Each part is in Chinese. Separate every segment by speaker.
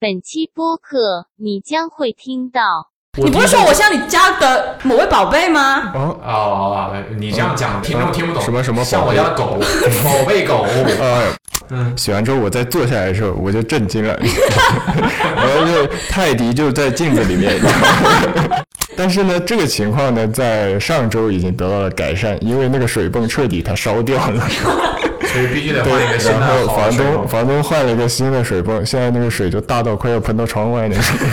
Speaker 1: 本期播客你将会听到
Speaker 2: 你不是说我像你家的某位宝贝吗？
Speaker 3: 啊，
Speaker 4: 哦哦，哦你这样讲，听众听不懂。
Speaker 3: 什么什么宝贝
Speaker 4: 像我家的 狗，宝贝狗。
Speaker 3: 呃，
Speaker 4: 嗯，
Speaker 3: 写完之后我再坐下来的时候我就震惊了， 然后就泰迪就在镜子里面。 但是呢，这个情况呢，在上周已经得到了改善，因为那个水泵彻底它烧掉了，
Speaker 4: 所以必须得换一个
Speaker 3: 对，
Speaker 4: 新
Speaker 3: 然
Speaker 4: 的
Speaker 3: 后
Speaker 4: 好
Speaker 3: 房
Speaker 4: 水
Speaker 3: 东
Speaker 4: 果。
Speaker 3: 房东换了一个新的水泵，现在那个水就大到快要喷到窗外那种。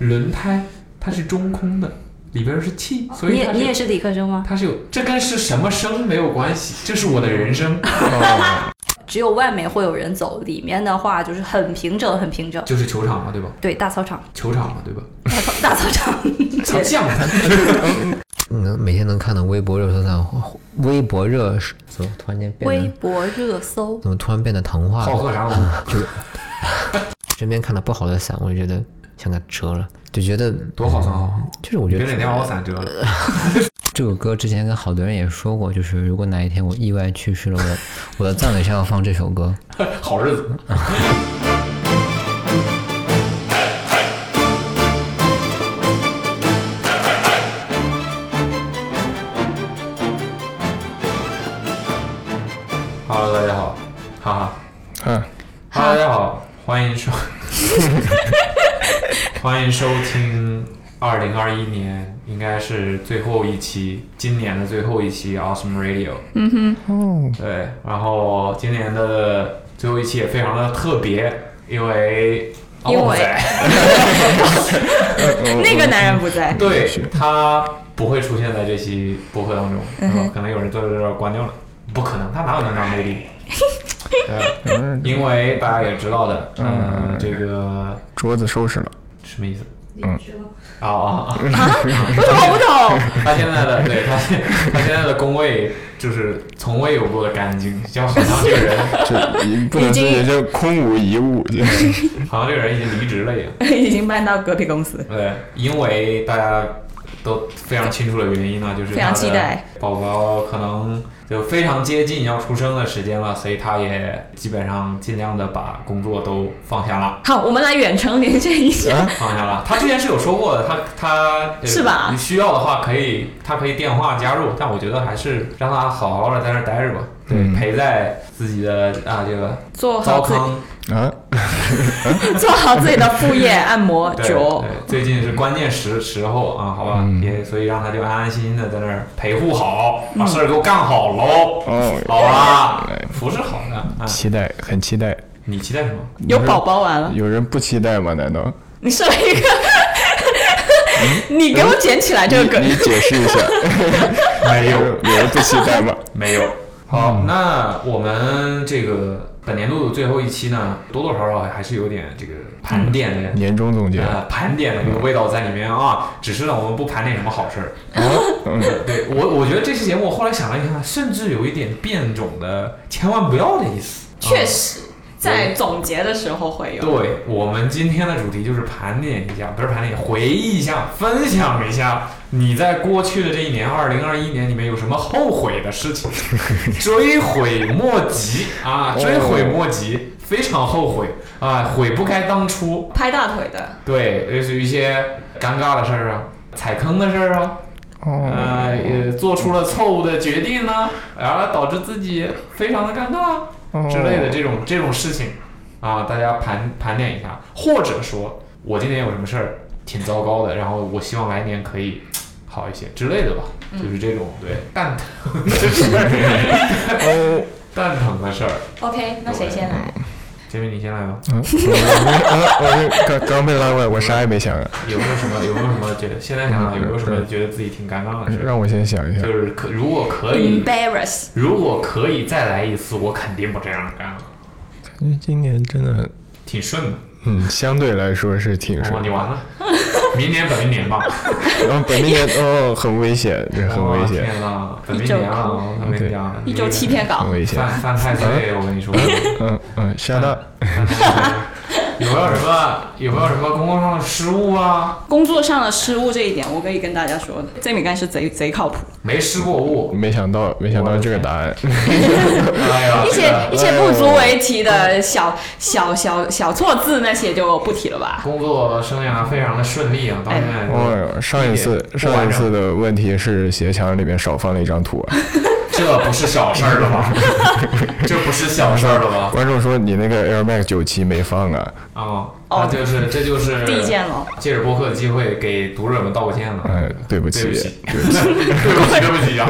Speaker 4: 轮胎它是中空的，里边是气，所
Speaker 2: 哦你
Speaker 4: 以
Speaker 2: 也
Speaker 4: 它
Speaker 2: 你也
Speaker 4: 是
Speaker 2: 是理科生吗？
Speaker 4: 它是有，这跟是什么声没有关系，这是我的人 生，哦
Speaker 2: 只有外面会有人走，里面的话就是很平整，很平整。
Speaker 4: 就是球场嘛，对吧？
Speaker 2: 对，大操场，
Speaker 4: 球场嘛，对吧？
Speaker 2: 大操大操场。
Speaker 4: 操酱嘛，
Speaker 5: 能每天能看到微博热搜上，微博热搜怎么突然间变
Speaker 2: 微
Speaker 5: 得
Speaker 2: 博热搜，
Speaker 5: 怎么突然变得糖 化
Speaker 4: 好
Speaker 5: 了？
Speaker 4: 喝啥了？
Speaker 5: 就是身边看到不好的伞，我就觉得想给它折了，就觉得嗯
Speaker 4: 多好算好，
Speaker 5: 就是我
Speaker 4: 别
Speaker 5: 觉
Speaker 4: 哪天把我
Speaker 5: 得
Speaker 4: 伞折了。
Speaker 5: 这首歌之前跟好多人也说过，就是如果哪一天我意外去世了，我的 我的葬礼上要放这首歌。
Speaker 4: 好日子。Hello，大家好，哈哈。
Speaker 3: 嗯，
Speaker 4: Hello，大家好，欢迎收， 欢迎收听二零二一年，应该是最后一期，今年的最后一期 Awesome Radio。对，然后今年的最后一期也非常的特别，因为
Speaker 2: 因为
Speaker 4: 奥 仔，
Speaker 2: 哦那个男人不在。
Speaker 4: 哦对他不会出现在这期播客当中，然后可能有人都在这儿关掉了，不可能，他哪有那么大魅力？对，因为大家也知道的，嗯，这个
Speaker 3: 桌子收拾了，
Speaker 4: 什么意思？啊 啊啊！
Speaker 2: 我怎嗯么不懂？
Speaker 4: 他现在的对他现他现在的工位就是从未有过的干净，就好像这个人
Speaker 3: 就不能说也就空无一物，就是
Speaker 4: 好像这个人已经离职了一样。
Speaker 2: 已经搬到隔壁公司。
Speaker 4: 对，因为大家都非常清楚的原因呢，就是
Speaker 2: 非常
Speaker 4: 他的
Speaker 2: 期待
Speaker 4: 宝宝可能就非常接近要出生的时间了，所以他也 基本上尽量的把工作都放下了，
Speaker 2: 好，我们来远程连线一下。
Speaker 4: 放下了。他之前是有说过的，他他呃
Speaker 2: 是吧
Speaker 4: 你需要的话可以，他可以电话加入，但我觉得还是让他好好的在那儿待着吧，对，
Speaker 3: 嗯
Speaker 4: 陪在自己的啊这个
Speaker 2: 做
Speaker 4: 糟
Speaker 2: 好自
Speaker 4: 糠
Speaker 2: 己，
Speaker 3: 啊，
Speaker 2: 做好自己的副业，按摩
Speaker 4: 对
Speaker 2: 脚。
Speaker 4: 对，最近是关键时时候啊，好吧，
Speaker 3: 嗯
Speaker 4: 也所以让他就安安心心的在那儿陪护好，
Speaker 2: 嗯
Speaker 4: 把事儿给我干好喽，
Speaker 3: 哦
Speaker 4: 好吧，服是好的啊。
Speaker 3: 期待，很期待。
Speaker 4: 你期待什么？
Speaker 2: 有宝宝完
Speaker 4: 嗯
Speaker 2: 了，
Speaker 3: 有人不期待吗？难道？
Speaker 2: 你说一个， 你给我捡起来 这个梗
Speaker 4: 嗯
Speaker 3: 你。你解释一下，
Speaker 4: 没
Speaker 3: 有，有人不期待吗？
Speaker 4: 没有。好，那我们这个本年度最后一期呢，多多少少还是有点这个嗯盘点的。
Speaker 3: 年终总结，
Speaker 4: 呃，盘点的这个味道在里面啊，只是呢，我们不盘点什么好事儿。哦
Speaker 3: 嗯，
Speaker 4: 对我，我觉得这期节目我后来想了一下，甚至有一点变种的，千万不要的意思。啊
Speaker 2: 确实，在总结的时候会有。
Speaker 4: 对我们今天的主题就是盘点一下，不是盘点，回忆一下，分享一下你在过去的这一年，二零二一年里面有什么后悔的事情，追悔莫及啊，追悔莫及，非常后悔啊，悔不该当初。
Speaker 2: 拍大腿的，
Speaker 4: 对，类似于一些尴尬的事儿啊，踩坑的事儿啊，呃，也做出了错误的决定呢、然后导致自己非常的尴尬。
Speaker 3: 哦
Speaker 4: 之类的这种这种事情啊，大家盘盘点一下，或者说我今年有什么事儿挺糟糕的，然后我希望来年可以好一些之类的吧，就是这种对蛋疼的事儿，
Speaker 3: 哦，
Speaker 4: 蛋疼的事儿。
Speaker 2: OK，那谁先来？
Speaker 4: 杰米，你先来吧。
Speaker 3: 嗯，我我刚刚被拉过来，我啥也没想啊，
Speaker 4: 有没有什么有没有什么觉得现在想想有没有什么觉得自己挺尴尬的事儿？
Speaker 3: 嗯让我先想一下
Speaker 4: 就。是可如果可以，
Speaker 2: Embarrass，
Speaker 4: 如果可以再来一次，我肯定不这样干了，
Speaker 3: 因为今年真的很，
Speaker 4: 挺顺的。
Speaker 3: 嗯，相对来说是挺顺
Speaker 4: 哇，你完了，明年本命年吧。
Speaker 3: 的，然后本命年哦，很危险，这很危
Speaker 4: 哇
Speaker 3: 险，
Speaker 4: 天呐，本命年啊！我跟你讲，
Speaker 2: 一周欺骗稿
Speaker 4: 嗯
Speaker 3: 很。危险。
Speaker 4: 犯犯太岁，我跟你说，
Speaker 3: 嗯嗯，吓到，
Speaker 4: 犯太岁有没有什么有没有什么工作上的失误啊？
Speaker 2: 工作上的失误这一点，我可以跟大家说，这米干是贼贼靠谱。
Speaker 4: 没失过误，
Speaker 3: 没想到，没想到这个答案。
Speaker 4: 哎呀，
Speaker 2: 一
Speaker 4: 这
Speaker 2: 些
Speaker 4: 个
Speaker 2: 一些不足为提
Speaker 4: 嗯
Speaker 2: 的小小小小错字那些就不提了吧。
Speaker 4: 工作生涯非常的顺利啊，到现在
Speaker 3: 哦哟，上一次
Speaker 4: 不完
Speaker 3: 上一
Speaker 4: 整
Speaker 3: 次的问题是鞋墙里面少放了一张图啊。
Speaker 4: 这不是小事儿了 吧？这不是小事儿了吧？
Speaker 3: 观众说你那个 Air Max 九七没放啊，
Speaker 4: 啊，那
Speaker 2: 哦
Speaker 4: 就是这就是
Speaker 2: 递减了，
Speaker 4: 借着播客的机会给读者们道个歉了。
Speaker 3: 嗯、对不
Speaker 4: 对不
Speaker 3: 起，
Speaker 4: 起，对不起，对不起 啊！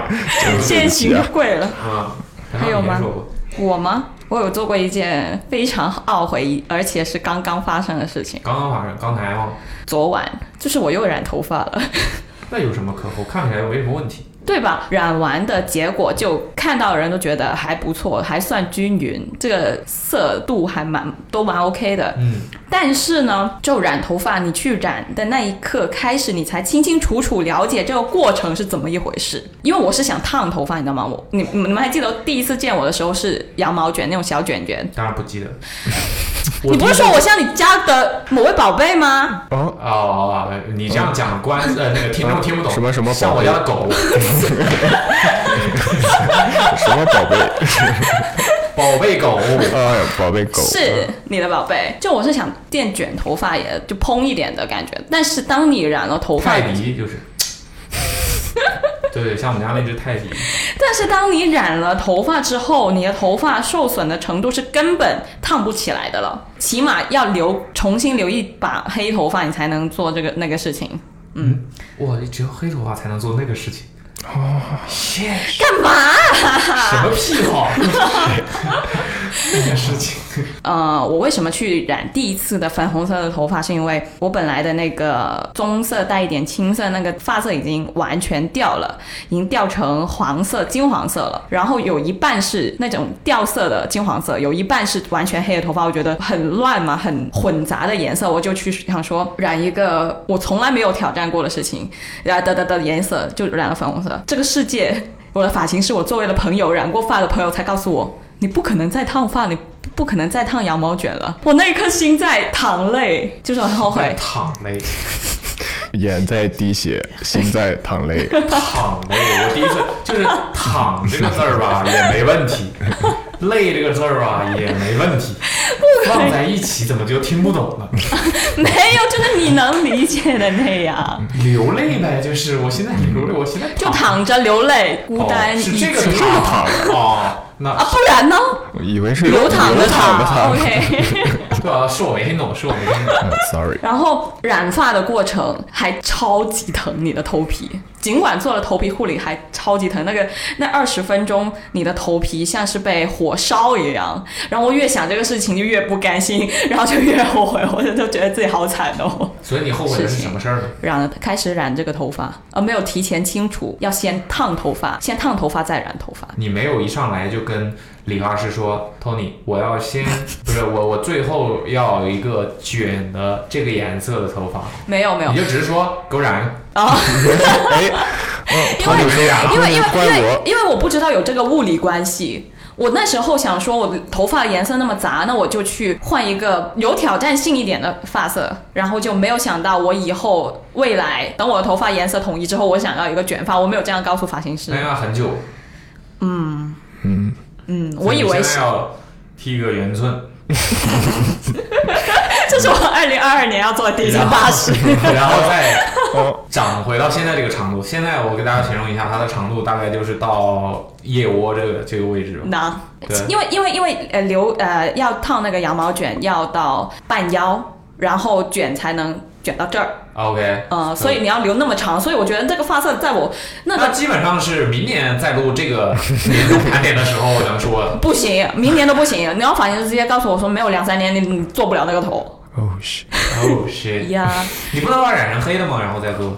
Speaker 2: 现行跪了。
Speaker 4: 啊，
Speaker 2: 还有吗
Speaker 4: 你先说吧
Speaker 2: 我吗？我有做过一件非常懊悔，而且是刚刚发生的事情。
Speaker 4: 刚刚发生，刚才吗？
Speaker 2: 昨晚就是我又染头发了，
Speaker 4: 那有什么可厚？看起来没什么问题。
Speaker 2: 对吧？染完的结果就看到的人都觉得还不错，还算均匀，这个色度还蛮都蛮 OK 的。
Speaker 4: 嗯，
Speaker 2: 但是呢，就染头发，你去染的那一刻开始，你才清清楚楚了解这个过程是怎么一回事。因为我是想烫头发，你知道吗？我你你们还记得第一次见我的时候是羊毛卷那种小卷卷。
Speaker 4: 当然不记得。
Speaker 2: 你不是说我像你家的某位宝贝吗？
Speaker 4: 哦，你这样讲观 呃那个听众听不懂
Speaker 3: 什么什么宝贝
Speaker 4: 像我家的 狗
Speaker 3: 什么宝贝？
Speaker 4: 宝贝 狗，
Speaker 3: 哎呀，宝贝狗，
Speaker 2: 是你的宝贝。就我是想电卷头发也就蓬一点的感觉，但是当你染了头发，
Speaker 4: 泰 迪就是，对对，像我们家那只泰迪，
Speaker 2: 但是当你染了头发之后，你的头发受损的程度是根本烫不起来的了，起码要留重新留一把黑头发，你才能做这个那个事情。
Speaker 4: 哇，只有黑头发才能做那个事情。哦，谢
Speaker 2: 干嘛？
Speaker 4: 什么癖好？那个事情，。
Speaker 2: 呃，我为什么去染第一次的粉红色的头发，是因为我本来的那个棕色带一点青色那个发色已经完全掉了，已经掉成黄色、金黄色了。然后有一半是那种掉色的金黄色，有一半是完全黑的头发，我觉得很乱嘛，很混杂的颜色，我就去想说染一个我从来没有挑战过的事情，然后的的的颜色就染了粉红色。这个世界，我的发型是我周围的朋友染过发的朋友才告诉我。你不可能再烫发，你不可能再烫羊毛卷了。我那一刻心在淌泪，就是很后 悔
Speaker 4: 躺嘞，
Speaker 3: 眼在滴血，心在淌泪。
Speaker 4: 躺嘞！我第一次就是“躺”这个字儿 吧，也没问题；“累”这个字儿吧，也没问题。放在一起怎么就听不懂了？
Speaker 2: 没有，就是你能理解的那样，
Speaker 4: 流泪呗，就是我现在流泪，我现在
Speaker 2: 就躺着流泪，孤单
Speaker 4: 哦
Speaker 2: 一
Speaker 4: 是
Speaker 2: 起
Speaker 4: 这个躺哦，那
Speaker 2: 啊，不然呢？
Speaker 3: 以为是
Speaker 2: 流淌的
Speaker 3: 淌的
Speaker 2: 淌
Speaker 3: 淌。
Speaker 2: ，OK。
Speaker 4: 对啊，是我没听懂，是我没听懂。
Speaker 3: 嗯 Sorry，
Speaker 2: 然后染发的过程还超级疼你的头皮，尽管做了头皮护理，还超级疼。那个那二十分钟，你的头皮像是被火烧一样。然后我越想这个事情就越不甘心，然后就越后悔，我就觉得自己好惨哦。
Speaker 4: 所以你后悔的是什么事儿呢？
Speaker 2: 染了开始染这个头发，呃，没有提前清楚，要先烫头发，先烫头发再染头发。
Speaker 4: 你没有一上来就跟理发师说，Tony，我要 先不是我，我最后要一个卷的这个颜色的头发，
Speaker 2: 没有没有
Speaker 4: 你就只是 说给我染，
Speaker 2: 啊，
Speaker 3: 哎，嗯，
Speaker 2: 因
Speaker 3: 他
Speaker 2: 为
Speaker 3: 就说，
Speaker 2: 因为因为
Speaker 3: 怪
Speaker 2: 因为
Speaker 3: 我，
Speaker 2: 因为我不知道有这个物理关系。我那时候想说，我的头发颜色那么杂，那我就去换一个有挑战性一点的发色，然后就没有想到我以后未来等我的头发颜色统一之后，我想要一个卷发，我没有这样告诉发型师
Speaker 4: 那。要哎很久。
Speaker 2: 嗯，我以为
Speaker 4: 所你
Speaker 2: 是
Speaker 4: 现在要剃个圆寸，
Speaker 2: 这是我二零二二年要做的第一件大事。
Speaker 4: 然后 再
Speaker 3: 哦，
Speaker 4: 长回到现在这个长度。现在我给大家形容一下，它的长度大概就是到腋窝这个这个位置吧。
Speaker 2: 那
Speaker 4: 对
Speaker 2: 因为因为因为呃留呃要烫那个羊毛卷要到半腰，然后卷才能卷到这儿，
Speaker 4: OK，嗯
Speaker 2: 呃，所以你要留那么长，所以我觉得这个发色在我那
Speaker 4: 那
Speaker 2: 个
Speaker 4: 基本上是明年再录这 个年度盘点的时候能说的。
Speaker 2: 不行，明年都不行。你要发型师直接告诉我说，没有两三年你你做不了那个头
Speaker 3: 哦是，
Speaker 4: 哦，是
Speaker 2: 呀。
Speaker 4: 你不能把它染成黑的吗？然后再做。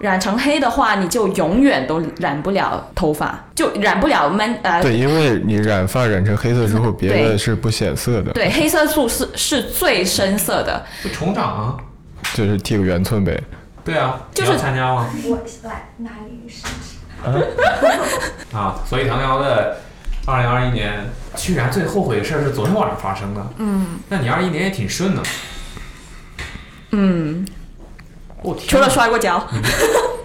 Speaker 2: 染成黑的话，你就永远都染不了头发，就染不了 man 呃
Speaker 3: 对，因为你染发染成黑色之后，别的
Speaker 2: 对
Speaker 3: 是不显色的，
Speaker 2: 对黑色素是是最深色的，
Speaker 4: 就重长啊。
Speaker 3: 就是剃个圆寸呗。
Speaker 4: 对啊，
Speaker 2: 就是
Speaker 4: 你要参加吗？
Speaker 6: 我来哪里是？
Speaker 4: 啊， 所以唐瑶的二零二一年，居然最后悔的事儿是昨天晚上发生的。嗯，那你二一年也挺顺的。
Speaker 2: 嗯，
Speaker 4: 我天
Speaker 2: 除
Speaker 4: 哪
Speaker 2: 了摔过跤，
Speaker 4: 嗯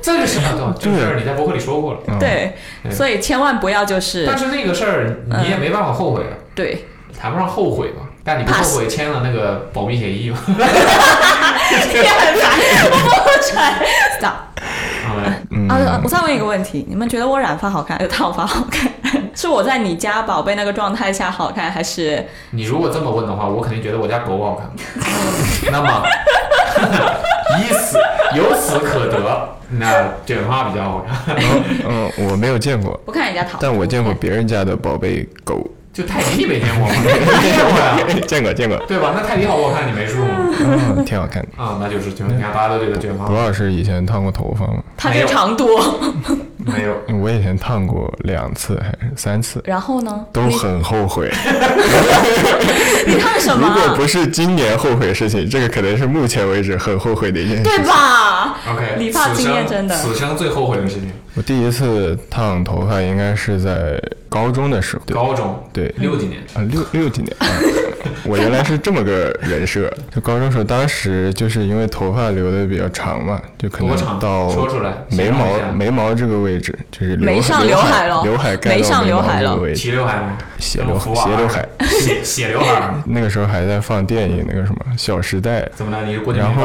Speaker 4: 这个是很重要，这个事儿你在博客里说过了，
Speaker 3: 嗯
Speaker 2: 对，
Speaker 4: 对
Speaker 2: 所以千万不要就是
Speaker 4: 但是那个事儿
Speaker 2: 嗯
Speaker 4: 你也没办法后悔啊，
Speaker 2: 对，
Speaker 4: 谈不上后悔吧，但你不后悔签了那个保密协议吗？
Speaker 2: 也很烦，我不穿。Stop
Speaker 4: 嗯
Speaker 2: 啊，我再问一个问题，你们觉得我染发好看还是烫发好看？ 是我在你家宝贝那个状态下好看，还是
Speaker 4: 你如果这么问的话，我肯定觉得我家狗好看。 那么， 以此由此可得，那卷发比较好看，
Speaker 3: 嗯，我没有见过，
Speaker 2: 不看人家讨？
Speaker 3: 但我见过别人家的宝贝狗，
Speaker 4: 就泰迪你没见过吗？没见过呀，
Speaker 3: 见过见过，
Speaker 4: 对吧？那泰迪好不好看你没数吗？
Speaker 3: 嗯，挺好看的。
Speaker 4: 啊，那就是卷，你看大家都觉得卷发
Speaker 3: 罗老师以前烫过头发吗？
Speaker 2: 他这个长度，
Speaker 4: 没有。
Speaker 3: 我以前烫过两次还是三次，
Speaker 2: 然后呢？
Speaker 3: 都很后悔。
Speaker 2: 你烫什
Speaker 3: 如果
Speaker 2: 么？啊
Speaker 3: 不是今年后悔的事情，这个可能是目前为止很后悔的一件事。
Speaker 2: 对吧？
Speaker 4: OK，
Speaker 2: 理发
Speaker 4: 此
Speaker 2: 经验
Speaker 4: 生
Speaker 2: 真的
Speaker 4: 此生最后悔的事情，
Speaker 3: 我第一次烫头发应该是在高中的时候，对
Speaker 4: 高中
Speaker 3: 对
Speaker 4: 六几年，
Speaker 3: 啊，六六几年、啊，我原来是这么个人 设。就高中时候，当时就是因为头发留的比较长嘛，就可
Speaker 4: 多
Speaker 3: 能
Speaker 4: 长
Speaker 3: 到
Speaker 4: 说出来
Speaker 3: 眉
Speaker 4: 形容一
Speaker 3: 毛
Speaker 4: 下
Speaker 3: 眉毛这个位置，就是 刘
Speaker 2: 没上
Speaker 3: 刘
Speaker 2: 刘海咯
Speaker 3: 刘海盖
Speaker 2: 没
Speaker 3: 到
Speaker 2: 上
Speaker 3: 眉
Speaker 2: 刘海
Speaker 3: 毛这个
Speaker 2: 咯
Speaker 3: 位置，
Speaker 4: 齐刘海吗？哦
Speaker 3: 斜刘
Speaker 4: 福娃
Speaker 3: 斜刘海。
Speaker 4: 血血刘海吗，
Speaker 3: 那个时候还在放电影那个什么《小时代》，
Speaker 4: 怎么了？你是过去
Speaker 3: 然后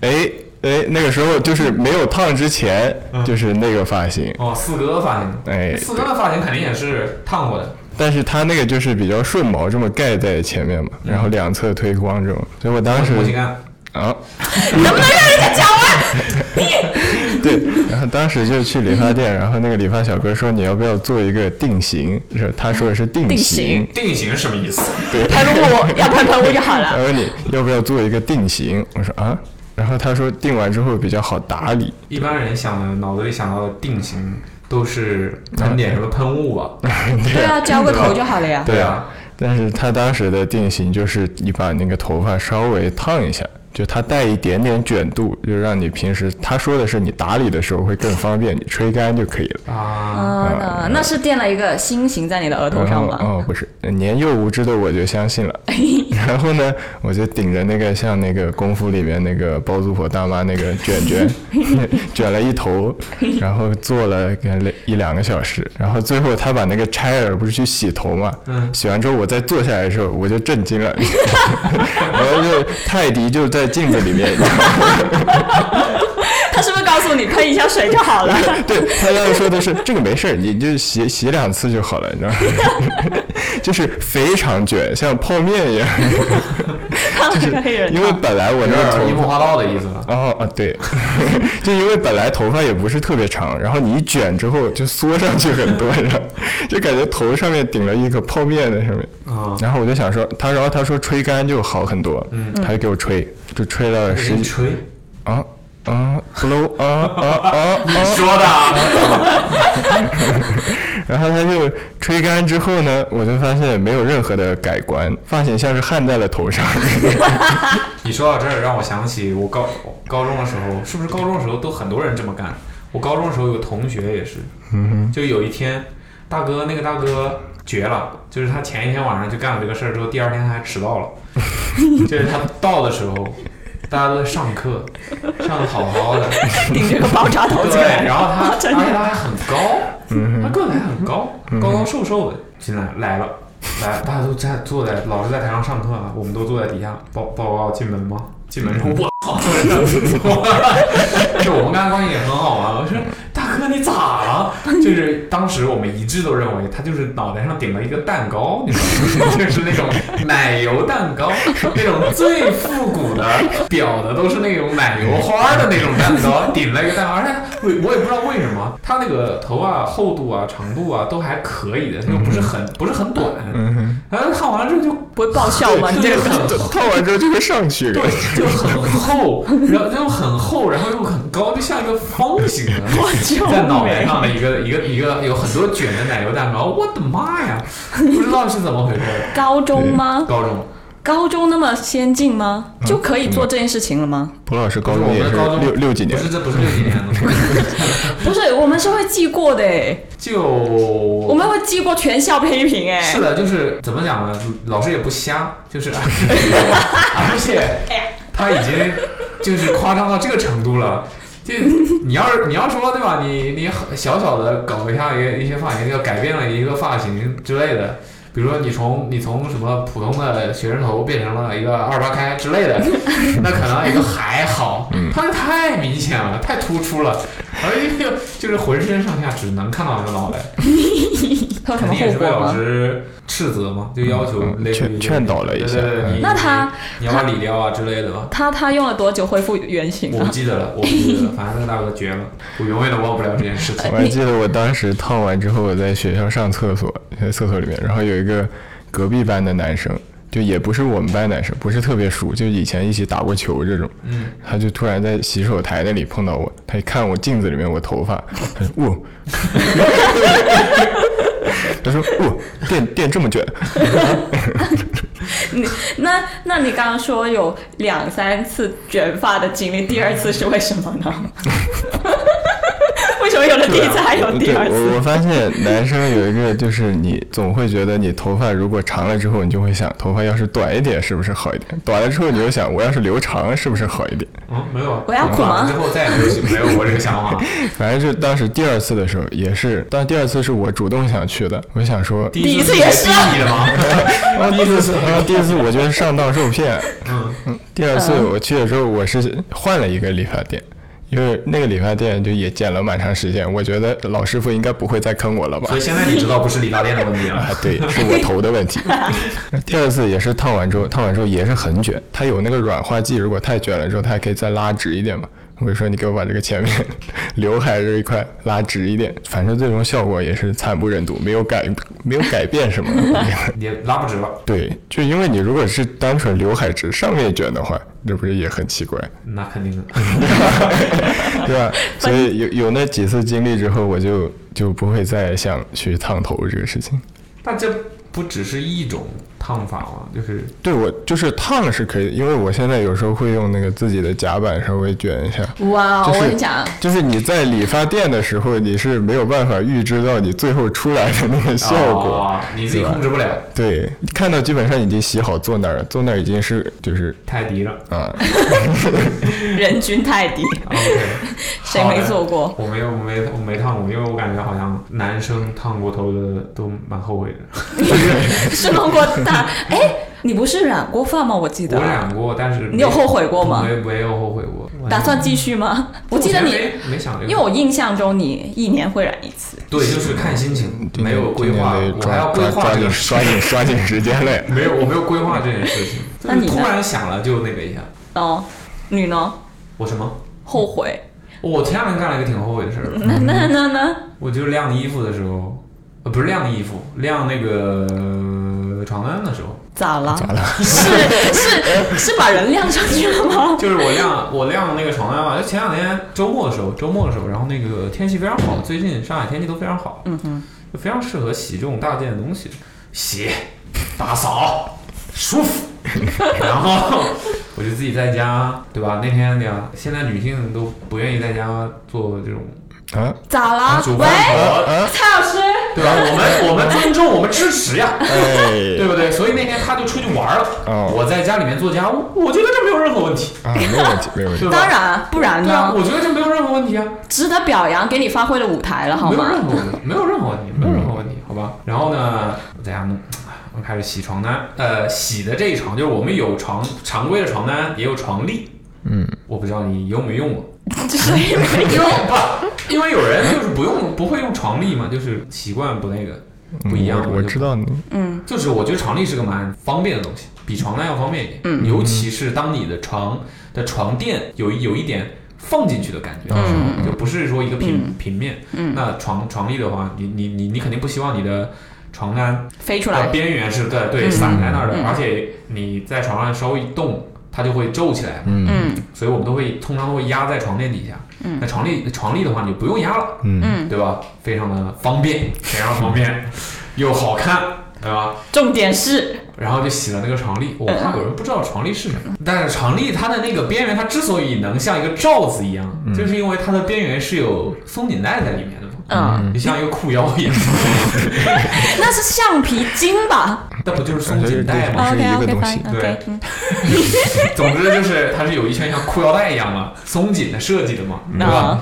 Speaker 3: 哎哎，那个时候就是没有烫之前，就是那个发型。
Speaker 4: 哦，四哥的发型，
Speaker 3: 哎，
Speaker 4: 四
Speaker 3: 对
Speaker 4: 哥的发型肯定也是烫过的，
Speaker 3: 但是他那个就是比较顺毛，这么盖在前面嘛，然后两侧推光这种，所以我当时
Speaker 4: 我先看，
Speaker 3: 啊，
Speaker 2: 能不能让人 家讲完？
Speaker 3: 对，然后当时就去理发店，然后那个理发小哥说你要不要做一个定型，是他说的是定型，
Speaker 2: 定型
Speaker 4: 定型是什么意思？
Speaker 2: 喷雾要喷喷雾就好
Speaker 3: 他
Speaker 2: 了。
Speaker 3: 问你要不要做一个定型，我说啊，然后他说定完之后比较好打理，
Speaker 4: 一般人想的脑子里想到的定型都是喷点什么喷雾吧？
Speaker 2: 对啊，浇个头就好了呀。
Speaker 3: 对啊，但是他当时的定型就是你把那个头发稍微烫一下。就它带一点点卷度，就让你平时他说的是你打理的时候会更方便，你吹干就可以了。
Speaker 4: 啊，
Speaker 3: 嗯
Speaker 2: 啊，那那是垫了一个心形在你的额头
Speaker 3: 然
Speaker 2: 上
Speaker 3: 后
Speaker 2: 吧？
Speaker 3: 哦，不是，年幼无知的我就相信 了。然后呢，我就顶着那个像那个功夫里面那个包租婆大妈那个卷卷， 卷了一头，然后做了可能一两个小时，然后最后他把那个拆了，不是去洗头嘛？
Speaker 4: 嗯
Speaker 3: 洗完之后我再坐下来的时候，我就震惊了， 然后就泰迪就在镜子里面，
Speaker 2: 他是不是告诉你喷一下水就 好了？
Speaker 3: 对他当时说的是这个没事儿，你就洗洗两次就好了，你知道吗？ 就是非常卷，像泡面一样。
Speaker 2: 烫了 个黑人
Speaker 3: 因为本来我
Speaker 4: 有
Speaker 3: 那个
Speaker 4: 点
Speaker 3: 头
Speaker 4: 樱木
Speaker 3: 发，
Speaker 4: 花道的意思了。
Speaker 3: 然后啊对， 就因为本来头发也不是特别长，然后你一卷之后就缩上去很多，然后就感觉头上面顶了一个泡面在上面。
Speaker 4: 啊，
Speaker 3: 然后我就想说，他然后他说吹干就好很多，
Speaker 4: 嗯
Speaker 3: 他就给我吹，就吹了十
Speaker 4: 谁
Speaker 3: 几
Speaker 4: 吹？
Speaker 3: 啊啊 hello 啊啊啊啊，
Speaker 4: 说的啊，
Speaker 3: 然后他就吹干之后呢，我就发现没有任何的改观，发型像是焊在了头上。
Speaker 4: 你说到这儿，让我想起我高高中的时候，是不是高中的时候都很多人这么干？我高中的时候有个同学也是，就有一天，大哥那个大哥绝了，就是他前一天晚上就干了这个事儿之后，第二天他还迟到了， 就是他到的时候，大家都在上课，上的好好的，
Speaker 2: 顶着个爆炸头 进来，
Speaker 4: 对，然后他，而且
Speaker 2: 真嗯的
Speaker 4: 他还很高，他个子还很高，高高瘦瘦的进来来了，来，大家都在坐在老师在台上上课啊嘛，我们都坐在底下报报告进门吗？进门之
Speaker 2: 嗯
Speaker 4: 后，我操， 就我们跟他关系也很好嘛。我说大哥你咋了？就是当时我们一致都认为他就是脑袋上顶了一个蛋糕，你知道吗？ 就是那种奶油蛋糕，那种最复古的裱的都是那种奶油花的那种蛋糕，顶了一个蛋糕，而且我我也不知道为什么他那个头发厚度啊、长度啊都还可以的，他又不是很不是很短，然后烫完了之后就
Speaker 2: 不会爆笑吗？你这个
Speaker 4: 很
Speaker 3: 就烫完之后就会上去，
Speaker 4: 对， 就很厚，然后又很厚，然后又很高，就像一个方形的，在脑袋上的一个一个一个有很多卷的奶油蛋糕。我的妈呀，不知道是怎么回事。
Speaker 2: 高中吗？
Speaker 4: 高中，
Speaker 2: 高中那么先进吗？
Speaker 4: 嗯
Speaker 2: 就可以做这件事情了吗？
Speaker 3: 蒲老师
Speaker 4: 不
Speaker 3: 高
Speaker 4: 是我
Speaker 3: 中
Speaker 4: 们
Speaker 3: 也
Speaker 4: 的
Speaker 3: 是
Speaker 4: 高中
Speaker 3: 六六几年
Speaker 4: 不，是这不是六几年 的，
Speaker 2: 不是，我们是会记过的哎，
Speaker 4: 就
Speaker 2: 我们会记过全校批评哎。
Speaker 4: 是的，就是怎么讲 呢？老师也不瞎，就是而且他已经就是夸张到这个程度了。就你要是你要说对吧，你你小小的搞一下一个一些发型，就改变了一个发型之类的，比如说你从你从什么普通的学生头变成了一个二八开之类的，那可能也就还好，它是太明显了，太突出了，而一个就是浑身上下只能看到一个脑袋，
Speaker 2: 他有什
Speaker 4: 肯
Speaker 2: 么
Speaker 4: 定也
Speaker 2: 后
Speaker 4: 是被
Speaker 2: 果
Speaker 4: 老
Speaker 2: 吗？
Speaker 4: 师斥责嘛，就要求
Speaker 3: 嗯
Speaker 4: 类似于
Speaker 3: 劝劝导了一下
Speaker 4: 对
Speaker 3: 嗯
Speaker 4: 对对，你
Speaker 2: 那他
Speaker 4: 你要不要理掉啊之类的吧。
Speaker 2: 他他用了多久恢复原形
Speaker 4: 我
Speaker 2: 啊
Speaker 4: 不？记得了，我不记得了，反正那个大哥绝了，我永远都忘不了这件事情
Speaker 3: 我。还记得我当时烫完之后，我在学校上厕所，在厕所里面，然后有一个隔壁班的男生，就也不是我们班男生，不是特别熟，就以前一起打过球这种。
Speaker 4: 嗯，
Speaker 3: 他就突然在洗手台那里碰到我，他一看我镜子里面我头发，他说：“哇、 他说：“哇、电电这么卷。
Speaker 2: 你那那你刚刚说有两三次卷发的经历，第二次是为什么 呢？为什么有了第一次还有第
Speaker 3: 对
Speaker 2: 二次？
Speaker 3: 我我发现男生有一个就是你总会觉得你头发如果长了之后，你就会想头发要是短一点是不是好一点？短了之后你又想我要是留长是不是好一点？
Speaker 4: 嗯，没有啊，
Speaker 2: 我要
Speaker 4: 我
Speaker 2: 苦
Speaker 4: 完
Speaker 2: 吗
Speaker 4: 之后再也没有没有我这个想 法。
Speaker 3: 反正就当时第二次的时候也是，当第二次是我主动想去的，我想说，
Speaker 4: 第
Speaker 2: 一
Speaker 4: 一
Speaker 2: 次
Speaker 4: 也
Speaker 2: 也是
Speaker 4: 逼你的吗？
Speaker 3: 啊，第 一次，啊，第一次我觉得上当受骗。
Speaker 4: 嗯
Speaker 3: 嗯，第二次我去的时候，我是换了一个理发店，因为那个理发店就也剪了蛮长时间，我觉得老师傅应该不会再坑我了吧
Speaker 4: 所以？现在你知道不是理发店的问题了
Speaker 3: 啊。，对，是我头的问题。第二次也是烫完之后，烫完之后也是很卷，它有那个软化剂，如果太卷了之后，它还可以再拉直一点嘛。我就说你给我把这个前面 刘海这一块拉直一点，反正最终效果也是惨不忍睹，没有改没有改变什么。
Speaker 4: 你拉不直了，
Speaker 3: 对，就因为你如果是单纯刘海直上面卷的话，这不是也很奇怪，
Speaker 4: 那肯定的。
Speaker 3: 对吧？所以有有那几次经历之后，我就就不会再想去烫头这个事情。
Speaker 4: 但这不只是一种烫法嘛，就是
Speaker 3: 对我就是烫是可以，因为我现在有时候会用那个自己的夹板稍微卷一下。
Speaker 4: 啊
Speaker 2: 哇，哦
Speaker 3: 就是
Speaker 2: 我跟你讲，
Speaker 3: 就是你在理发店的时候，你是没有办法预知到你最后出来的那个效果。
Speaker 4: 啊你自己控制不了，
Speaker 3: 对，看到基本上已经洗好坐那儿了，坐那儿已经是就是
Speaker 4: 太低了。
Speaker 3: 啊，
Speaker 2: 人均太低，
Speaker 4: OK，
Speaker 2: 谁没做过？
Speaker 4: 我没有，我没，我没烫过，因为我感觉好像男生烫过头的都蛮后悔的。
Speaker 2: 是弄过大？ 哎，你不是染过发吗？我记得
Speaker 4: 我，染过，但是
Speaker 2: 你有后悔过吗
Speaker 4: 没没有后悔过。
Speaker 2: 打算继续吗？我记得
Speaker 4: 以
Speaker 2: 你，
Speaker 4: 前没没想这个，
Speaker 2: 因为我印象中你一年会染一次。
Speaker 4: 对，就是看心情，
Speaker 3: 嗯
Speaker 4: 没有规
Speaker 3: 今年
Speaker 4: 划，
Speaker 3: 得
Speaker 4: 我还
Speaker 3: 抓
Speaker 4: 要规划
Speaker 3: 抓抓
Speaker 4: 这
Speaker 3: 紧
Speaker 4: 个事
Speaker 3: 抓紧抓紧时 间嘞。
Speaker 4: 没有，我没有规划这件事情，就
Speaker 2: 那
Speaker 4: 是
Speaker 2: 你呢
Speaker 4: 突然想了就那个一下。
Speaker 2: 哦，你呢？
Speaker 4: 我什么？
Speaker 2: 后悔？
Speaker 4: 我前两天干了一个挺后悔的事儿，
Speaker 2: 那那那那
Speaker 4: 我就晾衣服的时候，呃，不是晾衣服，晾那个呃床单的时候，
Speaker 2: 咋了？咋了？是是是把人晾上去了 吗？
Speaker 4: 就是我晾我晾那个床单嘛，就前两天周末的时候，周末的时候，然后那个天气非常好，最近上海天气都非常好，嗯哼，就非常适合洗这种大件的东西，洗、打扫、舒服。 然后我就自己在家，对吧？那天两，现在女性都不愿意在家做这种
Speaker 3: 啊
Speaker 2: 咋了
Speaker 4: 煮？
Speaker 2: 喂
Speaker 4: 饭，活，
Speaker 2: 蔡老师，
Speaker 4: 对吧？我们我们尊重，我们支持呀，对
Speaker 3: 哎
Speaker 4: 不对？所以那天他就出去玩了
Speaker 3: 哦，
Speaker 4: 我在家里面做家务，我觉得这没有任何问题，
Speaker 3: 啊，没有问题，没有问题。
Speaker 4: 对吧？
Speaker 2: 当然，不然
Speaker 4: 对啊，
Speaker 2: 呢？
Speaker 4: 我觉得这没有任何问题啊，
Speaker 2: 值得表扬，给你发挥了舞台了，好
Speaker 4: 没有任
Speaker 2: 吗？
Speaker 4: 何问题，没有任何问题，没有任何问题，好吧？然后呢，我在家弄， 我开始洗床单，呃，洗的这一床就是我们有床常规的床单，也有床笠，嗯，我不知道你用没用过，
Speaker 2: 就是因为
Speaker 4: 因为
Speaker 2: 嗯
Speaker 4: 不，因为有人就是不用不会用床笠嘛，就是习惯不那个不一样，
Speaker 3: 嗯我我
Speaker 4: 就
Speaker 3: 知道你
Speaker 4: 就是我觉得床笠是个蛮方便的东西，比床单要方便一点。
Speaker 2: 嗯
Speaker 4: 尤其是当你的床的床垫有有一点放进去的感觉，
Speaker 2: 嗯
Speaker 4: 就不是说一个平、
Speaker 2: 嗯
Speaker 4: 平面。
Speaker 2: 嗯
Speaker 4: 那床床笠的话，你你你你肯定不希望你的床单
Speaker 2: 飞出
Speaker 4: 的
Speaker 2: 来，
Speaker 4: 边缘是对对
Speaker 2: 嗯
Speaker 4: 散在那儿的，
Speaker 2: 嗯
Speaker 4: 而且你在床上稍微一动，它就会皱起来嘛。
Speaker 2: 嗯
Speaker 4: 所以我们都会通常都会压在床垫底下。
Speaker 2: 嗯
Speaker 4: 那床笠床笠的话，你就不用压了。
Speaker 2: 嗯，
Speaker 4: 对吧？非常的方 便，非常方便，又好看，对吧？
Speaker 2: 重点是，
Speaker 4: 然后就洗了那个床
Speaker 2: 嗯
Speaker 4: 笠。我怕有人不知道床笠是什么，但是床笠它的那个边缘，它之所以能像一个罩子一样，就是因为它的边缘是有松紧带在里面的嘛。
Speaker 2: 嗯，
Speaker 4: 就像一个裤腰一样，
Speaker 2: 那是橡皮筋吧
Speaker 4: 那不就是松紧带吗？
Speaker 3: 是
Speaker 2: ？OK
Speaker 3: 一
Speaker 2: OK 嗯
Speaker 3: 个东西
Speaker 2: fine OK，
Speaker 4: 对总之就是它是有一圈像裤腰带一样嘛，松紧的设计的嘛，对吧
Speaker 2: 啊？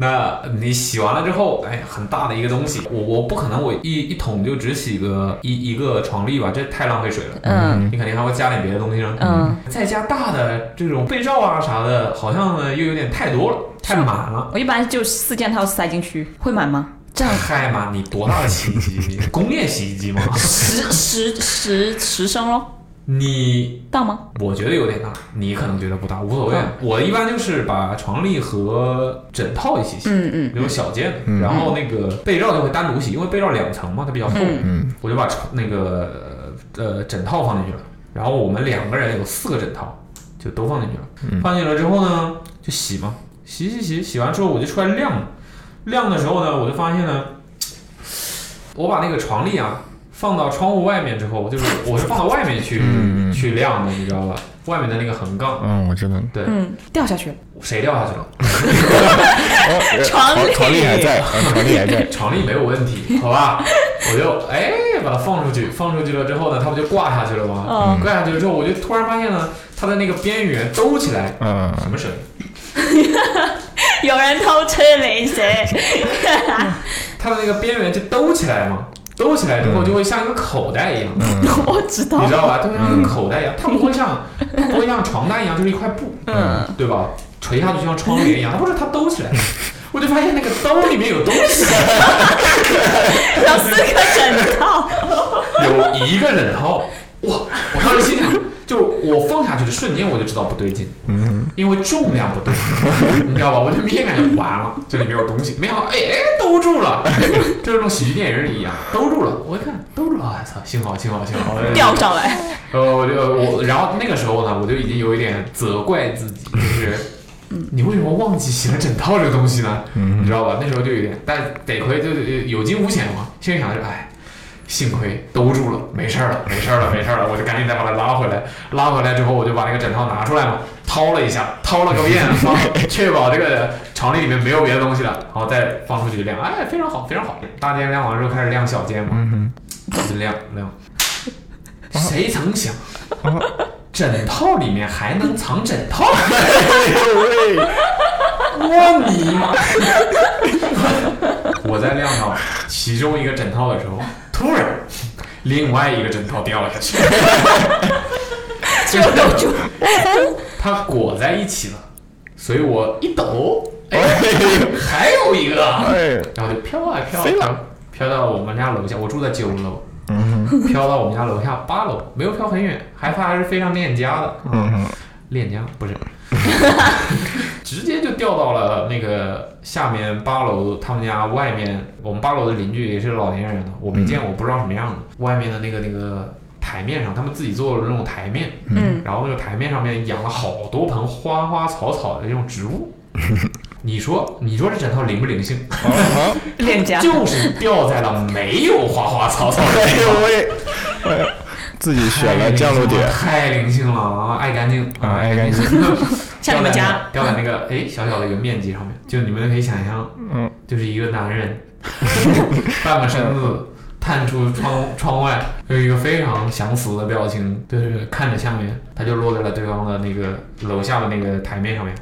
Speaker 4: 那你洗完了之后，哎，很大的一个东西，我我不可能我一一桶就只洗个一一个床笠吧，这太浪费水了。
Speaker 2: 嗯
Speaker 4: 你肯定还会加点别的东西上，
Speaker 2: 嗯，
Speaker 4: 再加大的这种被罩啊啥的，好像呢又有点太多了，太满了。
Speaker 2: 我一般就四件套塞进去，会满吗？这样
Speaker 4: 嗨嘛，你多大的洗衣机？你是工业洗衣机 吗？
Speaker 2: 十十十十升咯，
Speaker 4: 你
Speaker 2: 到吗？
Speaker 4: 我觉得有点大，你可能觉得不大，无所谓。啊
Speaker 2: 嗯
Speaker 4: 我一般就是把床笠和枕套一起洗，
Speaker 2: 嗯嗯
Speaker 4: 那种小件的，然后那个被罩就会单独洗，因为被罩两层嘛，它比较厚，
Speaker 3: 嗯
Speaker 4: 我就把床那个呃枕套放进去了，然后我们两个人有四个枕套，就都放进去了。
Speaker 3: 嗯
Speaker 4: 放进去了之后呢，就洗嘛，洗洗洗，洗完之后我就出来晾了。晾的时候呢，我就发现呢，我把那个床笠啊放到窗户外面之后，就是我是放到外面去、
Speaker 3: 嗯嗯
Speaker 4: 去晾的，你知道吧？外面的那个横杠，
Speaker 3: 嗯，我知道。
Speaker 4: 对，
Speaker 2: 嗯，掉下去了。
Speaker 4: 谁掉下去了？
Speaker 3: 哦，呃
Speaker 2: 床
Speaker 3: 床
Speaker 2: 笠
Speaker 3: 床笠还在，呃床笠还在。
Speaker 4: 床笠没有问题，好吧？我就哎把它放出去，放出去了之后呢，它不就挂下去了吗？
Speaker 2: 嗯
Speaker 4: 挂下去之后，我就突然发现呢，它的那个边缘兜起来，
Speaker 3: 嗯，
Speaker 4: 什么声？
Speaker 2: 有人偷吃零食，
Speaker 4: 它的那个边缘就兜起来嘛，兜起来之后就会像一个口袋一样，
Speaker 2: 我知道
Speaker 4: 你。知道吧？它会像一个口袋一样，它不会像它不会像床单一样，就是一块布，
Speaker 2: 嗯，
Speaker 4: 对吧？垂下去就像窗帘一样，它不是它兜起来，我就发现那个兜里面有东西，
Speaker 2: 有四个枕套。
Speaker 3: 嗯
Speaker 4: 有一个枕头，哇！我当时心想，就我放下去的瞬间我就知道不对劲，嗯，因为重量不对，你知道吧？我就明显感觉完了，这里面有东西，没想到哎哎兜住了， 就是那种喜剧电影里一样兜住了。我一看兜住了，哎操，幸好幸好幸好，我就
Speaker 2: 掉上来，
Speaker 4: 呃，我就我，然后那个时候呢，我就已经有一点责怪自己，就是。 你为什么忘记洗了枕套这个东西呢？你知道吧？那时候就有点，但得亏就是呃有惊无险嘛。心里想的是，哎，幸亏兜住了，没事儿了，没事儿了，没事儿了。我就赶紧再把它拉回来，拉回来之后，我就把那个枕套拿出来嘛，掏了一下，掏了个遍，放， 确保这个床笠里面没有别的东西了，然后再放出去晾。哎，非常好，非常好。大件晾完之后开始晾小件嘛，就晾晾。谁曾想，枕套里面还能藏枕套？我你妈！我在晾到其中一个枕套的时候，突然另外一个枕套掉了下去，就抖住，它裹在一起了，所以我一抖，哎，还有一个，
Speaker 3: 哎，
Speaker 4: 然后就飘啊飘啊
Speaker 3: 飞了
Speaker 4: 飘，飘到我们家楼下，我住在九楼，
Speaker 3: 嗯
Speaker 4: 飘到我们家楼下八楼，没有飘很远，还怕还是非常恋家的，
Speaker 3: 嗯哼，
Speaker 4: 恋家不是， 直接就掉到了那个下面八楼他们家外面，我们八楼的邻居也是老年人了，我没见过，不知道什么样
Speaker 3: 嗯
Speaker 4: 的，外面的那个那个台面上，他们自己做的那种台面，
Speaker 2: 嗯，
Speaker 4: 然后那个台面上面养了好多盆花花草草的这种植 物。你说，你说这枕头灵不灵性？
Speaker 3: 好，
Speaker 2: 链 家
Speaker 4: 就是掉在了没有花花草草的
Speaker 3: 哎
Speaker 4: 地
Speaker 3: 呦
Speaker 4: 方。
Speaker 3: 喂，哎自己选
Speaker 4: 哎
Speaker 3: 了降落点，
Speaker 4: 太灵性了啊！爱干净
Speaker 3: 啊爱干净，
Speaker 2: 像你们家
Speaker 4: 掉在那个哎小小的一个面积上面，就你们可以想象，
Speaker 3: 嗯，
Speaker 4: 就是一个男人 半个身子
Speaker 3: 嗯
Speaker 4: 探出窗窗外，有一个非常想死的表情，就是看着下面，他就落在了对方的那个楼下的那个台面上面，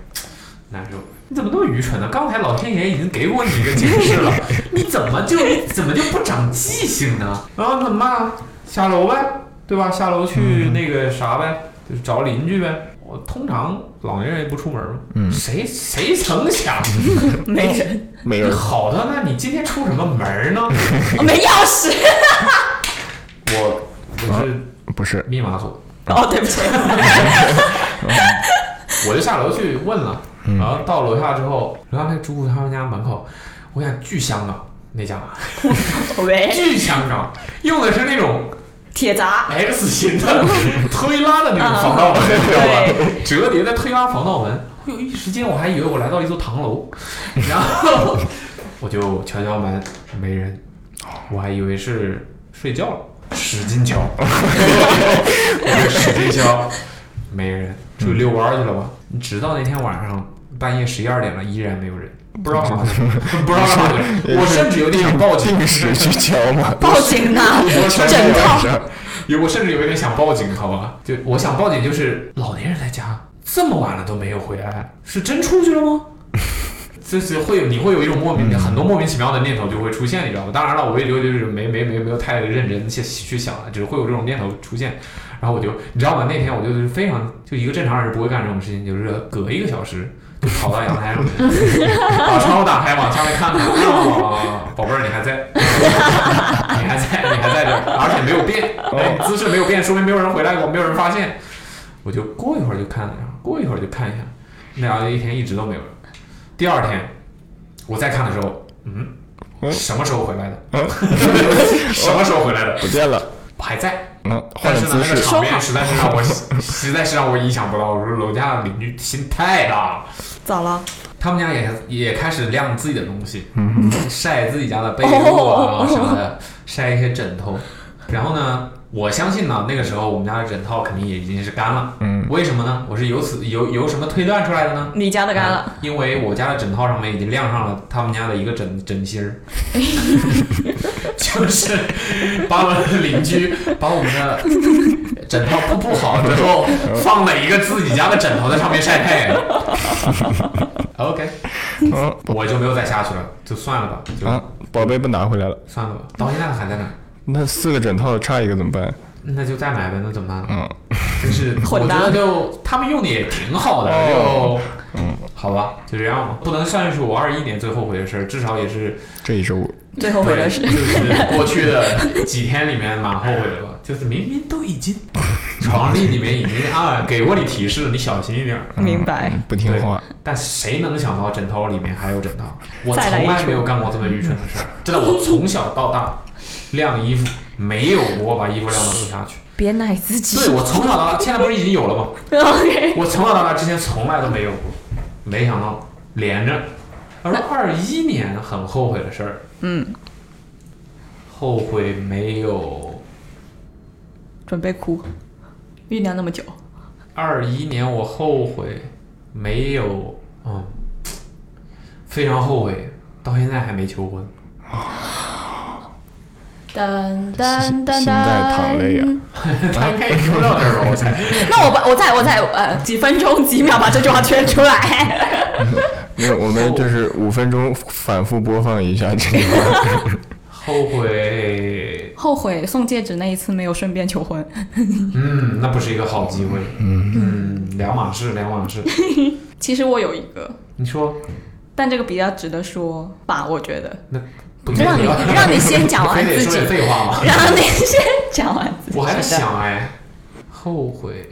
Speaker 4: 难受。你怎么那么愚蠢呢？刚才老天爷已经给我你一个解释了，你怎么就你怎么就不长记性呢？然后怎么办啊？下楼呗，对吧？下楼去那个啥呗，就是找邻居呗。我通常老年人也不出门嘛，
Speaker 3: 嗯
Speaker 4: 谁谁曾想，
Speaker 2: 没人，
Speaker 3: 没有
Speaker 4: 你，好的，那你今天出什么门呢？
Speaker 2: 哦没钥匙。
Speaker 4: 我我是
Speaker 3: 不是，
Speaker 4: 密码锁，
Speaker 2: 哦，对不起，
Speaker 4: 我就下楼去问了，然后到楼下之后，楼下那个住户他们家门口，我想巨香啊，那家
Speaker 2: 喂，
Speaker 4: 巨香啊，用的是那种
Speaker 2: 铁闸，。
Speaker 4: X 型的推拉的那种防盗门，知道吧？折叠的推拉防盗门。哎呦，一时间我还以为我来到了一座唐楼，然后我就敲敲门，没人，我还以为是睡觉了，使劲敲，我就使劲敲，没人，出去遛弯儿去了吧？直到那天晚上，半夜十一二点了，依然没有人，不知道干嘛去，不知道干嘛 去。我甚至有点想报警，
Speaker 3: 定时去敲嘛
Speaker 2: 报警啊呐、
Speaker 4: 我甚至
Speaker 2: 整套
Speaker 4: 有，我甚至有点想报警，好吧？就我想报警，就是老年人在家这么晚了都没有回来，是真出去了吗？ 就是会有，你会有一种莫名、很多莫名其妙的念头就会出现，你知道吗？当然了，我也就就是没没没没有太认真去去想了，只是会有这种念头出现。然后我就你知道吗？那天我就是非常就一个正常人不会干这种事情，就是隔一个小时就跑到阳台上面， 把窗户打开往下面看看，哦宝贝儿你还在，你还在，你还在这儿，而且没有变，
Speaker 3: 哦
Speaker 4: 哎，姿势没有变，说明没有人回来过，没有人发现。我就过一会儿就看了一下，过一会儿就看一下，那样一天一直都没有人。第二天我再看的时候，嗯，
Speaker 3: 嗯
Speaker 4: 什么时候回来的？ 什么时候回来的？
Speaker 3: 不见了，
Speaker 4: 还在。
Speaker 3: 嗯，换
Speaker 4: 但
Speaker 3: 了
Speaker 4: 是呢那
Speaker 3: 姿，
Speaker 4: 个
Speaker 3: 势，
Speaker 4: 场面实在是让 我实在是让我意想不到。我说楼下的邻居心太大了，
Speaker 2: 咋了？
Speaker 4: 他们家也也开始晾自己的东西，晒自己家的被褥啊什么的， 晒一些枕头。然后呢，我相信呢，那个时候我们家的枕套肯定也已经是干了。
Speaker 3: 嗯，
Speaker 4: 为什么呢？我是由此由由什么推断出来的呢？
Speaker 2: 你家的干了，
Speaker 4: 啊因为我家的枕套上面已经晾上了他们家的一个枕枕芯 儿，就是把我的邻居把我们的枕套铺铺好之后，放了一个自己家的枕头在上面晒太阳。OK，
Speaker 3: 嗯，
Speaker 4: 我就没有再下去了，就算了吧，就
Speaker 3: 啊，宝贝不拿回来了，
Speaker 4: 算了吧，到现在还在那儿，
Speaker 3: 那四个枕头差一个怎么办？
Speaker 4: 那就再买呗，那怎么办呢？
Speaker 3: 嗯，
Speaker 4: 就是我
Speaker 2: 混搭
Speaker 4: 觉得就他们用的也挺好的，就
Speaker 3: 哦
Speaker 4: 好吧，就这样吧，不能算是我二一年最后悔的事儿，至少也是
Speaker 3: 这一周
Speaker 2: 最后悔的是
Speaker 4: 对就是过去的几天里面蛮后悔的吧，就是明明都已经床里里面已经啊给过你提示了，你小心一点儿，
Speaker 2: 明白。
Speaker 3: 不听话，
Speaker 4: 但谁能想到枕头里面还有枕头？我
Speaker 2: 再来一
Speaker 4: 从来
Speaker 2: 处
Speaker 4: 没有干过这么愚蠢的事儿，真的，我从小到大晾衣服没有过把衣服晾到地下去，
Speaker 2: 别奶自己。
Speaker 4: 对我从小到大，现在不是已经有了吗？
Speaker 2: OK，
Speaker 4: 我从小到大之前从来都没有过，没想到连着。而二一年很后悔的事儿，
Speaker 2: 嗯，
Speaker 4: 后悔没有
Speaker 2: 准备哭，酝酿那么久，
Speaker 4: 二一年，我后悔没有，嗯，非常后悔，到现在还没求婚。
Speaker 2: 噔噔
Speaker 3: 心在淌泪啊！
Speaker 4: 大概说到这儿吧，我猜。
Speaker 2: 那我把我再我再呃几分钟几秒把这句话圈出来。
Speaker 3: 没有，我们就是五分钟反复播放一下这句话。
Speaker 4: 后悔，
Speaker 2: 后悔送戒指那一次没有顺便求婚，
Speaker 4: 嗯，那不是一个好机会。嗯嗯，两码事，两码事。
Speaker 2: 其实我有一个，
Speaker 4: 你说，
Speaker 2: 但这个比较值得说吧，我觉得。
Speaker 4: 那不
Speaker 2: 让你让你先讲完
Speaker 4: 非得
Speaker 2: 自
Speaker 4: 说点，
Speaker 2: 己
Speaker 4: 废话吗？
Speaker 2: 然后你先讲完自己。
Speaker 4: 我还在想哎，后 悔。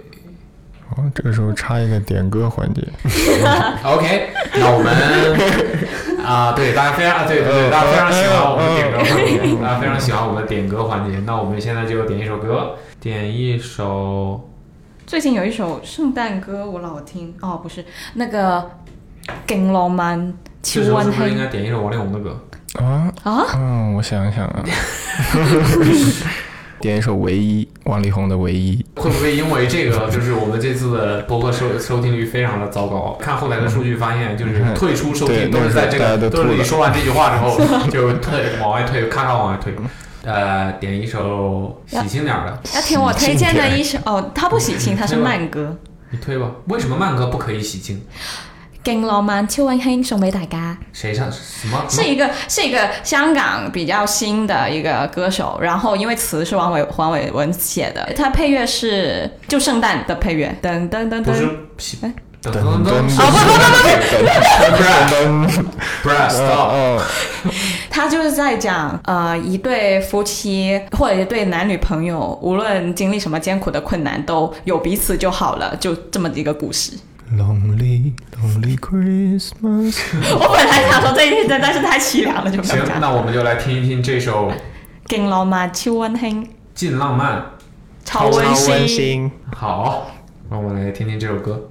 Speaker 3: 哦， 这个时候插一个点歌环节，
Speaker 4: OK，那我们 啊，对大家非常啊，对对
Speaker 2: 哦
Speaker 4: 对，大家非常喜欢我们的点歌环节，大家非常喜欢我们的点歌环节。那我们现在就点一首歌，点一首
Speaker 2: 最近有一首圣诞歌我老听，哦不是那个劲浪漫，
Speaker 4: 这
Speaker 2: 请
Speaker 4: 时候
Speaker 2: 问
Speaker 4: 是不是应
Speaker 2: 黑
Speaker 4: 该点一首王力宏的歌？
Speaker 3: 啊
Speaker 2: 啊
Speaker 3: 嗯，我想想 啊，点一首《唯一》，王力宏的《唯一》。
Speaker 4: 会不会因为这个，就是我们这次的播客收收听率非常的糟糕？看后台的数据发现，就是退出收听
Speaker 3: 嗯对
Speaker 4: 都是在这
Speaker 3: 那个时候大家
Speaker 4: 个，
Speaker 3: 都
Speaker 4: 都是
Speaker 3: 吐
Speaker 4: 你
Speaker 3: 了
Speaker 4: 说完这句话之后就退往外退，咔咔往外退。
Speaker 3: 嗯
Speaker 4: 呃，点一首喜庆点儿的，
Speaker 2: 要听我推荐的一首哦，它不喜
Speaker 4: 嗯
Speaker 2: 庆，它是慢歌。
Speaker 4: 你推吧。为什么慢歌不可以喜庆？
Speaker 2: 劲浪漫，超温馨，送俾大家。
Speaker 4: 谁唱什么？
Speaker 2: 是一个是一个香港比较新的一个歌手，然后因为词是王伟黄伟文写的，他配乐是就圣诞的配乐，噔噔噔
Speaker 4: 不是
Speaker 2: 噔，
Speaker 4: 喜
Speaker 2: 哎
Speaker 4: 噔噔噔噔，
Speaker 3: 哦
Speaker 4: 不是
Speaker 3: 噔噔
Speaker 4: 不是 stop，
Speaker 3: 哦，
Speaker 2: 他就是在讲呃一对夫妻或者一对男女朋友，无论经历什么艰苦的困难，都有彼此就好了，就这么一个故事。
Speaker 3: Lonely Lonely Christmas，
Speaker 2: 我本来想说这一天，但但是太凄凉了，就没有
Speaker 4: 行，
Speaker 2: 讲。
Speaker 4: 那我们就来听一听这首《
Speaker 2: 劲浪漫，超温馨，
Speaker 4: 尽浪漫
Speaker 2: 超温馨。。》。
Speaker 4: 好，让我们来听听这首歌。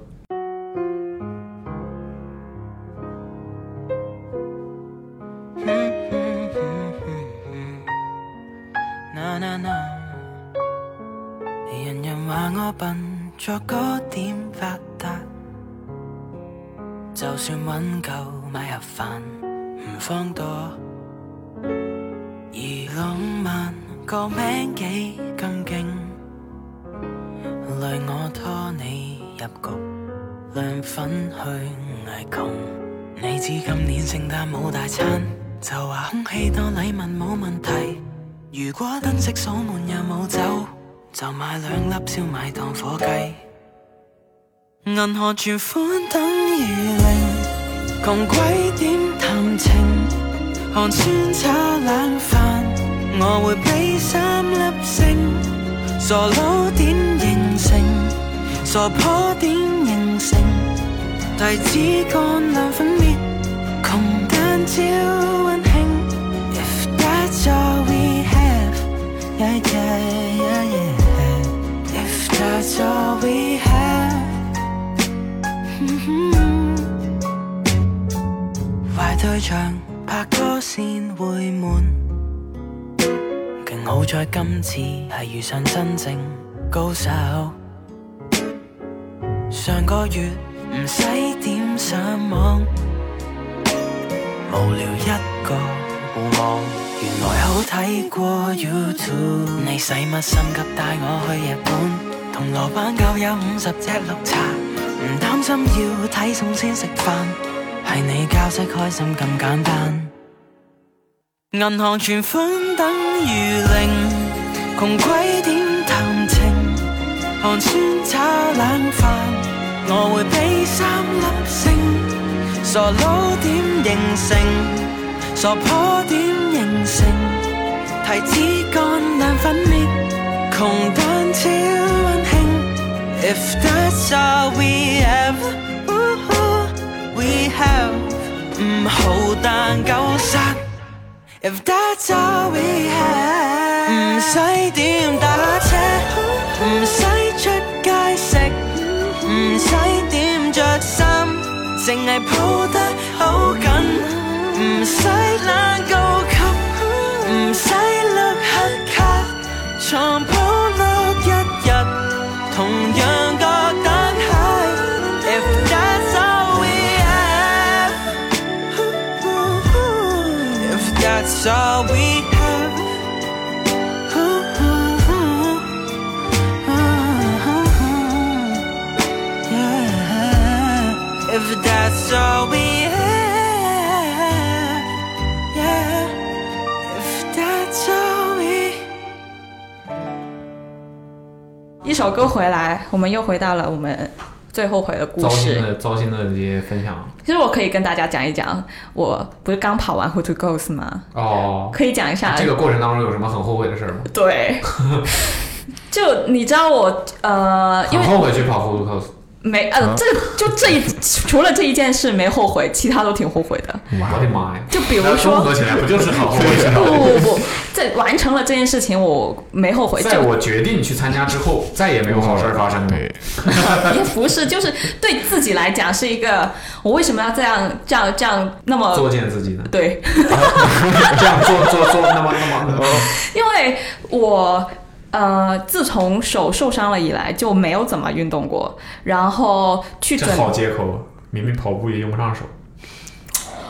Speaker 7: na na na 人人話我笨，作歌點發達？就算揾夠買盒飯，唔放多。而浪漫個名幾咁勁，累我拖你入局，亮粉去挨窮。你知今年聖誕冇大餐，就話空氣當禮物冇問題。如果燈飾鎖門又冇走，就買兩粒燒賣當火雞。銀河存款等於零，窮鬼點談情？寒酸炒冷飯，我會俾三粒星。傻佬點形成？傻婆點形成？提子乾涼粉面，窮蛋超温馨。If that's all we have, yeah yeah yeah yeah. If that's all we have. mm-hmm. 坏對象拍拖先會悶，勁好在今次係遇上真正高手。上個月唔使點上網，無聊一個互望，原來好睇過 YouTube。你使乜心急帶我去日本？銅鑼灣夠有五十隻綠茶，唔擔心要睇餸先食飯。係你教識開心咁簡單。銀行存款等於零，窮鬼點談情？寒酸炒冷飯，我會俾三粒星。傻佬點形成？傻婆點形成？提子乾冷粉面，窮蛋超温馨。If that's all we have, ooh, we have Mm, 唔好但夠實。If that's all we have，唔使點打車，唔使出街食，唔使點着衫，淨係抱得好緊，唔使懶高級，唔使碌黑卡，床鋪碌一日。同樣覺得 high。If that's all we have, if that's all we have. Yeah. If that's all we have, yeah. If that's all we
Speaker 2: 一首歌回来，我们又回到了我们最后悔的故
Speaker 8: 糟心
Speaker 2: 事。
Speaker 8: 的糟心的这些分享
Speaker 2: 其实我可以跟大家讲一讲，我不是刚跑完 Who to Goes 吗？
Speaker 8: 哦。
Speaker 2: 可以讲一下
Speaker 8: 这个过程当中有什么很后悔的事儿吗？
Speaker 2: 对，就你知道我呃，因
Speaker 8: 很
Speaker 2: 为
Speaker 8: 后悔去跑 Who Cos，
Speaker 2: 没
Speaker 8: 啊
Speaker 2: 呃，这个就这一除了这一件事没后悔，其他都挺后悔的。
Speaker 8: 我的妈呀！
Speaker 2: 就比如
Speaker 8: 那综合
Speaker 2: 说，
Speaker 8: 起来不就是很后悔
Speaker 2: 不
Speaker 8: 吗？
Speaker 2: 不不，在完成了这件事情，我没后悔。
Speaker 8: 在
Speaker 2: 就
Speaker 8: 我决定去参加之后，再也没有好事儿发生过。
Speaker 3: 对，
Speaker 2: 也不是，就是对自己来讲是一个，我为什么要这样这样这样那么
Speaker 8: 作践自己呢？
Speaker 2: 对？
Speaker 8: 这样做做做，那么那么，
Speaker 3: 哦
Speaker 2: 因为我呃，自从手受伤了以来就没有怎么运动过，然后去
Speaker 8: 这
Speaker 2: 整
Speaker 8: 好借口，啊明明跑步也用不上手。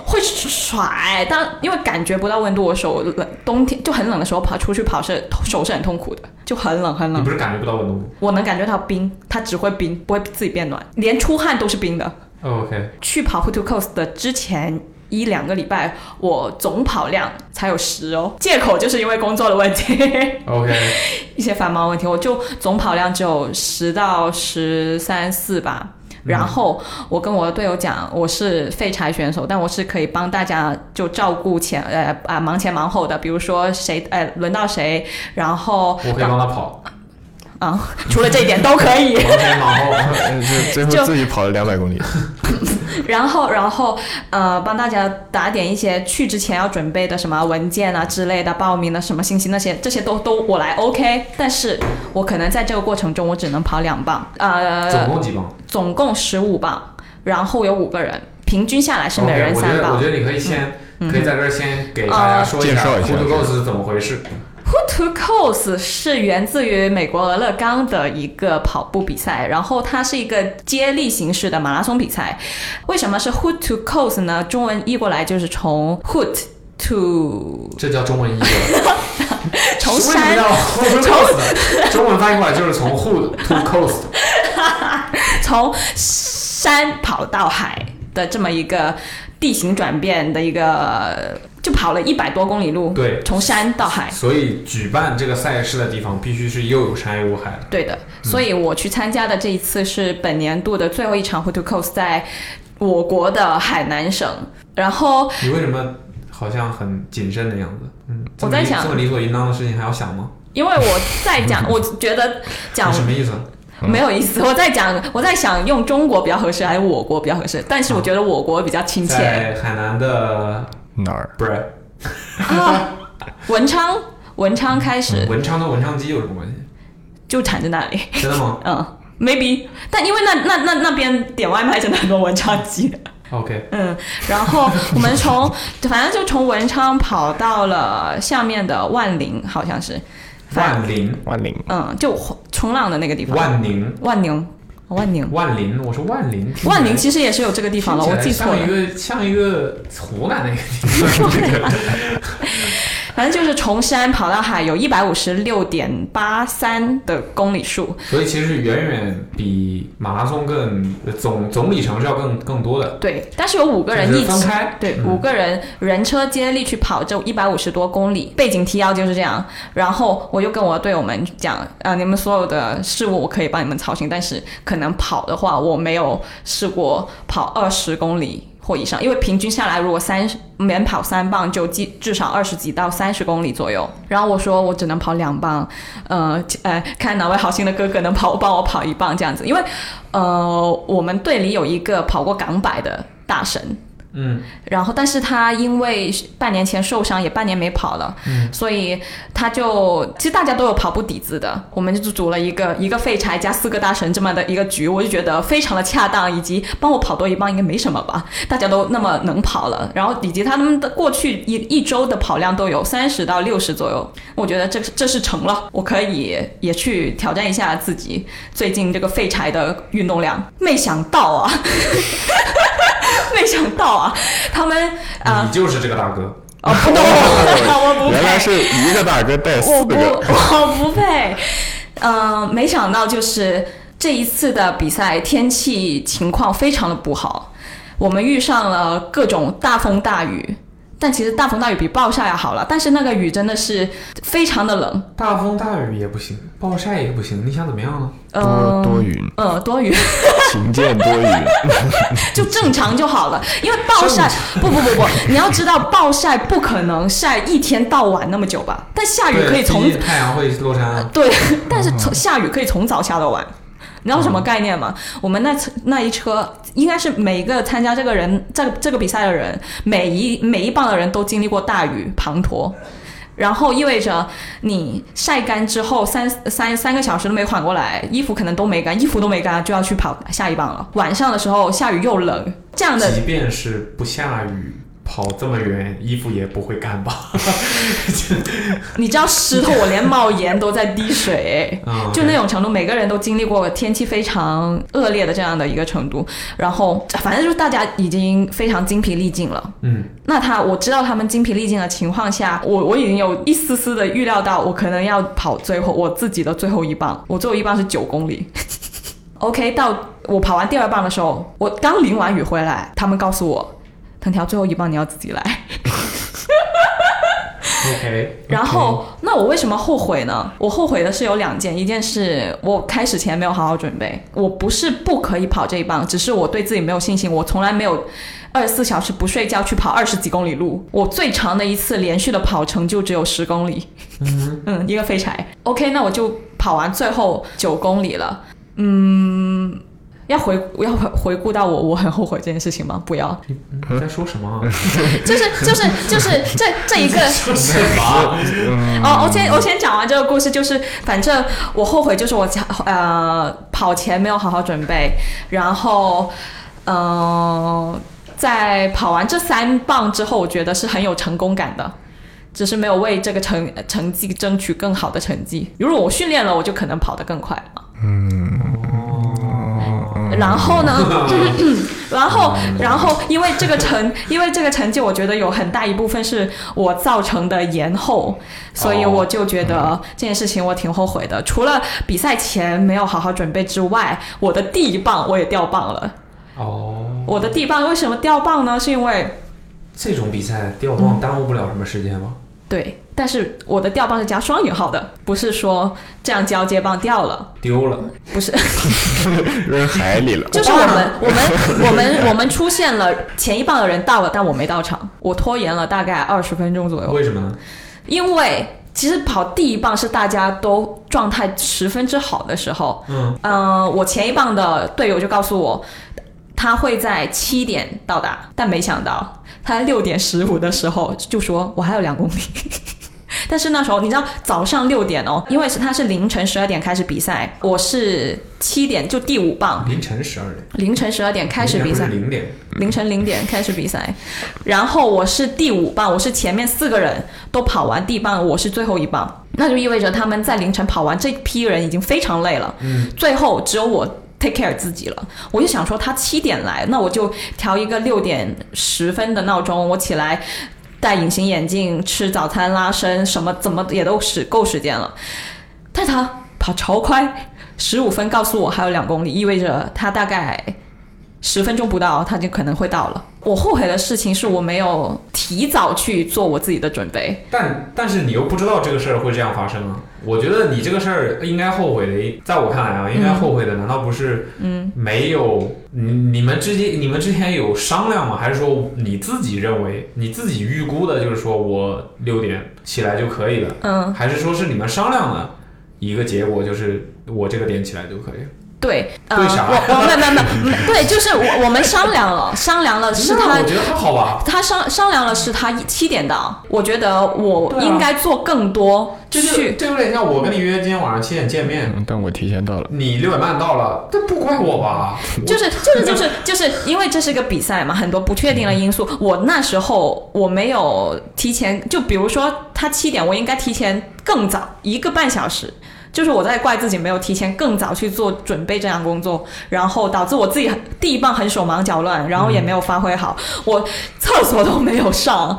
Speaker 2: 会甩，当因为感觉不到温度，我手冷，冬天就很冷的时候跑出去跑是手是很痛苦的，就很冷很
Speaker 8: 你
Speaker 2: 冷
Speaker 8: 不。是感觉不到温度
Speaker 2: 我能感觉到冰，它只会冰，不会自己变暖，连出汗都是冰的。
Speaker 8: ？OK，
Speaker 2: 去跑 Who to Coast 的之前一两个礼拜，我总跑量才有十哦，借口就是因为工作的问题，
Speaker 8: OK，
Speaker 2: 一些繁忙问题，我就总跑量只有十到十三四吧。然后我跟我的队友讲，我是废柴选手，但我是可以帮大家就照顾前呃啊忙前忙后的，比如说谁呃轮到谁，然后
Speaker 8: 我可以帮他跑，
Speaker 2: 啊、除了这一点都可以。
Speaker 8: 我可以往后。
Speaker 3: 呃就最
Speaker 2: 就
Speaker 3: 后自己跑了两百公 里，
Speaker 2: 然后，然后，呃，帮大家打点一些去之前要准备的什么文件啊之类的，报名的什么信息那些，这些都都我来 OK。但是我可能在这个过程中，我只能跑两磅，
Speaker 8: 总
Speaker 2: 呃，
Speaker 8: 共几磅？
Speaker 2: 总共十五磅，然后有五个人，平均下来是
Speaker 8: OK，
Speaker 2: 每人
Speaker 8: 我觉得，
Speaker 2: 三
Speaker 8: 我
Speaker 2: 磅嗯哦
Speaker 8: 觉。得你可以先，可以在这儿先给大家说一
Speaker 3: 介
Speaker 8: 下
Speaker 3: 绍一
Speaker 8: Who
Speaker 3: 下
Speaker 8: to Go 是怎么回事。
Speaker 2: Put to Course 是源自于美国俄勒冈的一个跑步比赛，然后它是一个接力形式的马拉松比赛。为什么是 Hood to Course 呢？中文译过来就是从 Hood to
Speaker 8: 这叫中文译 过来。
Speaker 2: 从
Speaker 8: 为什么
Speaker 2: 山
Speaker 8: 叫 hood to coast？中文翻译过来就是从 hood to coast。
Speaker 2: 从山跑到海的这么一个地形转变的一个，就跑了一百多公里路，
Speaker 4: 对
Speaker 2: 从山到海。
Speaker 4: 所以举办这个赛事的地方必须是又有山又有海的。
Speaker 2: 对的，
Speaker 4: 嗯
Speaker 2: 所以我去参加的这一次是本年度的最后一场 Hood to Coast，在我国的海南省。然后
Speaker 4: 你为什么好像很谨慎的样子？嗯，这么
Speaker 2: 我在
Speaker 4: 理
Speaker 2: 想
Speaker 4: 这么理所应当的事情还要想吗？
Speaker 2: 因为我在 讲，我觉得讲
Speaker 4: 你什么嗯意思？
Speaker 2: 没有意思， 我在讲，我在想用中国比较合适还是我国比较合适，但是我觉得我国比较亲切。
Speaker 4: 在海南的
Speaker 3: 哪儿？
Speaker 4: 不是
Speaker 2: 啊文昌，文昌开始
Speaker 4: 嗯文昌跟文昌鸡有什么关系？
Speaker 2: 就产在那里。
Speaker 4: 真的吗
Speaker 2: 嗯，maybe，但因为那那那那边点外卖真的很多文昌鸡，
Speaker 4: ？OK，
Speaker 2: 嗯，然后我们从 反正就从文昌跑到了下面的万宁，好像是，反
Speaker 4: 万林，
Speaker 3: 万宁。
Speaker 2: 嗯，就冲浪的那个地方，
Speaker 4: 万宁，
Speaker 2: 万宁，哦万宁，
Speaker 4: 万林，我说万林，
Speaker 2: 万宁其实也是有这个地方了，我记
Speaker 4: 像
Speaker 2: 错
Speaker 4: 一
Speaker 2: 了，
Speaker 4: 个像一个湖南那个 地方。
Speaker 2: 反正就是从山跑到海，有一百五十六点八三的公里数，
Speaker 4: 所以其实远远比马拉松更总总里程是要更更多的。
Speaker 2: 对，但是有五个人
Speaker 4: 就是
Speaker 2: 一
Speaker 4: 分
Speaker 2: 起
Speaker 4: 开，
Speaker 2: 对，
Speaker 4: 嗯
Speaker 2: 五个人人车接力去跑这一百五十多公里，背景提要就是这样。然后我就跟我队友们讲，啊、你们所有的事务我可以帮你们操心，但是可能跑的话，我没有试过跑二十公里。或以上，因为平均下来，如果三十连跑三棒，就至至少二十几到三十公里左右。然后我说我只能跑两棒，呃呃，看哪位好心的哥哥能跑帮我跑一棒这样子，因为呃我们队里有一个跑过港百的大神，
Speaker 4: 嗯，
Speaker 2: 然后，但是他因为半年前受伤，也半年没跑了，所以他就其实大家都有跑步底子的，我们就组了一个一个废柴加四个大神这么的一个局，我就觉得非常的恰当，以及帮我跑多一棒应该没什么吧，大家都那么能跑了，然后以及他们的过去一一周的跑量都有三十到六十左右，我觉得这这是成了，我可以也去挑战一下自己最近这个废柴的运动量，没想到啊， 没想到啊，他们啊。
Speaker 4: 你就是这个大哥。
Speaker 2: 哦，不 懂，我不
Speaker 3: 原来
Speaker 2: 配，
Speaker 3: 是一个大哥带
Speaker 2: 我
Speaker 3: 四
Speaker 2: 不，
Speaker 3: 个，
Speaker 2: 我不配。嗯，没想到就是这一次的比赛天气情况非常的不好，我们遇上了各种大风大雨。但其实大风大雨比暴晒要好了，但是那个雨真的是非常的冷，
Speaker 4: 大风大雨也不行，暴晒也不行，你想怎么样呢？
Speaker 3: 多
Speaker 2: 嗯
Speaker 3: 多云，
Speaker 2: 呃，多雨
Speaker 3: 晴见多云。
Speaker 2: 就正常就好了，因为暴晒不不不不，你要知道暴晒不可能晒一天到晚那么久吧，但下雨
Speaker 4: 对，
Speaker 2: 可以从
Speaker 4: 第一太阳会落山啊。
Speaker 2: 对， 但是从下雨可以从早下到晚。你知道什么概念吗？我们那车那一车应该是每一个参加这个人这这个比赛的人，每一每一棒的人都经历过大雨滂沱，然后意味着你晒干之后三三三个小时都没缓过来，衣服可能都没干，衣服都没干就要去跑下一棒了。晚上的时候下雨又冷，这样的
Speaker 4: 即便是不下雨，跑这么远，衣服也不会干吧？
Speaker 2: 你知道湿透，我连帽檐都在滴水
Speaker 4: 嗯，
Speaker 2: 就那种程度，每个人都经历过天气非常恶劣的这样的一个程度，然后反正就是大家已经非常精疲力尽了。
Speaker 4: 嗯，
Speaker 2: 那他我知道他们精疲力尽的情况下，我我已经有一丝丝的预料到，我可能要跑最后我自己的最后一棒，我最后一棒是九公里。OK，到我跑完第二棒的时候，我刚淋完雨回来，他们告诉我，藤条最后一棒你要自己来。
Speaker 4: OK，
Speaker 2: 然后，那我为什么后悔呢？我后悔的是有两件，一件是我开始前没有好好准备，我不是不可以跑这一棒，只是我对自己没有信心，我从来没有二十四小时不睡觉去跑二十几公里路，我最长的一次连续的跑程就只有十公里，嗯一个废柴。OK，那我就跑完最后九公里了，嗯。要回要回回顾到我我很后悔这件事情吗？不要，
Speaker 4: 你在说什么啊？
Speaker 2: 就是就是就是这这一个
Speaker 4: 什么？
Speaker 2: 哦，我先我先讲完这个故事，就是反正我后悔，就是我呃跑前没有好好准备，然后呃在跑完这三棒之后，我觉得是很有成功感的。只是没有为这个成成绩争取更好的成绩。如果我训练了，我就可能跑得更快了。嗯。然后呢？然后，然后，因为这个成，因为这个成绩，我觉得有很大一部分是我造成的延后，所以我就觉得这件事情我挺后悔的。除了比赛前没有好好准备之外，我的第一棒我也掉棒了。
Speaker 4: 哦，
Speaker 2: 我的第一棒为什么掉棒呢？是因为
Speaker 4: 这种比赛掉棒耽误不了什么时间吗？
Speaker 2: 对，但是我的掉棒是加双引号的，不是说这样交接棒掉了，
Speaker 4: 丢了，
Speaker 2: 不是，
Speaker 3: 扔海里了。
Speaker 2: 就是我们我们我们我们出现了前一棒的人到了，但我没到场，我拖延了大概二十分钟左右，
Speaker 4: 为什么呢？
Speaker 2: 因为其实跑第一棒是大家都状态十分之好的时候，
Speaker 4: 嗯，
Speaker 2: 嗯，我前一棒的队友就告诉我，他会在七点到达，但没想到他六点十五的时候就说我还有两公里。 但是那时候你知道早上六点哦，因为是他是凌晨十二点开始比赛，我是七点就第五棒，
Speaker 4: 凌晨十二点
Speaker 2: 凌晨十二点开始比赛，
Speaker 4: 零点，
Speaker 2: 凌晨零点开始比赛，然后我是第五棒，我是前面四个人都跑完第一棒，我是最后一棒，那就意味着他们在凌晨跑完这批人已经非常累了，
Speaker 4: 嗯，
Speaker 2: 最后只有我 take care 自己了。我就想说，他七点来，那我就调一个六点十分的闹钟，我起来戴隐形眼镜、吃早餐、拉伸，什么怎么也都使够时间了。但他跑超快，十五分告诉我还有两公里，意味着他大概十分钟不到，他就可能会到了。我后悔的事情是我没有提早去做我自己的准备。
Speaker 4: 但但是你又不知道这个事儿会这样发生啊！我觉得你这个事儿应该后悔的，在我看来啊，应该后悔的难道不是
Speaker 2: 嗯，
Speaker 4: 没有你你们之间你们之前有商量吗？还是说你自己认为你自己预估的，就是说我六点起来就可以了，
Speaker 2: 嗯，
Speaker 4: 还是说是你们商量的一个结果，就是我这个点起来就可以了？
Speaker 2: 对，呃，
Speaker 4: 对啥
Speaker 2: 我我没没没，没对，就是我我们商量了， 商量了是
Speaker 4: 那
Speaker 2: 他
Speaker 4: 我觉得还好吧。
Speaker 2: 他商商量了是他七点到，我觉得我
Speaker 4: 对啊
Speaker 2: 应该做更多
Speaker 4: 这就
Speaker 2: 去，
Speaker 4: 这有点像我跟你约今天晚上七点见面，
Speaker 3: 嗯但我提前到了。
Speaker 4: 你六点半到了，这不怪我吧？
Speaker 2: 就是就是就是就是因为这是个比赛嘛，很多不确定的因素。我那时候我没有提前，就比如说他七点，我应该提前更早一个半小时。就是我在怪自己没有提前更早去做准备这样工作，然后导致我自己很第一棒很手忙脚乱，然后也没有发挥好，我厕所都没有上，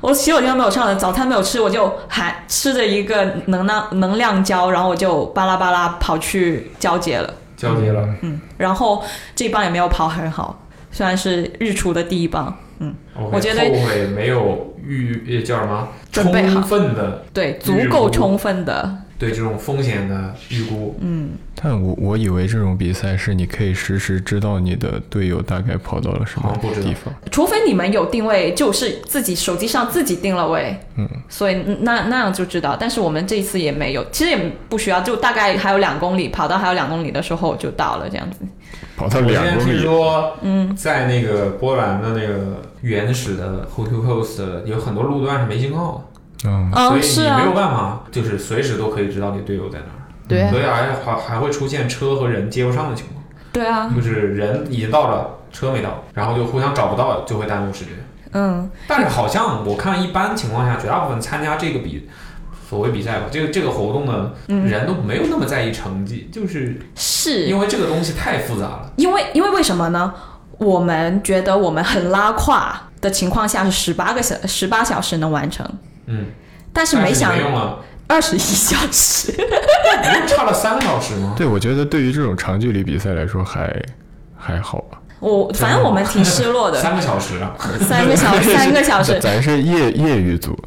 Speaker 2: 我洗手间都没有上，早餐没有吃，我就还吃着一个能量能量胶，然后我就巴拉巴拉跑去交接了。
Speaker 4: 交接了。
Speaker 2: 嗯，然后这一棒也没有跑很好，虽然是日出的第一棒，嗯，
Speaker 4: OK，
Speaker 2: 我觉得
Speaker 4: 后悔没有预呃叫什么
Speaker 2: 准备好
Speaker 4: 充分的
Speaker 2: 对，足够充分的，
Speaker 4: 对这种风险的预估。
Speaker 2: 嗯，
Speaker 3: 但我我以为这种比赛是你可以实时知道你的队友大概跑到了什么
Speaker 4: 好像不知道
Speaker 3: 地方。
Speaker 2: 除非你们有定位，就是自己手机上自己定了位，
Speaker 3: 嗯，
Speaker 2: 所以那那样就知道。但是我们这一次也没有，其实也不需要，就大概还有两公里，跑到还有两公里的时候就到了，这样子。
Speaker 3: 跑到
Speaker 4: 我之
Speaker 3: 两
Speaker 4: 前
Speaker 3: 公
Speaker 4: 听
Speaker 3: 里，
Speaker 4: 说，
Speaker 2: 嗯，
Speaker 4: 在那个波兰的那个原始的 h o t o Coast 有很多路段是没信号
Speaker 3: 嗯，
Speaker 4: 的，所
Speaker 2: 嗯，
Speaker 4: 以
Speaker 2: 是
Speaker 4: 你没有
Speaker 2: 啊，
Speaker 4: 办法，就是随时都可以知道你队友在哪儿，
Speaker 2: 对啊
Speaker 4: 所以还还还会出现车和人接不上的情况，
Speaker 2: 对啊，
Speaker 4: 就是人已经到了，车没到，然后就互相找不到，就会耽误时间。
Speaker 2: 嗯，
Speaker 4: 但是好像我看一般情况下，绝大部分参加这个比所谓比赛吧，这个这个活动的人都没有那么在意成绩，就是
Speaker 2: 嗯是
Speaker 4: 因为这个东西太复杂了。
Speaker 2: 因为因为为什么呢？我们觉得我们很拉胯的情况下是十八个小十八小时能完成，
Speaker 4: 嗯，
Speaker 2: 但是没想
Speaker 4: 但是用啊 了，
Speaker 2: 二十一小时，
Speaker 4: 不是差了三个小时吗？
Speaker 3: 对，我觉得对于这种长距离比赛来说还还好吧。
Speaker 2: 我反正我们挺失落的，
Speaker 4: 三个小时啊，
Speaker 2: 三个小时，三个小时
Speaker 3: 咱是业业余组，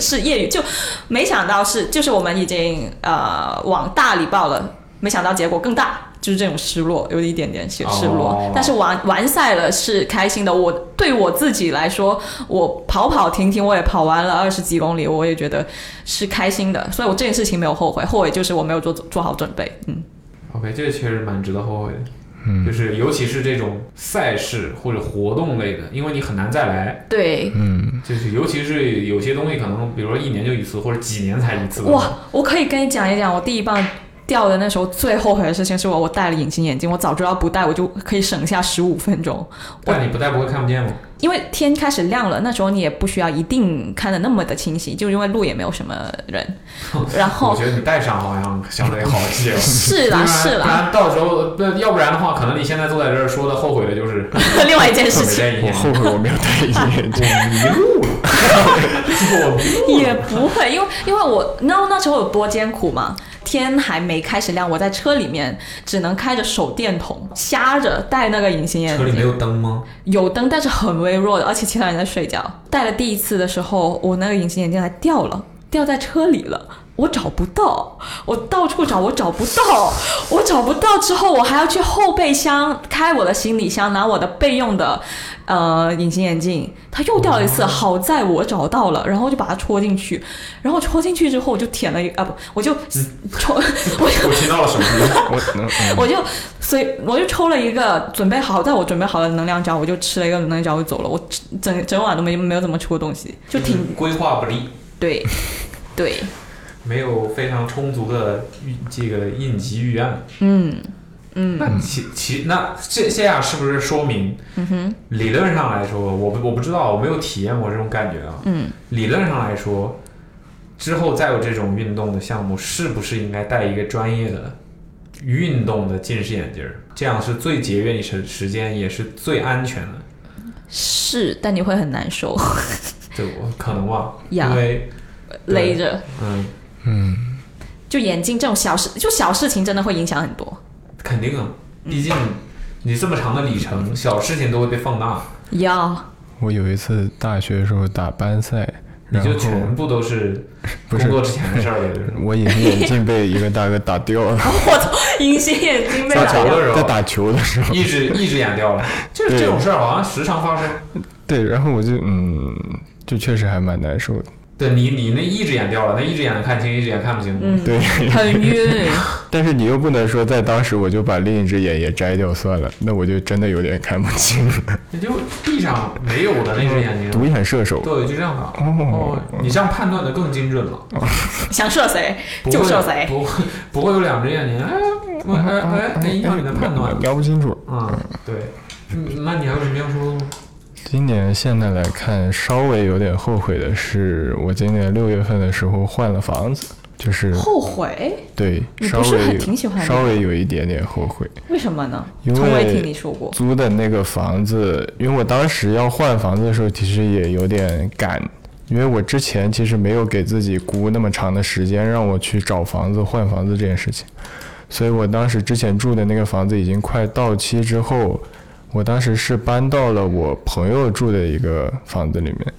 Speaker 2: 是业余，就没想到是就是我们已经呃往大里报了，没想到结果更大，就是这种失落，有一点点失失落。
Speaker 4: 哦
Speaker 2: 但是完完赛了是开心的，我对我自己来说，我跑跑停停我也跑完了二十几公里，我也觉得是开心的，所以我这件事情没有后悔，后悔就是我没有做做好准备，嗯。
Speaker 4: OK，这个确实蛮值得后悔的。就是尤其是这种赛事或者活动类的，因为你很难再来。
Speaker 2: 对，
Speaker 3: 嗯，
Speaker 4: 就是尤其是有些东西可能，比如说一年就一次，或者几年才一次。
Speaker 2: 哇，我可以跟你讲一讲我第一棒掉的那时候最后悔的事情是我我戴了隐形眼镜，我早知道不戴，我就可以省下十五分钟。
Speaker 4: 但你不戴不会看不见吗？
Speaker 2: 因为天开始亮了，那时候你也不需要一定看得那么的清晰，就因为路也没有什么 人。然
Speaker 4: 我
Speaker 2: 后
Speaker 4: 觉得你戴上好像相对好一些。
Speaker 2: 是啦
Speaker 4: 不然
Speaker 2: 是
Speaker 4: 不
Speaker 2: 啦，
Speaker 4: 然到时候，那要不然的话，可能你现在坐在这儿说的后悔的 就是
Speaker 2: 另外一件
Speaker 4: 没
Speaker 2: 事情
Speaker 4: 戴隐
Speaker 3: 我
Speaker 4: 形
Speaker 3: 后
Speaker 4: 眼
Speaker 3: 悔我没有戴隐形眼镜。
Speaker 4: 镜，我
Speaker 2: 也不会，因为因为我那那时候有多艰苦嘛，天还没开始亮，我在车里面只能开着手电筒，瞎着戴那个隐形眼
Speaker 4: 车里没
Speaker 2: 镜，
Speaker 4: 有灯 吗？
Speaker 2: 有灯但是很微弱的，而且其他人在睡觉。戴了第一次的时候，我那个隐形眼镜还掉了，掉在车里了。我找不到，我到处找，我找不到，我找不到之后，我还要去后备箱开我的行李箱，拿我的备用的呃隐形眼镜，它又掉了一次，好在我找到了，然后就把它戳进去，然后戳进去之后我就舔了一啊不，我就 戳我就
Speaker 4: 我听到了什么？
Speaker 3: 我能嗯
Speaker 2: 我就所以我就抽了一个准备好，在我准备好的能量胶，我就吃了一个能量胶我就走了，我整整晚都没没有怎么吃过东西，就 挺
Speaker 4: 规划不力，
Speaker 2: 对对，
Speaker 4: 没有非常充足的预这个应急预案。
Speaker 2: 嗯
Speaker 4: 那其其那这这样是不是说明，
Speaker 2: 嗯
Speaker 4: 理论上来说，我不我不知道，我没有体验过这种感觉啊。
Speaker 2: 嗯，
Speaker 4: 理论上来说，之后再有这种运动的项目，是不是应该戴一个专业的运动的近视眼镜儿？这样是最节约你时时间，也是最安全的。
Speaker 2: 是，但你会很难受，
Speaker 4: 对，我可能吧，
Speaker 2: 呀
Speaker 4: 因为
Speaker 2: 勒着。
Speaker 4: 嗯，
Speaker 2: 就眼镜这种小事，就小事情真的会影响很多。
Speaker 4: 肯定啊，
Speaker 2: 嗯
Speaker 4: 毕竟你这么长的里程，小事情都会被放大，
Speaker 2: 要
Speaker 3: 我有一次大学的时候打班赛，
Speaker 4: 你
Speaker 3: 然后
Speaker 4: 就全部都是
Speaker 3: 不
Speaker 4: 工
Speaker 3: 是
Speaker 4: 作之前的事儿了， 就是。
Speaker 3: 我隐形眼镜被一个大哥打掉了，
Speaker 2: 隐形眼 镜被
Speaker 4: 在
Speaker 2: 打
Speaker 4: 角落是
Speaker 2: 掉，
Speaker 4: 吧
Speaker 3: 在打球的时候。
Speaker 4: 一直一只眼掉了，这
Speaker 3: 对
Speaker 4: 这种事儿好像时常发生。
Speaker 3: 对，然后我就嗯，就确实还蛮难受的。
Speaker 4: 对你，你那一只眼掉了，那一只眼能看清，一只眼看不清。
Speaker 2: 嗯，
Speaker 3: 对，
Speaker 2: 很晕。
Speaker 3: 但是你又不能说在当时我就把另一只眼也摘掉算了，那我就真的有点看不清了。
Speaker 4: 你就地上没有的那只眼
Speaker 3: 独
Speaker 4: 睛，
Speaker 3: 眼射手，
Speaker 4: 对，就这样搞。
Speaker 3: 嗯哦，嗯
Speaker 4: 你这样判断的更精准了，
Speaker 2: 想射谁
Speaker 4: 不
Speaker 2: 就
Speaker 3: 啊
Speaker 2: 射
Speaker 4: 会
Speaker 2: 谁，
Speaker 4: 不会不会有两只眼睛，哎我
Speaker 3: 嗯
Speaker 4: 哎哎哎，影响你的判断
Speaker 3: 聊。聊不清楚。
Speaker 4: 嗯，对。嗯那你还有什么要说的吗？
Speaker 3: 今年现在来看，稍微有点后悔的是，我今年六月份的时候换了房子，就是
Speaker 2: 后悔？
Speaker 3: 对，
Speaker 2: 你
Speaker 3: 稍
Speaker 2: 不是
Speaker 3: 微
Speaker 2: 很
Speaker 3: 有
Speaker 2: 挺喜欢的
Speaker 3: 稍微有一点点后悔。
Speaker 2: 为什么呢？
Speaker 3: 因为
Speaker 2: 从未听你说过。
Speaker 3: 租的那个房子，因为我当时要换房子的时候，其实也有点赶，因为我之前其实没有给自己估那么长的时间让我去找房子、换房子这件事情，所以我当时之前住的那个房子已经快到期之后，我当时是搬到了我朋友住的一个房子里面。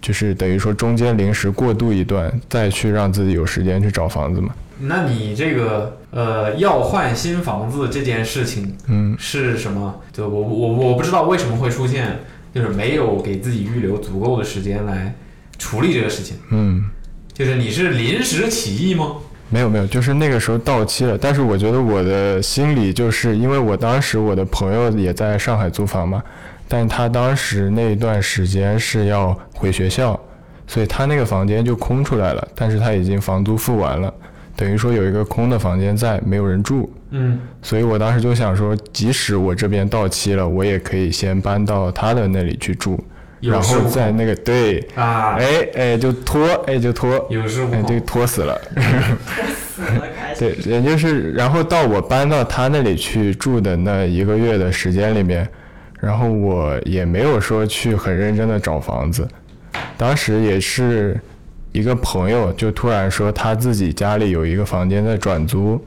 Speaker 3: 就是等于说中间临时过渡一段，再去让自己有时间去找房子嘛。
Speaker 4: 那你这个呃，要换新房子这件事情，
Speaker 3: 嗯，
Speaker 4: 是什么？就我我我不知道为什么会出现，就是没有给自己预留足够的时间来处理这个事情。
Speaker 3: 嗯，
Speaker 4: 就是你是临时起意吗？
Speaker 3: 没有没有，就是那个时候到期了，但是我觉得我的心里就是因为我当时我的朋友也在上海租房嘛，但他当时那一段时间是要回学校，所以他那个房间就空出来了，但是他已经房租付完了，等于说有一个空的房间在，没有人住，
Speaker 4: 嗯，
Speaker 3: 所以我当时就想说，即使我这边到期了，我也可以先搬到他的那里去住，
Speaker 4: 有
Speaker 3: 然
Speaker 4: 恃
Speaker 3: 后
Speaker 4: 无恐
Speaker 3: 在那个对，
Speaker 4: 啊，
Speaker 3: 哎哎就拖，哎就拖，
Speaker 4: 有恃无
Speaker 3: 哎就
Speaker 4: 恐。
Speaker 3: 拖死了。对，也就是然后到我搬到他那里去住的那一个月的时间里面，然后我也没有说去很认真的找房子，当时也是一个朋友就突然说他自己家里有一个房间在转租，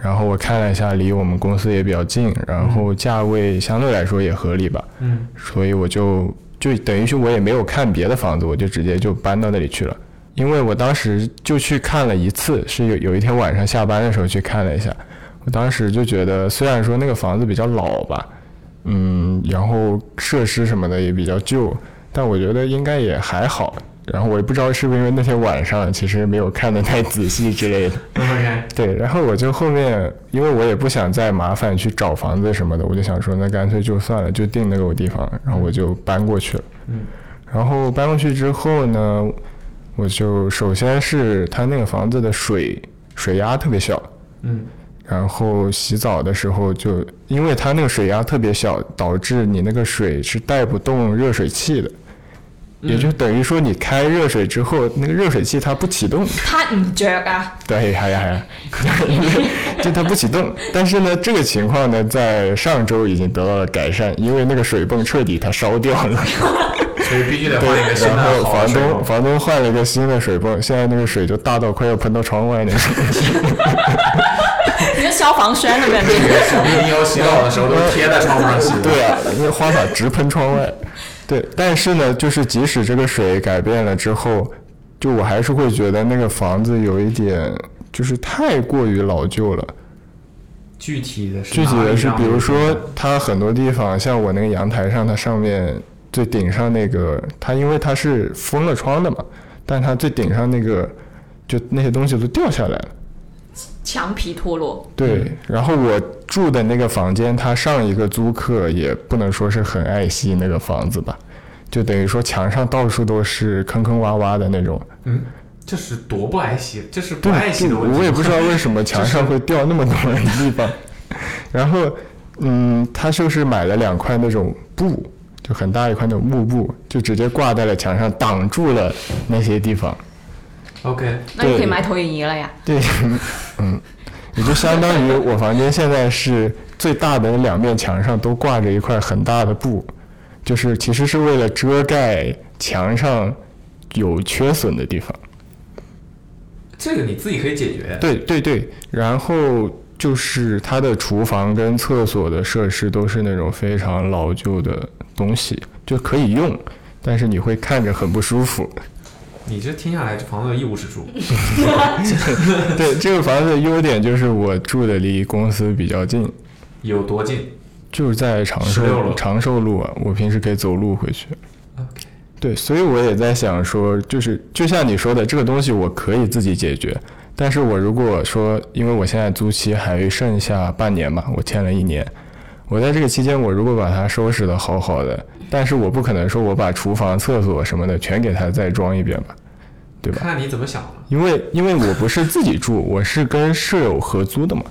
Speaker 3: 然后我看了一下，离我们公司也比较近，然后价位相对来说也合理吧，
Speaker 4: 嗯，
Speaker 3: 所以我就就等于是我也没有看别的房子，我就直接就搬到那里去了。因为我当时就去看了一次，是有有一天晚上下班的时候去看了一下。我当时就觉得，虽然说那个房子比较老吧，嗯，然后设施什么的也比较旧，但我觉得应该也还好。然后我也不知道是不是因为那天晚上其实没有看得太仔细之类的，
Speaker 4: OK，
Speaker 3: 对，然后我就后面，因为我也不想再麻烦去找房子什么的，我就想说，那干脆就算了，就定那个地方，然后我就搬过去了。
Speaker 4: 嗯，
Speaker 3: 然后搬过去之后呢，我就首先是他那个房子的水水压特别小，
Speaker 4: 嗯，
Speaker 3: 然后洗澡的时候就因为它那个水压特别小，导致你那个水是带不动热水器的，也就等于说你开热水之后，那个热水器它不启动。
Speaker 2: 他唔着啊，
Speaker 3: 对，还呀还呀，就它不启动。但是呢，这个情况呢，在上周已经得到了改善，因为那个水泵彻底它烧掉了。
Speaker 4: 所以必须得换一个
Speaker 3: 对，
Speaker 4: 新
Speaker 3: 然
Speaker 4: 的
Speaker 3: 后
Speaker 4: 好的
Speaker 3: 房
Speaker 4: 水
Speaker 3: 东
Speaker 4: 泵。
Speaker 3: 房东换了一个新的水泵，现在那个水就大到快要喷到窗外那种。
Speaker 2: 你是消防栓 的感觉。
Speaker 4: 你有洗澡的时候都贴在窗户上洗。
Speaker 3: 对啊，那花洒直喷窗外。对，但是呢，就是即使这个水改变了之后，就我还是会觉得那个房子有一点就是太过于老旧了。
Speaker 4: 具体的是
Speaker 3: 具体
Speaker 4: 哪
Speaker 3: 的
Speaker 4: 里
Speaker 3: 是，
Speaker 4: 让
Speaker 3: 比
Speaker 4: 我
Speaker 3: 如
Speaker 4: 们
Speaker 3: 说它很多地方，像我那个阳台上，它上面最顶上那个，它因为它是封了窗的嘛，但它最顶上那个，就那些东西都掉下来了。
Speaker 2: 墙皮脱落，
Speaker 3: 对，然后我住的那个房间，它上一个租客也不能说是很爱惜那个房子吧，就等于说墙上到处都是坑坑洼洼的那种。
Speaker 4: 这是多不爱惜，这是不
Speaker 3: 对，
Speaker 4: 爱惜的问题。
Speaker 3: 我也不知道为什么墙上会掉那么多的 地方。然后，嗯，他就是买了两块那种布，就很大一块那种木布，就直接挂在了墙上，挡住了那些地方。
Speaker 4: OK，
Speaker 2: 那你可以
Speaker 3: 对
Speaker 2: 买投影仪了呀。
Speaker 3: 对，嗯，也就相当于我房间现在是最大的两面墙上都挂着一块很大的布，就是其实是为了遮盖墙上有缺损的地方。
Speaker 4: 这个你自己可以解决。
Speaker 3: 对对对，然后就是它的厨房跟厕所的设施都是那种非常老旧的东西，就可以用，但是你会看着很不舒服。
Speaker 4: 你这听下来，这房子有一无是处。
Speaker 3: 对，这个房子的优点就是我住的离公司比较近，
Speaker 4: 有多近
Speaker 3: 就是在长
Speaker 4: 16
Speaker 3: 寿
Speaker 4: 楼
Speaker 3: 长寿路啊，我平时可以走路回去。
Speaker 4: ？OK，
Speaker 3: 对，所以我也在想说，就是就像你说的，这个东西我可以自己解决，但是我如果说，因为我现在租期还剩下半年嘛，我签了一年，我在这个期间，我如果把它收拾的好好的，但是我不可能说我把厨房、厕所什么的全给它再装一遍吧，对吧？
Speaker 4: 看你怎么想了。
Speaker 3: 因为因为我不是自己住，我是跟舍友合租的嘛，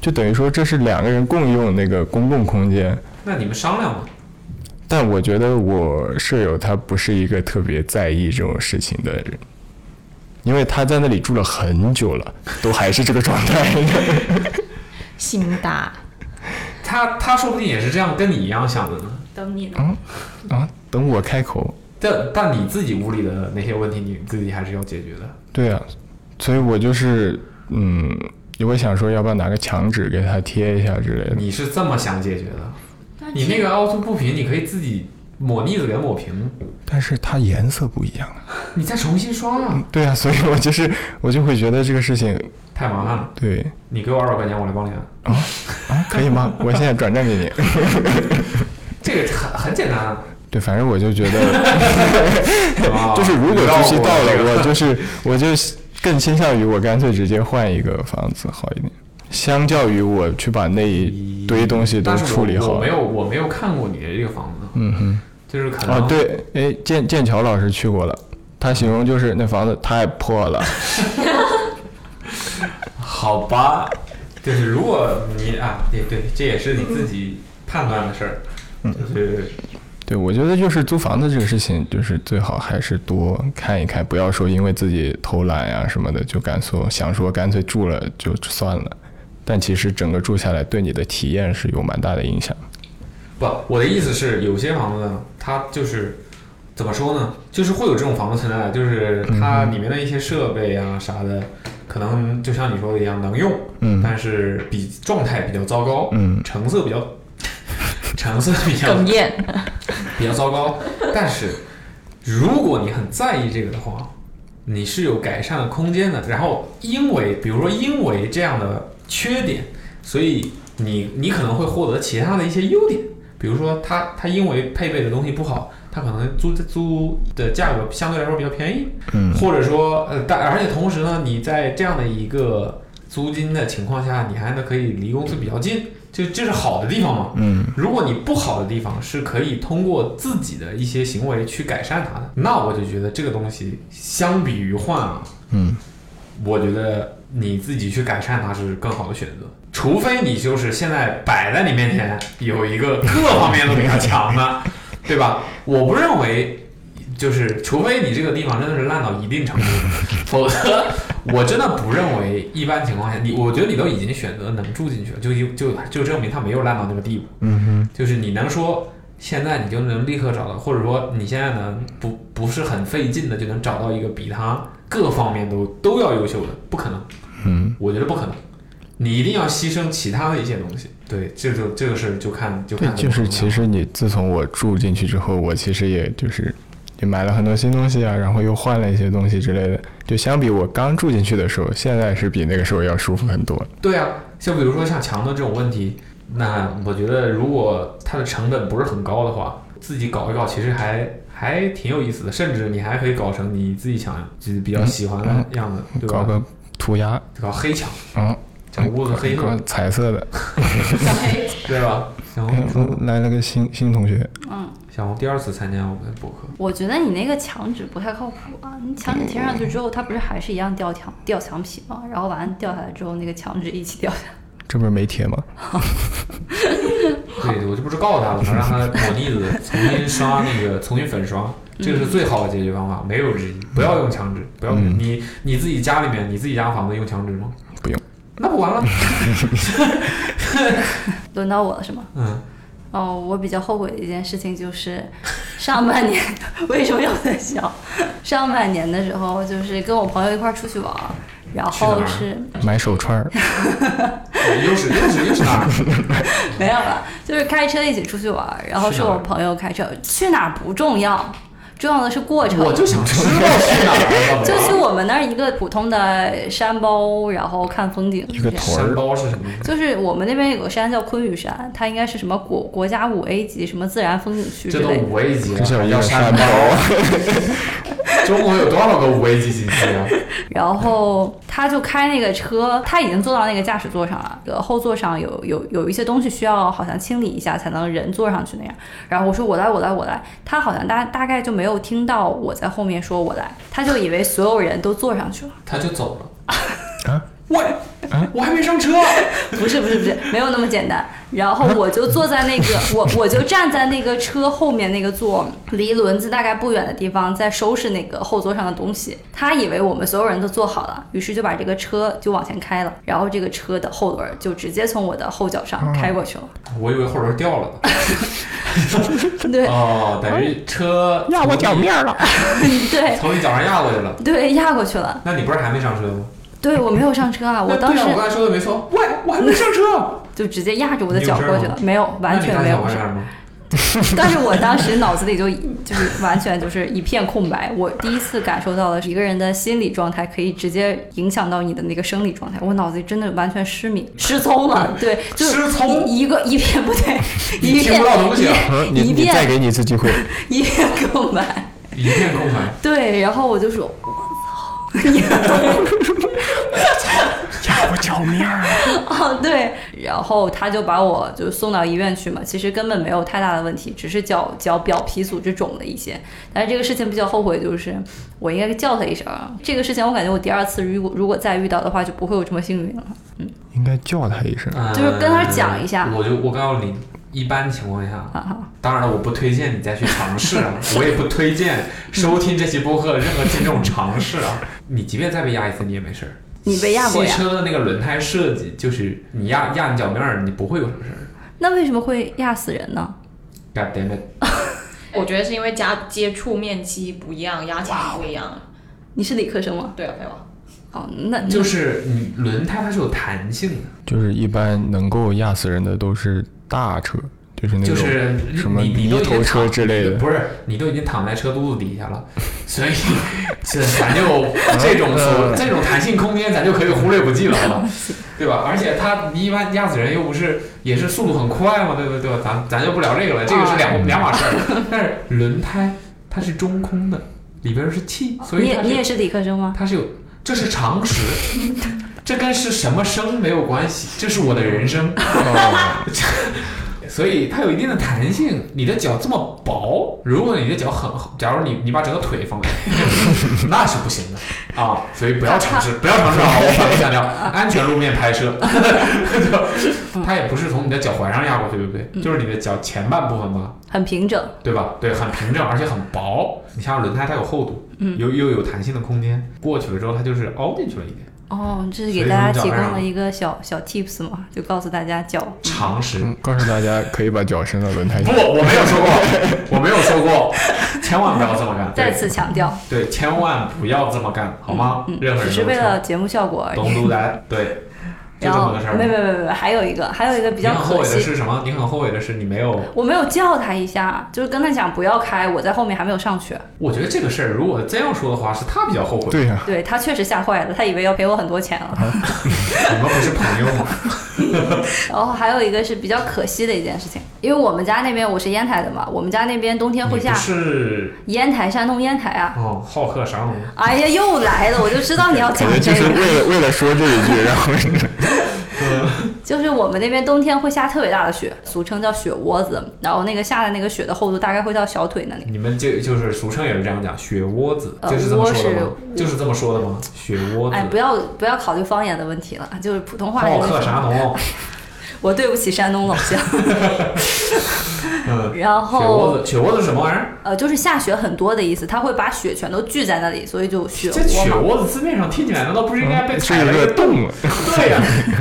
Speaker 3: 就等于说这是两个人共用那个公共空间，
Speaker 4: 那你们商量吧。
Speaker 3: 但我觉得我舍友他不是一个特别在意这种事情的人，因为他在那里住了很久了，都还是这个状态。
Speaker 2: 心大，
Speaker 4: 他他说不定也是这样跟你一样想的呢。
Speaker 2: 等你呢。
Speaker 3: 啊，等我开口，
Speaker 4: 但但你自己屋里的那些问题，你自己还是要解决的。
Speaker 3: 对啊，所以我就是嗯，我想说，要不要拿个墙纸给他贴一下之类的。
Speaker 4: 你是这么想解决的？你那个凹凸不平，你可以自己抹腻子给它抹平，
Speaker 3: 但是它颜色不一样啊。
Speaker 4: 你再重新刷啊！
Speaker 3: 对啊，所以我就是我就会觉得这个事情，
Speaker 4: 太麻烦了。
Speaker 3: 对
Speaker 4: 你给我二百块钱，我来帮你按。
Speaker 3: 啊，可以 吗？我现在转账给你。
Speaker 4: 这个很很简单 啊。
Speaker 3: 对，反正我就觉得。
Speaker 4: 啊
Speaker 3: 就是如果租期到
Speaker 4: 绕过这
Speaker 3: 了，
Speaker 4: 个
Speaker 3: 我就是我就更倾向于我干脆直接换一个房子好一点，相较于我去把那一堆东西都
Speaker 4: 但是我
Speaker 3: 处理
Speaker 4: 我
Speaker 3: 好
Speaker 4: 没。有，我没有看过你的这个房子，
Speaker 3: 嗯哼，
Speaker 4: 就是可能、
Speaker 3: 哦对，哎，剑剑桥老师去过了，他形容就是那房子太破了。
Speaker 4: 好吧，就是如果你啊，也对，这也是你自己判断的事儿，
Speaker 3: 嗯
Speaker 4: 就是
Speaker 3: 对，我觉得就是租房子这个事情，就是最好还是多看一看，不要说因为自己偷懒呀、什么的，就干说想说干脆住了就算了。但其实整个住下来，对你的体验是有蛮大的影响。
Speaker 4: 不，我的意思是，有些房子呢，它就是怎么说呢，就是会有这种房子存在，就是它
Speaker 3: 嗯
Speaker 4: 里面的一些设备啊啥的，可能就像你说的一样能用，
Speaker 3: 嗯
Speaker 4: 但是比状态比较糟糕，
Speaker 3: 嗯
Speaker 4: 成色比较 成色比较
Speaker 2: 哽咽，
Speaker 4: 比较糟糕。但是如果你很在意这个的话，你是有改善的空间的。然后因为比如说因为这样的缺点，所以你你可能会获得其他的一些优点，比如说它它因为配备的东西不好。它可能租租的价格相对来说比较便宜，
Speaker 3: 嗯
Speaker 4: 或者说，呃，但而且同时呢，你在这样的一个租金的情况下，你还能可以离公司比较近，就这是好的地方嘛。
Speaker 3: 嗯，
Speaker 4: 如果你不好的地方是可以通过自己的一些行为去改善它的，那我就觉得这个东西相比于换啊，
Speaker 3: 嗯，
Speaker 4: 我觉得你自己去改善它是更好的选择。除非你就是现在摆在你面前有一个各方面都比较强 的，对吧？我不认为，就是除非你这个地方真的是烂到一定 程度，否则我真的不认为一般情况下你，我觉得你都已经选择能住进去了，就就就证明它没有烂到那个地步。
Speaker 3: 嗯哼，
Speaker 4: 就是你能说现在你就能立刻找到，或者说你现在能不不是很费劲的就能找到一个比他各方面都都要优秀的，不可能。
Speaker 3: 嗯，
Speaker 4: 我觉得不可能。你一定要牺牲其他的一些东西。对，这就这个事就看就
Speaker 3: 对
Speaker 4: 看，
Speaker 3: 就是其实你自从我住进去之后，我其实也就是也买了很多新东西啊，然后又换了一些东西之类的。就相比我刚住进去的时候，现在是比那个时候要舒服很多。
Speaker 4: 对啊，像比如说像强的这种问题，那我觉得如果它的成本不是很高的话，自己搞一搞其实还还挺有意思的，甚至你还可以搞成你自己想就是比较喜欢
Speaker 3: 嗯
Speaker 4: 的样子，对吧？
Speaker 3: 搞个涂鸦，
Speaker 4: 搞黑墙，
Speaker 3: 嗯，
Speaker 4: 整个屋子黑
Speaker 3: 搞
Speaker 4: 色
Speaker 3: 个，彩色的。
Speaker 4: 对吧？小 红
Speaker 3: 嗯来了个新新同学，
Speaker 4: 小红第二次参加我们的博客，
Speaker 9: 我觉得你那个墙纸不太靠谱啊！你墙纸贴上去之后，它不是还是一样掉墙掉墙皮吗？然后完了掉下来之后，那个墙纸一起掉下来。
Speaker 3: 这不是没贴吗？
Speaker 4: 对，我就不是告诉他了嘛，让 他抹腻子，重新刷那个，重新粉刷，
Speaker 3: 嗯
Speaker 4: 这个是最好的解决方法，没有之一。不要用墙纸，不要用、
Speaker 3: 嗯
Speaker 4: 你你自己家里面，你自己家房子用墙纸吗？
Speaker 3: 不用，
Speaker 4: 那不完了。
Speaker 9: 轮到我了是吗？
Speaker 4: 嗯，
Speaker 9: 哦，我比较后悔的一件事情就是， 上半年 为什么又在笑？ 上半年的时候，就是跟我朋友一块儿出去玩儿，然
Speaker 4: 去哪
Speaker 9: 后
Speaker 4: 儿
Speaker 9: 是
Speaker 3: 买手 串儿，
Speaker 4: 又是又是又是哪 儿？
Speaker 9: 没有了，就是开车一起出去玩儿，然后
Speaker 4: 去
Speaker 9: 是
Speaker 4: 哪儿
Speaker 9: 我朋友开车，去哪儿不重要，重要的是过程。
Speaker 4: 我就想知道去哪 儿了。
Speaker 9: 就去我们那儿一个普通的山包，然后看风景。
Speaker 3: 一个
Speaker 9: 这样
Speaker 3: 头
Speaker 4: 山
Speaker 3: 儿，
Speaker 4: 包是什么东西？
Speaker 9: 就是我们那边有个山叫昆玉山，它应该是什么国国家五 A 级什么自然风景区之
Speaker 4: 这都
Speaker 9: 类的。
Speaker 4: 五 A 级
Speaker 3: 这叫
Speaker 4: 了，
Speaker 3: 一
Speaker 4: 要
Speaker 3: 个
Speaker 4: 山
Speaker 3: 山包。
Speaker 4: 中国有多少个五 A 级景区啊？
Speaker 9: 然后他就开那个车，他已经坐到那个驾驶座上了，呃后座上有有有一些东西需要好像清理一下才能人坐上去那样。然后我说我来我来我来，他好像大大概就没有听到我在后面说我来，他就以为所有人都坐上去了。
Speaker 4: 他就走了。
Speaker 3: 啊，
Speaker 4: 喂，我还没上车。
Speaker 9: 不是不是不是，没有那么简单。然后我就坐在那 个，我我就站在那个车后面那个座，离轮子大概不远的地方，在收拾那个后座上的东西。他以为我们所有人都坐好了，于是就把这个车就往前开了，然后这个车的后轮就直接从我的后脚上开过去 了。
Speaker 4: 我以为后轮掉了呢。
Speaker 9: 对啊
Speaker 4: 哦，等于车压我脚面了，
Speaker 9: 对
Speaker 4: 从你脚上压过去了。
Speaker 9: 对，压过去了。
Speaker 4: 那你不是还没上车吗？
Speaker 9: 对我没有上车啊，我
Speaker 4: 那
Speaker 9: 当
Speaker 4: 对
Speaker 9: 时
Speaker 4: 啊我刚才说的没错，喂，我还没上车，
Speaker 9: 就直接压着我的脚过去了，没有，完全没有
Speaker 4: 那你刚才
Speaker 9: 事
Speaker 4: 想
Speaker 9: 儿
Speaker 4: 干。什么
Speaker 9: 但是我当时脑子里就就是完全就是一片空白。我第一次感受到了一个人的心理状态可以直接影响到你的那个生理状态。我脑子里真的完全失明、失聪了，对，就是
Speaker 4: 嗯失聪
Speaker 9: 一一个一片不对，
Speaker 4: 你
Speaker 9: 一
Speaker 4: 听
Speaker 9: 片
Speaker 4: 不到东西啊
Speaker 3: 嗯，
Speaker 9: 一
Speaker 3: 你你再
Speaker 9: 片
Speaker 3: 给你一次机会，
Speaker 9: 一片空白。
Speaker 4: 一片空白。
Speaker 9: 对，然后我就说，我操，我操，要不救命啊！ 哦，对，然后他就把我就送到医院去嘛，其实根本没有太大的问题，只是脚脚表皮组织肿了一些。但是这个事情比较后悔，就是我应该叫他一声。这个事情我感觉我第二次如果如果再遇到的话，就不会有这么幸运了。
Speaker 3: 应该叫他一声。
Speaker 4: 嗯
Speaker 9: 就是跟他讲一下
Speaker 4: 我就我告诉你，一般情况下，
Speaker 9: 哈哈，
Speaker 4: 当然了，我不推荐你再去尝试 啊，我也不推荐收听这期播客的任何听众尝试啊。你即便再被压一次，你也没事儿。
Speaker 9: 你被压过呀
Speaker 4: 汽车的那个轮胎设计，就是你压压你脚面儿，你不会有什么事儿。
Speaker 9: 那为什么会压死人呢？
Speaker 4: God damn it！
Speaker 2: 我觉得是因为加接触面积不一样，压强不一样。
Speaker 9: 你是理科生吗？
Speaker 2: 对啊，没有啊。
Speaker 9: 哦，那那
Speaker 4: 就是你轮胎它是有弹性的，
Speaker 3: 就是一般能够压死人的都是大车，就是那
Speaker 4: 就
Speaker 3: 种
Speaker 4: 是
Speaker 3: 什么
Speaker 4: 你你都
Speaker 3: 泥
Speaker 4: 已经
Speaker 3: 头车
Speaker 4: 躺
Speaker 3: 之类的。
Speaker 4: 不是你都已经躺在车肚子底下 了，所以这咱就这种
Speaker 3: 呃
Speaker 4: 所这种弹性空间咱就可以忽略不计了，好吧？对吧？而且它你一般压死人又不是也是速度很快嘛，对不对？对吧？咱咱就不聊这个了，这个是两、
Speaker 3: 嗯
Speaker 4: 两码事儿。但是轮胎它是中空的，里边是气，所
Speaker 9: 你
Speaker 4: 以
Speaker 9: 也
Speaker 4: 它
Speaker 9: 你也
Speaker 4: 是
Speaker 9: 是理科生吗？
Speaker 4: 它是有这是常识，这跟是什么生没有关系，这是我的人生。
Speaker 3: 哦
Speaker 4: 所以它有一定的弹性。你的脚这么薄，如果你的脚很，假如你你把整个腿放开，那是不行的。啊，所以不要尝试，不要尝试啊！我反复强调，安全路面拍摄， 就它也不是从你的脚踝上压过去，对不对？就是你的脚前半部分嘛，
Speaker 9: 很平整，
Speaker 4: 对吧？对，很平整，而且很薄。你像轮胎，它有厚度，
Speaker 9: 嗯
Speaker 4: 又又有弹性的空间，过去了之后它就是凹进去了一点。
Speaker 9: 哦，这是给大家提供了一个小小 tips 嘛，就告诉大家脚
Speaker 4: 常识，
Speaker 3: 嗯告诉大家可以把脚伸到轮胎
Speaker 4: 不，
Speaker 3: 上。
Speaker 4: 我没有说过，我没有说过，千万不要这么干。
Speaker 9: 再
Speaker 4: 对
Speaker 9: 次强调，
Speaker 4: 对，千万不要这么干，好吗？任何
Speaker 9: 只
Speaker 4: 人
Speaker 9: 是
Speaker 4: 都
Speaker 9: 为
Speaker 4: 千万
Speaker 9: 了节目效果而已。
Speaker 4: 懂读来， 对，就
Speaker 9: 然
Speaker 4: 这
Speaker 9: 后
Speaker 4: 么个事儿。
Speaker 9: 没没没没没，还有一个还有一个比
Speaker 4: 你
Speaker 9: 较
Speaker 4: 很后
Speaker 9: 可
Speaker 4: 悔的
Speaker 9: 惜，
Speaker 4: 是什么？你很后悔的是你没有。
Speaker 9: 我没有叫他一下，就是跟他讲不要开，我在后面还没有上去。
Speaker 4: 我觉得这个事儿，如果真要说的话，是他比较后悔。
Speaker 3: 对呀、
Speaker 9: 对他确实吓坏了，他以为要赔我很多钱了。
Speaker 3: 啊
Speaker 4: 你们不是朋友吗？
Speaker 9: 然后还有一个是比较可惜的一件事情，因为我们家那边我是烟台的嘛，我们 家那边冬天会
Speaker 4: 你不
Speaker 9: 下
Speaker 4: 是
Speaker 9: 烟台山东烟台啊。
Speaker 4: 哦，好客商容。
Speaker 9: 哎呀，又来了，我就知道你要讲
Speaker 3: 感觉
Speaker 9: 这
Speaker 3: 就是
Speaker 9: 个。
Speaker 3: 为了为了说这一句，然后
Speaker 9: 就是我们那边冬天会下特别大的雪，俗称叫雪窝子，然后那个下的那个雪的厚度大概会到小腿那里。
Speaker 4: 你们就就是俗称也是这样讲，雪窝子，
Speaker 9: 呃
Speaker 4: 就是这么说的吗
Speaker 9: 窝？
Speaker 4: 就是这么说的吗？雪窝子，
Speaker 9: 哎，不要不要考虑方言的问题了，就是普通话这
Speaker 4: 好
Speaker 9: 个
Speaker 4: 客
Speaker 9: 问题
Speaker 4: 啥农？
Speaker 9: 我对不起山东老 乡。
Speaker 4: 嗯，
Speaker 9: 然
Speaker 4: 雪窝
Speaker 9: 后
Speaker 4: 子，雪窝子是什么玩意儿？
Speaker 9: 呃，就是下雪很多的意思，它会把雪全都聚在那里，所以就雪
Speaker 4: 这
Speaker 9: 窝
Speaker 4: 雪
Speaker 9: 嘛。
Speaker 4: 窝子字面上听起来，难道不是应该被
Speaker 3: 是
Speaker 4: 踩
Speaker 3: 一
Speaker 4: 了
Speaker 3: 个
Speaker 4: 洞？
Speaker 3: 洞，
Speaker 4: 对呀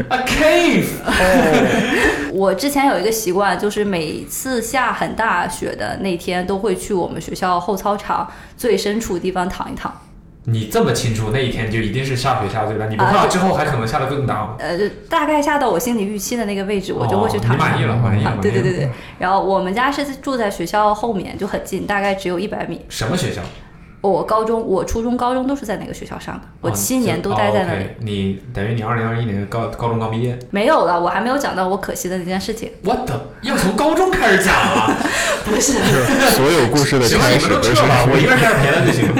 Speaker 4: ，a cave。
Speaker 9: 我之前有一个习惯，就是每次下很大雪的那天，都会去我们学校后操场最深处地方躺一躺。
Speaker 4: 你这么清楚，那一天就一定是下雪下对吧？你不
Speaker 9: 啊
Speaker 4: 怕
Speaker 9: 对
Speaker 4: 之后还可能下的更大吗？
Speaker 9: 呃，就大概下到我心里预期的那个位置，我就会去
Speaker 4: 哦
Speaker 9: 躺
Speaker 4: 你
Speaker 9: 一躺。
Speaker 4: 满意了，满意了，
Speaker 9: 啊，对对
Speaker 4: 满意
Speaker 9: 对
Speaker 4: 了。
Speaker 9: 对。然后我们家是住在学校后面，就很近，大概只有一百米。哦
Speaker 4: 什么学校？
Speaker 9: 我高中、我初中、高中都是在那个学校上的，我
Speaker 4: 哦
Speaker 9: 七年都
Speaker 4: 哦
Speaker 9: 待在那
Speaker 4: OK，
Speaker 9: 里。
Speaker 4: 你等于你二零二一年高高中刚毕 业，
Speaker 9: 没有了，我还没有讲到我可惜的那件事情。
Speaker 4: 我的要从高中开始讲啊！
Speaker 9: 不是，
Speaker 3: 就是所有故事的
Speaker 4: 行了，
Speaker 3: 开
Speaker 4: 你
Speaker 3: 始
Speaker 4: 们
Speaker 3: 都
Speaker 4: 都撤
Speaker 3: 是
Speaker 4: 吧，我一个人开始别的就行。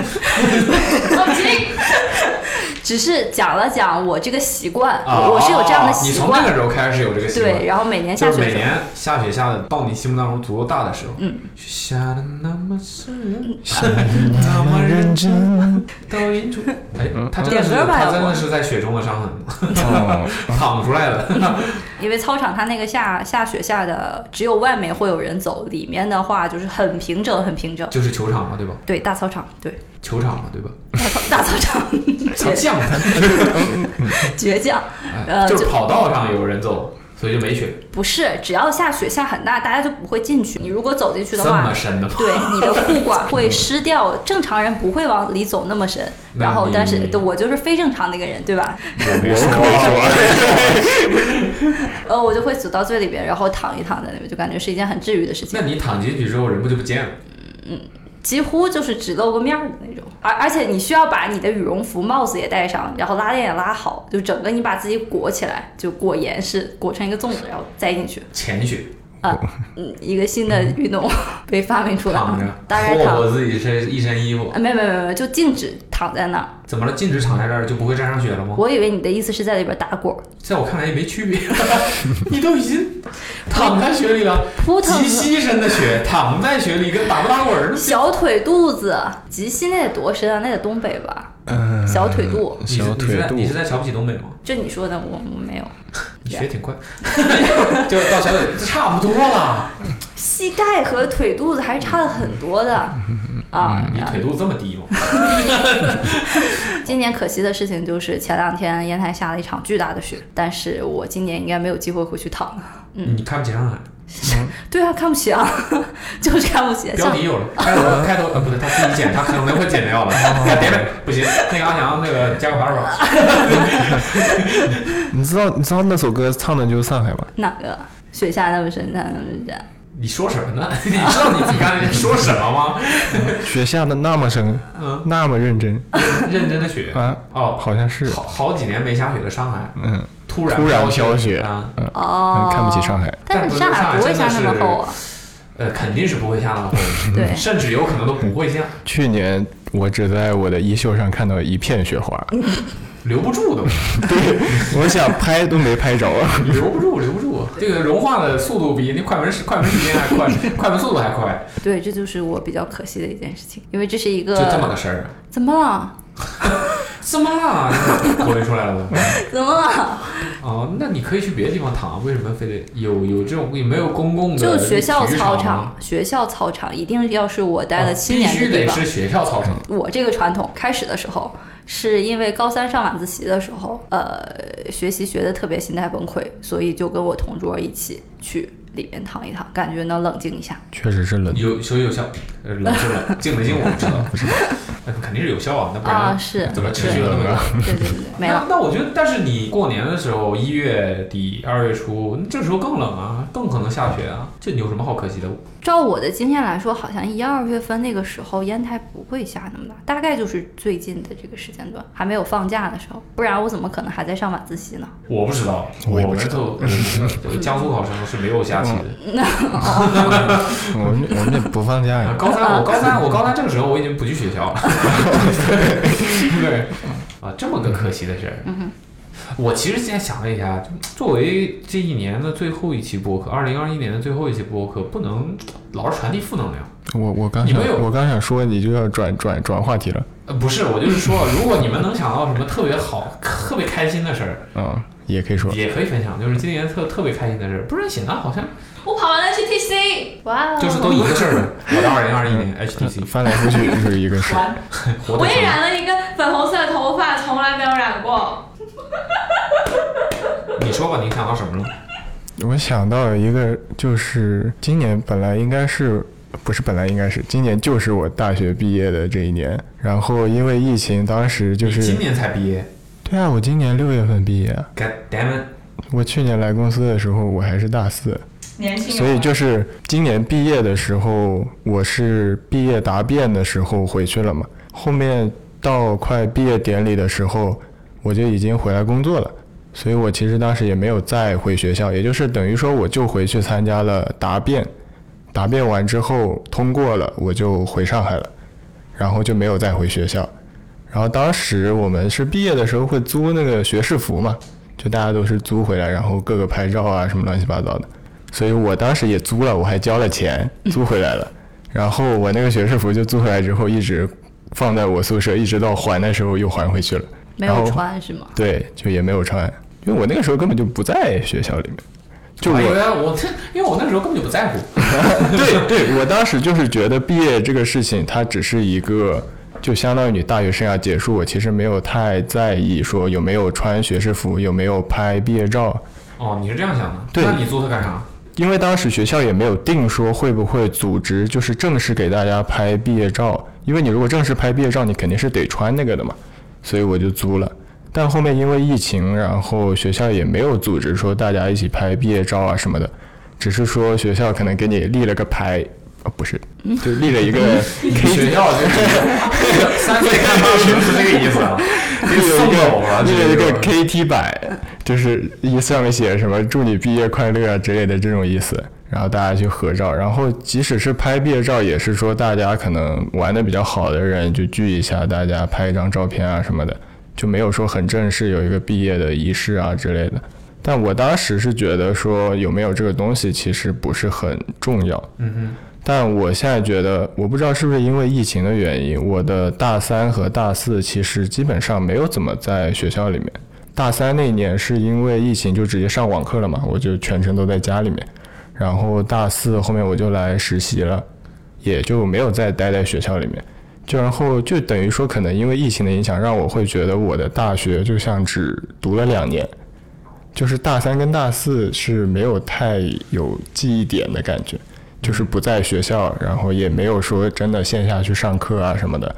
Speaker 9: 只是讲了讲我这个习惯，
Speaker 4: 啊，哦
Speaker 9: 我我是有这样的
Speaker 4: 你
Speaker 9: 习
Speaker 4: 从那
Speaker 9: 惯。
Speaker 4: 个时候开始有这个习惯，
Speaker 9: 对，，然后每年下
Speaker 4: 就是
Speaker 9: 雪的
Speaker 4: 每
Speaker 9: 时候，
Speaker 4: 年下雪下的到你心目当中足够大的时候，嗯，下的那么
Speaker 9: 嗯
Speaker 4: 深，下的那么认真，倒 映出，哎，他真的是
Speaker 9: 点歌吧
Speaker 4: 他
Speaker 9: 要不
Speaker 4: 真的是在雪中的伤 痕，
Speaker 3: 哦，
Speaker 4: 淌出来 的。
Speaker 9: 因为操场它那个下下雪下的，只有外面会有人走，里面的话就是很平整，很平整。
Speaker 4: 就是球场嘛，对吧？
Speaker 9: 对，大操场，对，
Speaker 4: 球场嘛，对吧？
Speaker 9: 大操大操场，
Speaker 4: 像
Speaker 9: 倔
Speaker 4: 酱，
Speaker 9: 倔强， 呃，
Speaker 4: 就是
Speaker 9: 就
Speaker 4: 跑道上有人走，所以就没雪，
Speaker 9: 不是，只要下雪下很大，大家就不会进去。你如果走进去
Speaker 4: 这
Speaker 9: 的话
Speaker 4: 么，深的吗？
Speaker 9: 对你的裤管会湿掉，正常人不会往里走那么深。
Speaker 4: 那
Speaker 9: 然后，但是
Speaker 4: 你
Speaker 9: 我就是非正常的一个人，对吧？
Speaker 4: 我没
Speaker 3: 我可没说，
Speaker 9: 呃，我就会走到最里边，然后躺一躺在那边，就感觉是一件很治愈的事情
Speaker 4: 那。你躺进去之后，人不就不见了？
Speaker 9: 几乎就是只露个面儿的那种。而而且你需要把你的羽绒服、帽子也戴上，然后拉链也拉好，就整个你把自己裹起来，就裹严实，裹成一个粽子，然后栽进去。
Speaker 4: 潜雪，
Speaker 9: 啊，嗯，一个新的运动 被发明出来
Speaker 4: 躺着
Speaker 9: 了，，大概
Speaker 4: 霍
Speaker 9: 躺
Speaker 4: 霍自己身一身衣服，
Speaker 9: 啊，没有没有没有没有，就静止躺在那儿。
Speaker 4: 怎么了？禁止躺在这儿就不会沾上雪了吗？
Speaker 9: 我以为你的意思是在里边打滚儿，
Speaker 4: 在我看来也没区别， 你都已经躺在雪里了，
Speaker 9: 扑腾
Speaker 4: 及膝深的 雪，躺在雪里跟打不打滚儿呢？
Speaker 9: 小腿肚子，及膝那得多深啊？那得东北吧？
Speaker 3: 嗯，
Speaker 9: 小腿肚，
Speaker 4: 你是
Speaker 3: 小
Speaker 4: 你是
Speaker 3: 腿
Speaker 4: 在
Speaker 3: 肚
Speaker 4: 你是在瞧不起东北吗？
Speaker 9: 这你说的我我没有。
Speaker 4: 你学 挺快，就是到小腿差不多了。
Speaker 9: 膝盖和腿肚子还是差了很多的啊。
Speaker 4: 你腿肚这么低吗？
Speaker 9: 今年可惜的事情就是前两天烟台下了一场巨大的雪，但是我今年应该没有机会回去躺了。
Speaker 4: 你看不起上海？
Speaker 9: 对啊，看不起啊， 就是看不起。啊
Speaker 4: 标
Speaker 9: 呃像哦
Speaker 4: 题有了，开头 开头呃不对，他自己剪，他可能会剪掉了。 看别人不行，那个阿翔那个加个板儿吧。
Speaker 3: 你知道你知道那首歌唱的就是上海吗？
Speaker 9: 哪个雪下那么深，那么深？
Speaker 4: 你说什么呢？ 你知道你自己刚才说什么 吗？
Speaker 3: 雪下的那么深，
Speaker 4: 嗯
Speaker 3: 那么认真
Speaker 4: 认真的雪
Speaker 3: 啊，
Speaker 4: 哦，
Speaker 3: 好像是，
Speaker 4: 好好几年没下雪的上海，
Speaker 3: 嗯，
Speaker 4: 突然
Speaker 3: 突然
Speaker 4: 飘
Speaker 3: 飘雪
Speaker 4: 啊，
Speaker 9: 哦，
Speaker 3: 哎看不起上海，
Speaker 9: 但是上海不会下那么厚啊。
Speaker 4: 呃，肯定是不会下那么厚，
Speaker 9: 对
Speaker 4: 甚至有可能都不会下，
Speaker 3: 去年我只在我的衣袖上看到一片 雪花，
Speaker 4: 留不住都，
Speaker 3: 对，我想拍都没拍着。啊
Speaker 4: 留不住，留不住，这个融化的速度比那快门时快门时间还快，快门速度 还快，
Speaker 9: 对，这就是我比较可惜的一件事情，因为这是一
Speaker 4: 就
Speaker 9: 个
Speaker 4: 这么个事儿。
Speaker 9: 怎么了？
Speaker 4: 怎么啊了？口音出来了吧？
Speaker 9: 怎么了？
Speaker 4: 哦，那你可以去别的地方躺，啊为什么非得有有这种有没有公共的
Speaker 9: 就学校
Speaker 4: 呃体育
Speaker 9: 操
Speaker 4: 场
Speaker 9: 场，学校操场一定要是我待
Speaker 4: 啊
Speaker 9: 了七年
Speaker 4: 必
Speaker 9: 的
Speaker 4: 须
Speaker 9: 地
Speaker 4: 得
Speaker 9: 方
Speaker 4: 是。学校操场。
Speaker 9: 我这个传统开始的时候，是因为高三上晚自习的时候，呃，学习学的特别心态崩溃，所以就跟我同桌一起去里面躺一躺，感觉能冷静一下。
Speaker 3: 确实是冷。
Speaker 4: 有所以有 效，呃，冷是冷，静没静我不知道， 不是，那肯定是有效啊，那不然、
Speaker 9: 啊是
Speaker 4: 怎么持续了那么久？
Speaker 9: 对对对，没
Speaker 4: 那
Speaker 9: 了。
Speaker 4: 那我觉得，但是你过年的时候，一月底、二月初，这时候更冷啊，更可能下雪啊，这你有什么好可惜的？
Speaker 9: 照我的经验来说，好像一二月份那个时候烟台不会下那么大，大概就是最近的这个时间段，还没有放假的时候，不然我怎么可能还在上晚自习呢？
Speaker 4: 我不知道，
Speaker 3: 我也
Speaker 4: 们
Speaker 3: 不 知
Speaker 4: 都 呃江苏考生是没有假期的。
Speaker 3: 我们我们这不放假
Speaker 4: 啊
Speaker 3: 呀，
Speaker 4: 高 三，我高三，我高三这个时候我已经不去学校了。 对，啊，这么个可惜的事儿。
Speaker 2: 嗯
Speaker 4: 我其实现在想了一下，就作为这一年的最后一期播客，二零二一年的最后一期播客，不能老是传递负能量。
Speaker 3: 我我刚
Speaker 4: 你
Speaker 3: 想
Speaker 4: 们有
Speaker 3: 我刚想说你就要转转转话题了，
Speaker 4: 呃，不是，我就是说，如果你们能想到什么特别好、特别开心的事儿，
Speaker 3: 嗯，也可以说
Speaker 4: 也可以分享。就是今年特特别开心的事儿，不然显得好像
Speaker 2: 我跑完了 HTC，
Speaker 9: 哇、哦
Speaker 4: 就是都一个事儿呗。 我的二零二一年 HTC
Speaker 3: 翻来覆去就是一个事。
Speaker 4: 活得
Speaker 2: 我也
Speaker 4: 很
Speaker 2: 染了一个粉红色的头发，从来没有染过。
Speaker 4: 你说吧，你想到什么了？
Speaker 3: 我想到一个，就是今年本来应该是。不是，本来应该是今年就是我大学毕业的这一年，然后因为疫情，当时就
Speaker 4: 你
Speaker 3: 是
Speaker 4: 今年才毕业
Speaker 3: 对啊，我今年六月份毕业啊，
Speaker 4: ，God damn it！
Speaker 3: 我去年来公司的时候我还是大四，
Speaker 2: 年轻人，
Speaker 3: 所以就是今年毕业的时候，我是毕业答辩的时候回去了嘛。后面到快毕业典礼的时候，我就已经回来工作了，所以我其实当时也没有再回学校，也就是等于说我就回去参加了答辩，答辩完之后通过了，我就回上海了，然后就没有再回学校。然后当时我们是毕业的时候会租那个学士服嘛，就大家都是租回来，然后各个拍照啊什么乱七八糟的。所以我当时也租了，我还交了钱，租回来了。然后我那个学士服就租回来之后，一直放在我宿舍，一直到还的时候又还回去了。
Speaker 9: 没
Speaker 3: 然
Speaker 4: 哦
Speaker 9: 有
Speaker 3: 后
Speaker 9: 穿是吗？
Speaker 3: 对，就也没有穿，因为我那个时候根本就不在学校里面。就我
Speaker 4: 哎呀，我这因为我那时候根本就不在乎，
Speaker 3: 对对，我当时就是觉得毕业这个事情，它只是一个，就相当于你大学生涯结束，我其实没有太在意说有没有穿学士服，有没有拍毕业照，
Speaker 4: 哦，你是这样想的？
Speaker 3: 对
Speaker 4: 那你租它干啥？
Speaker 3: 因为当时学校也没有定说会不会组织，就是正式给大家拍毕业照。因为你如果正式拍毕业照，你肯定是得穿那个的嘛，所以我就租了。但后面因为疫情，然后学校也没有组织说大家一起拍毕业照啊什么的，只是说学校可能给你立了个牌，呃、不是，就立了一个 K
Speaker 4: 学校就是 三岁看八十是这个意思啊？
Speaker 3: 立了
Speaker 4: 送
Speaker 3: 一
Speaker 4: 走了
Speaker 3: 个，立了一
Speaker 4: 这
Speaker 3: 个
Speaker 4: 个
Speaker 3: KT 版，就是一上面写什么“祝你毕业快乐”啊之类的这种意思，然后大家去合照，然后即使是拍毕业照，也是说大家可能玩的比较好的人就聚一下，大家拍一张照片啊什么的，就没有说很正式有一个毕业的仪式啊之类的。但我当时是觉得说有没有这个东西其实不是很重要，
Speaker 4: 嗯
Speaker 3: 但我现在觉得，我不知道是不是因为疫情的原因，我的大三和大四其实基本上没有怎么在学校里面。大三那年是因为疫情就直接上网课了嘛，我就全程都在家里面。然后大四后面我就来实习了，也就没有再待在学校里面。就然后就等于说，可能因为疫情的影响，让我会觉得我的大学就像只读了两年，就是大三跟大四是没有太有记忆点的感觉，就是不在学校，然后也没有说真的线下去上课啊什么的，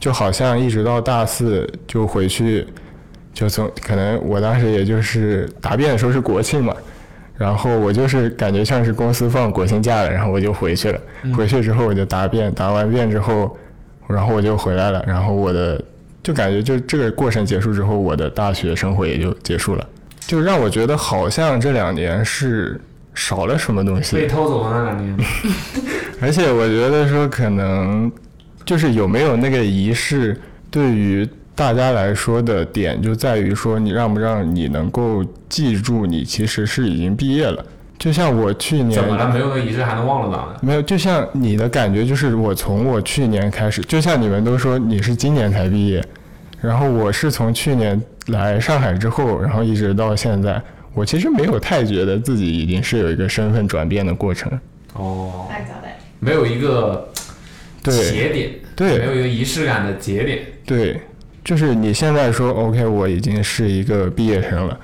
Speaker 3: 就好像一直到大四就回去，就从可能我当时也就是答辩的时候是国庆嘛，然后我就是感觉像是公司放国庆假了，然后我就回去了，回去之后我就答辩，答完辩之后，然后我就回来了，然后我的就感觉就这个过程结束之后，我的大学生活也就结束了，就让我觉得好像这两年是少了什么东
Speaker 4: 哼，被
Speaker 3: 西，
Speaker 4: 偷走了那两 年，
Speaker 3: 而且我觉得说可能就是有没有那个仪式，对于大家来说的点就在于说你让不让你能够记住你其实是已经毕业了。就像我去年
Speaker 4: 怎么了？没有个仪式还能忘了咋的？
Speaker 3: 没有，就像你的感觉，就是我从我去年开始，就像你们都说你是今年才毕业，然后我是从去年来上海之后，然后一直到现在，我其实没有太觉得自己已经是有一个身份转变的过程。
Speaker 4: 哦，
Speaker 2: 太早了。
Speaker 8: 没有一个
Speaker 3: 对
Speaker 8: 节点，没
Speaker 3: 对
Speaker 8: 有一个仪式感的节点。
Speaker 3: 对，就是你现在说 OK，我已经是一个毕业生了，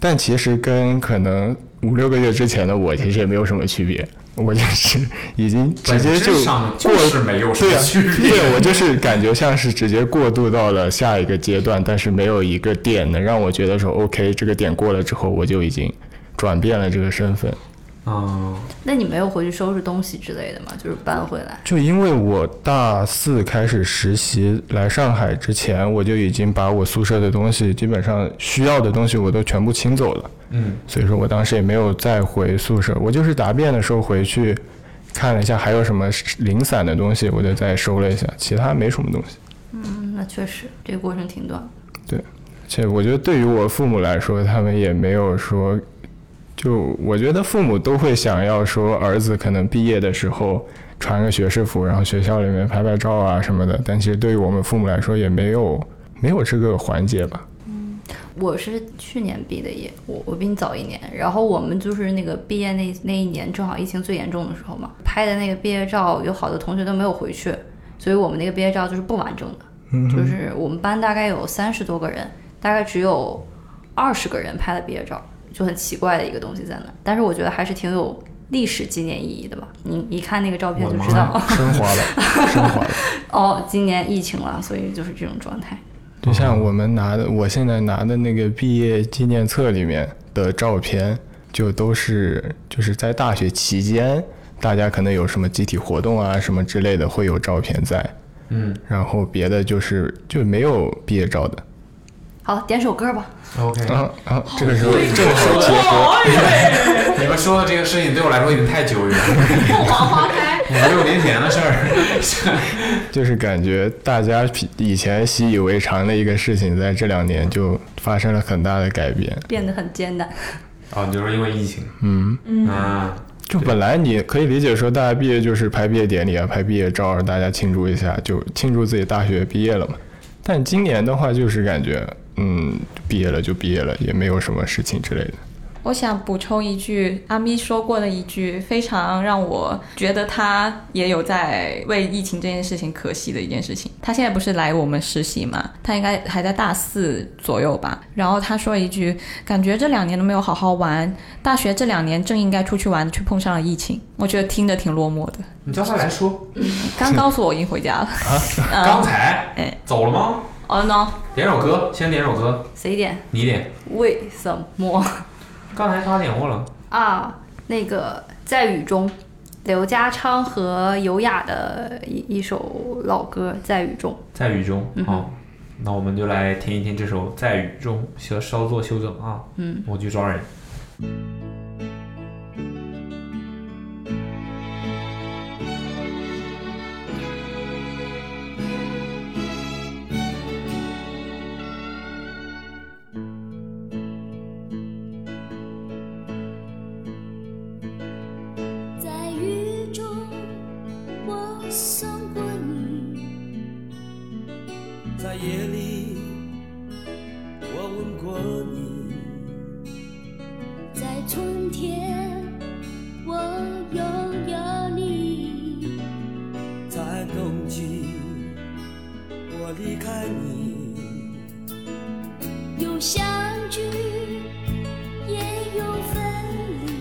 Speaker 3: 但其实跟可能五六个月之前的我其实也没有什么区别，我就是已经直
Speaker 8: 本
Speaker 3: 接就
Speaker 8: 质上就是没有什
Speaker 3: 对
Speaker 8: 么
Speaker 3: 呀，
Speaker 8: 区别。
Speaker 3: 对，我就是感觉像是直接过渡到了下一个阶段，但是没有一个点能让我觉得说 OK，这个点过了之后，我就已经转变了这个身份。
Speaker 4: 嗯，
Speaker 9: 那你没有回去收拾东西之类的吗？就是搬回来。
Speaker 3: 就因为我大四开始实习来上海之前，我就已经把我宿舍的东西，基本上需要的东西我都全部清走了。
Speaker 4: 嗯，
Speaker 3: 所以说我当时也没有再回宿舍，我就是答辩的时候回去看了一下还有什么零散的东西，我就再收了一下，其他没什么东西。
Speaker 9: 嗯，那确实这个过程挺短。
Speaker 3: 且我觉得对于我父母来说，他们也没有说，就我觉得父母都会想要说儿子可能毕业的时候穿个学士服，然后学校里面拍拍照啊什么的。但其实对于我们父母来说，也没有没有这个环节吧。
Speaker 9: 我是去年毕的业，我我比你早一年。然后我们就是那个毕业那那一年，正好疫情最严重的时候嘛，拍的那个毕业照，有好多同学都没有回去，所以我们那个毕业照就是不完整的。就是我们班大概有三十多个人，大概只有二十个人拍了毕业照，就很奇怪的一个东西在那。但是我觉得还是挺有历史纪念意义的吧。你一看那个照片就知道，
Speaker 3: 嗯升华了，升华了。
Speaker 9: 哦，今年疫情了，所以就是这种状态。
Speaker 3: 就像我们拿的，我现在拿的那个毕业纪念册里面的照片，就都是就是在大学期间，大家可能有什么集体活动啊什么之类的，会有照片在。
Speaker 4: 嗯，
Speaker 3: 然后别的就是就没有毕业照的。
Speaker 9: 好，点首歌吧。
Speaker 4: ，OK，
Speaker 3: 啊啊，这个时候
Speaker 4: 对
Speaker 3: 这个时候结合，
Speaker 8: 你们说的这个事情对我来说已经太久 远了， 五六年前的事儿。
Speaker 3: 就是感觉大家以前习以为常的一个事情，在这两年就发生了很大的改变。
Speaker 9: 变得很艰难。
Speaker 4: 哦，你就是因为疫情，嗯嗯啊，
Speaker 3: 就本来你可以理解说，大家毕业就是拍毕业典礼啊，拍毕业照，让大家庆祝一下，就庆祝自己大学毕业了嘛。但今年的话，就是感觉，嗯，毕业了就毕业了，也没有什么事情之类的。
Speaker 2: 我想补充一句，阿咪说过的一句，非常让我觉得他也有在为疫情这件事情可惜的一件事情。他现在不是来我们实习嘛？他应该还在大四左右吧。然后他说一句，感觉这两年都没有好好玩，大学这两年正应该出去玩，却碰上了疫情。我觉得听着挺落寞的。
Speaker 4: 你叫他来说，
Speaker 2: 刚告诉我已经回家了。
Speaker 4: 刚才
Speaker 2: 哎
Speaker 4: 走了吗？
Speaker 2: 哦、no，
Speaker 4: 点首歌，先点首歌，
Speaker 9: 谁点？
Speaker 4: 你点，
Speaker 9: 为什么
Speaker 4: 刚才他点过了，
Speaker 9: 啊？那个在雨中，刘家昌和尤雅的一一首老歌《在雨中
Speaker 4: 在雨中，好，那我们就来听一听这首《在雨中》，稍稍作修整啊，嗯，我去抓人。
Speaker 10: 在雨中，我送过你，
Speaker 7: 在夜里，我吻过你，
Speaker 10: 在春天，我拥有你，
Speaker 7: 在冬季，我离开你，
Speaker 10: 有相聚，也有分离。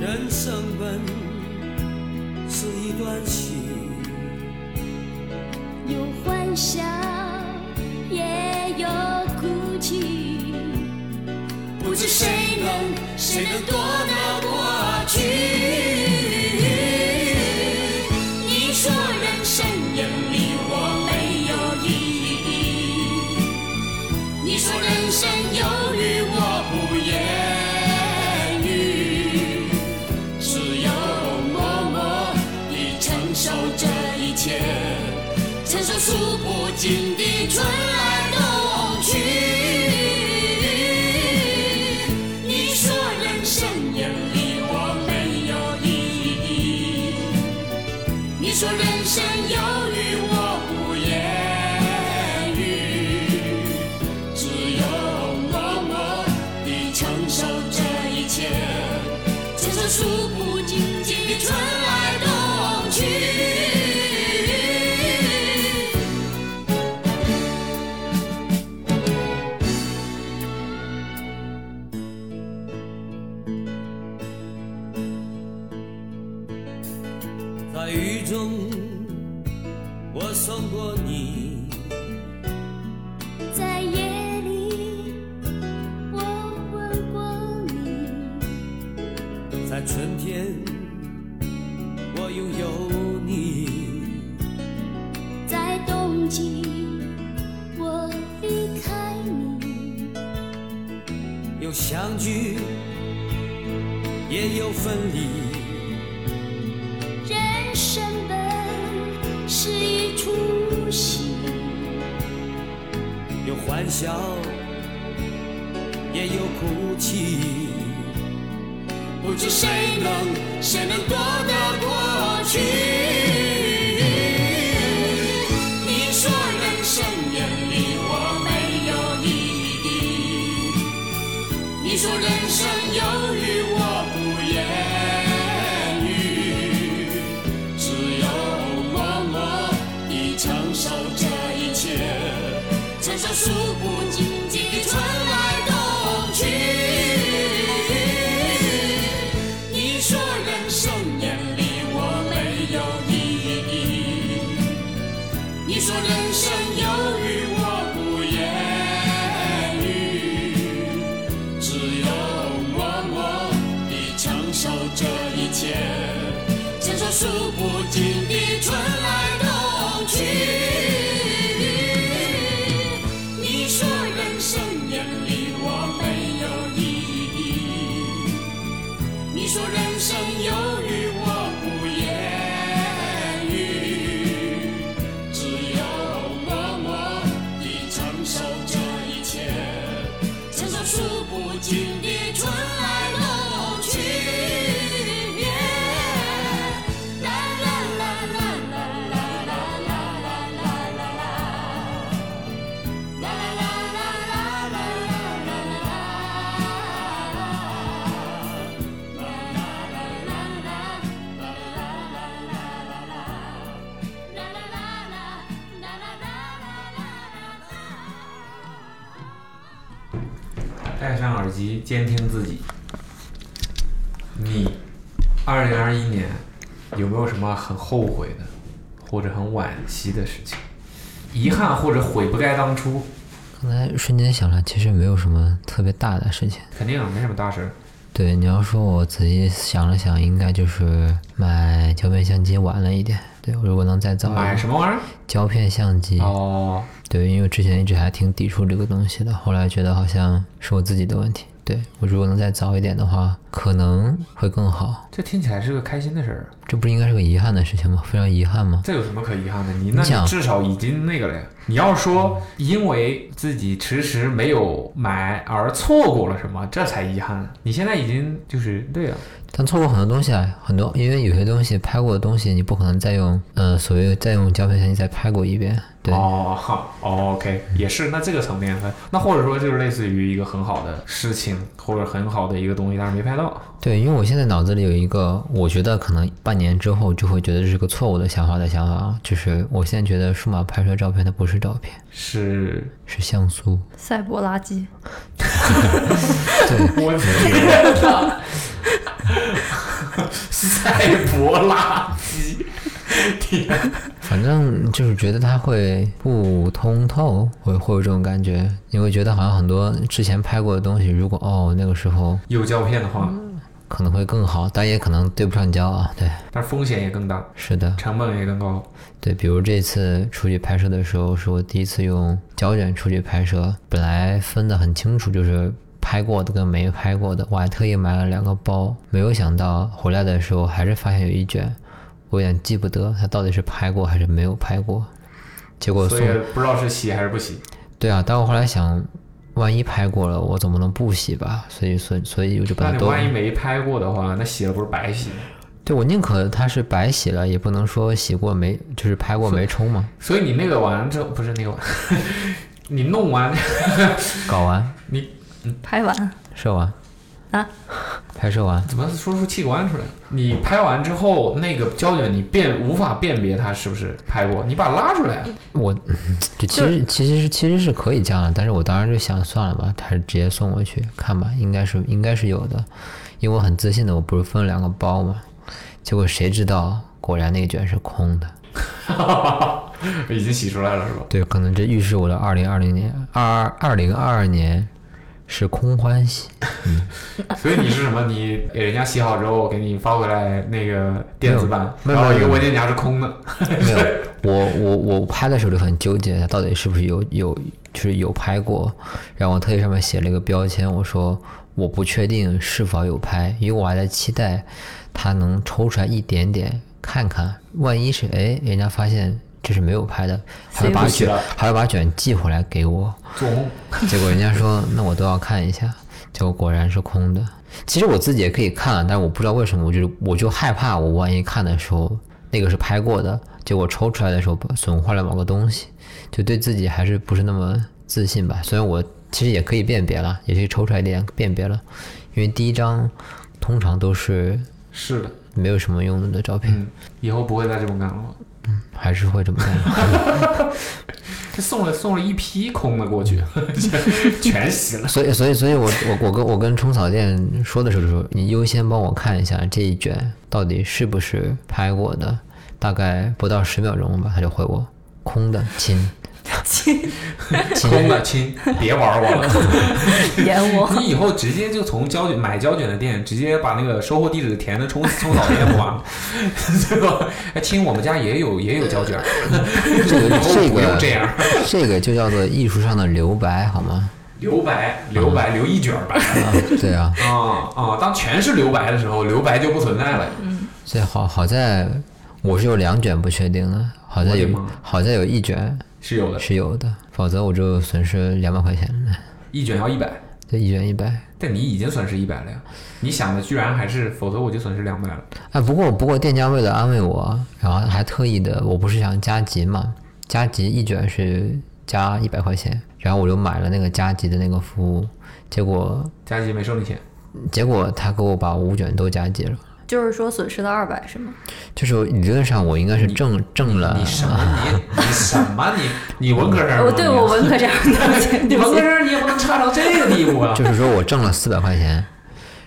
Speaker 7: 人生本是一段戏，
Speaker 10: 有欢笑，也有哭泣，不知谁能谁能躲得过去。你说人生有你我没有意义，你说人生有雨我不言语，只有默默地承受这一切。承受数不尽的春来冬去。你说人生有你我没有意义，你说人生有雨我不言数不尽，几于春来冬去。
Speaker 11: 在雨中，我送过你，
Speaker 1: 在夜里，我吻过你，
Speaker 11: 在春天，我拥有你。
Speaker 1: 在冬季，我离开你，
Speaker 11: 有相聚，也有分离。
Speaker 1: 人生本是一出戏，
Speaker 11: 有欢笑，也有哭泣。
Speaker 10: 不知谁能谁能躲得过去？你说人生眼里我没有意义，你说人生有雨我不言语，只有默默地承受这一切，承受数不尽的春来冬去。你说人生眼里我没有意义，你说人生有雨我不言语，只有默默地承受这一切，承受数不尽的春来冬去。你说人生眼里我没有意义。你说人生有雨我不言语，只有默默地承受这一切，承受数不尽的春来冬去。啦啦啦啦啦啦啦啦啦啦啦啦，啦啦啦啦啦啦啦啦。
Speaker 4: 戴上耳机，监听自己。你二零二一年有没有什么很后悔的，或者很惋惜的事情？遗憾或者悔不该当初？
Speaker 5: 刚才瞬间想了，其实没有什么特别大的事情。
Speaker 4: 肯定啊没什么大事儿。
Speaker 5: 对，你要说我仔细想了想，应该就是买胶片相机晚了一点。对，如果能再早一点
Speaker 4: 买什么玩意儿？
Speaker 5: 胶片相机。
Speaker 4: 哦，
Speaker 5: 对，因为之前一直还挺抵触这个东西的，后来觉得好像是我自己的问题。对我如果能再早一点的话，可能会更好。
Speaker 4: 这听起来是个开心的事儿啊。
Speaker 5: 这不应该是个遗憾的事情吗？非常遗憾吗？
Speaker 4: 这有什么可遗憾的？你那
Speaker 5: 你想
Speaker 4: 你至少已经那个了呀。你要说因为自己迟迟没有买而错过了什么，这才遗憾。你现在已经就是对了，
Speaker 5: 但错过很多东西啊，很多，因为有些东西拍过的东西，你不可能再用，呃，所谓再用胶片相机再拍过一遍。对，
Speaker 4: 哦，好、哦、，OK，也是。那这个层面，那或者说就是类似于一个很好的事情，或者很好的一个东西，但是没拍到。
Speaker 5: 对，因为我现在脑子里有一个，我觉得可能半年之后就会觉得这是个错误的想法的想法啊，就是我现在觉得数码拍出来照片它不是照片，
Speaker 4: 是，
Speaker 5: 是像素。
Speaker 9: 赛博垃圾，
Speaker 5: 对，
Speaker 4: 我天呐，赛博垃圾，天啊！
Speaker 5: 反正就是觉得它会不通透，会会有这种感觉。你会觉得好像很多之前拍过的东西，如果哦那个时候
Speaker 4: 有胶片的话，
Speaker 5: 可能会更好，但也可能对不上焦啊。对，
Speaker 4: 但是风险也更大，
Speaker 5: 是的，
Speaker 4: 成本也更高。
Speaker 5: 对，比如这次出去拍摄的时候，是我第一次用胶卷出去拍摄，本来分得很清楚，就是拍过的跟没拍过的，我还特意买了两个包，没有想到回来的时候还是发现有一卷，我有点记不得它到底是拍过还是没有拍过，结果
Speaker 4: 所
Speaker 5: 送
Speaker 4: 以不知道是洗还是不洗。
Speaker 5: 对啊，但我后来想，万一拍过了，我总不能不洗吧？所以，所以所以我就把
Speaker 4: 那
Speaker 5: 它
Speaker 4: 你
Speaker 5: 都
Speaker 4: 万一没拍过的话，那洗了不是白洗？
Speaker 5: 对我宁可它是白洗了，也不能说洗过没，就是拍过没冲嘛。
Speaker 4: 所以你那个完之后，不是那个 完，你弄完，
Speaker 5: 搞完
Speaker 4: 你
Speaker 9: 拍完
Speaker 5: 射完，
Speaker 9: 啊，
Speaker 5: 拍摄完，
Speaker 8: 怎么说出器官出来了？你拍完之后，那个胶卷你辨无法辨别它是不是拍过，你把它拉出来。
Speaker 5: 我这其实其实是其实是可以这样的，但是我当时就想算了吧，还是直接送过去看吧，应该是应该是有的，因为我很自信的，我不是分了两个包嘛，结果谁知道，果然那卷是空的。
Speaker 8: 已经洗出来了是吧？
Speaker 5: 对，可能这预示我的二零二零年二二零二二年是空欢喜。
Speaker 8: 所以你是什么？你给人家洗好之后，给你发回来那个电子版，
Speaker 5: 没有
Speaker 8: 然后一
Speaker 5: 没
Speaker 8: 个
Speaker 5: 有
Speaker 8: 文件夹是空的。
Speaker 5: 没有，我我我拍的时候就很纠结，它到底是不是有有就是有拍过，然后我特意上面写了一个标签，我说我不确定是否有拍，因为我还在期待它能抽出来一点点看看，万一是哎人家发现。这是没有拍的，还会把
Speaker 8: 谁
Speaker 5: 卷
Speaker 8: 不起了
Speaker 5: 还会把卷寄回来给我，
Speaker 8: 做梦。
Speaker 5: 结果人家说那我都要看一下，结果果然是空的。其实我自己也可以看，啊但是我不知道为什么，我就我就害怕我万一看的时候那个是拍过的，结果抽出来的时候把损坏了某个东西，就对自己还是不是那么自信吧。虽然我其实也可以辨别了，也可以抽出来一点辨别了，因为第一张通常都是
Speaker 8: 是的，
Speaker 5: 没有什么用的照片，
Speaker 4: 嗯
Speaker 8: 嗯以后不会再这么干了。
Speaker 5: 还是会这么干。
Speaker 8: 这送了送了一批空的过 去，全全洗了。
Speaker 5: 所以，所以，所以我我我跟我跟冲草店说的时候就说，你优先帮我看一下这一卷到底是不是拍过的，大概不到十秒钟吧，他就回我空的亲，亲
Speaker 4: 空的亲， 别玩我了，
Speaker 9: 演我
Speaker 4: 你以后直接就从胶卷买胶卷的店，直接把那个收货地址填的冲冲扫店不完了。 最后，哎，亲，我们家也有也有胶 卷，
Speaker 5: 这 个
Speaker 4: 以后
Speaker 5: 这
Speaker 4: 不
Speaker 5: 个
Speaker 4: 用这样。
Speaker 5: 这个就叫做艺术上的留白，好吗？
Speaker 4: 留白，留白，留一卷儿 白。
Speaker 5: 啊，对啊，
Speaker 4: 啊啊！当全是留白的时候，留白就不存在了。
Speaker 5: 所以好好在我是有两卷不确定的，好在有
Speaker 4: 我的妈
Speaker 5: 好在有一卷
Speaker 4: 是有的
Speaker 5: 是有的，否则我就损失两百块钱了，
Speaker 4: 一卷要一百，
Speaker 5: 就一卷一百。
Speaker 4: 但你已经损失一百了呀！你想的居然还是，否则我就损失两百了。
Speaker 5: 哎，不过不过店家为了安慰我，然后还特意的，我不是想加急嘛，加急一卷是加一百块钱，然后我就买了那个加急的那个服务，结果
Speaker 4: 佳琪没收你钱，
Speaker 5: 结果他给我把五卷都加急了，
Speaker 9: 就是说损失了二百是吗？
Speaker 5: 就是理论上我应该是挣挣了，
Speaker 4: 你什么你你什么你你文科生吗？
Speaker 9: 我对我文科这样 的，
Speaker 4: 你 文科生你也不能差到这个地步啊！
Speaker 5: 就是说我挣了四百块钱，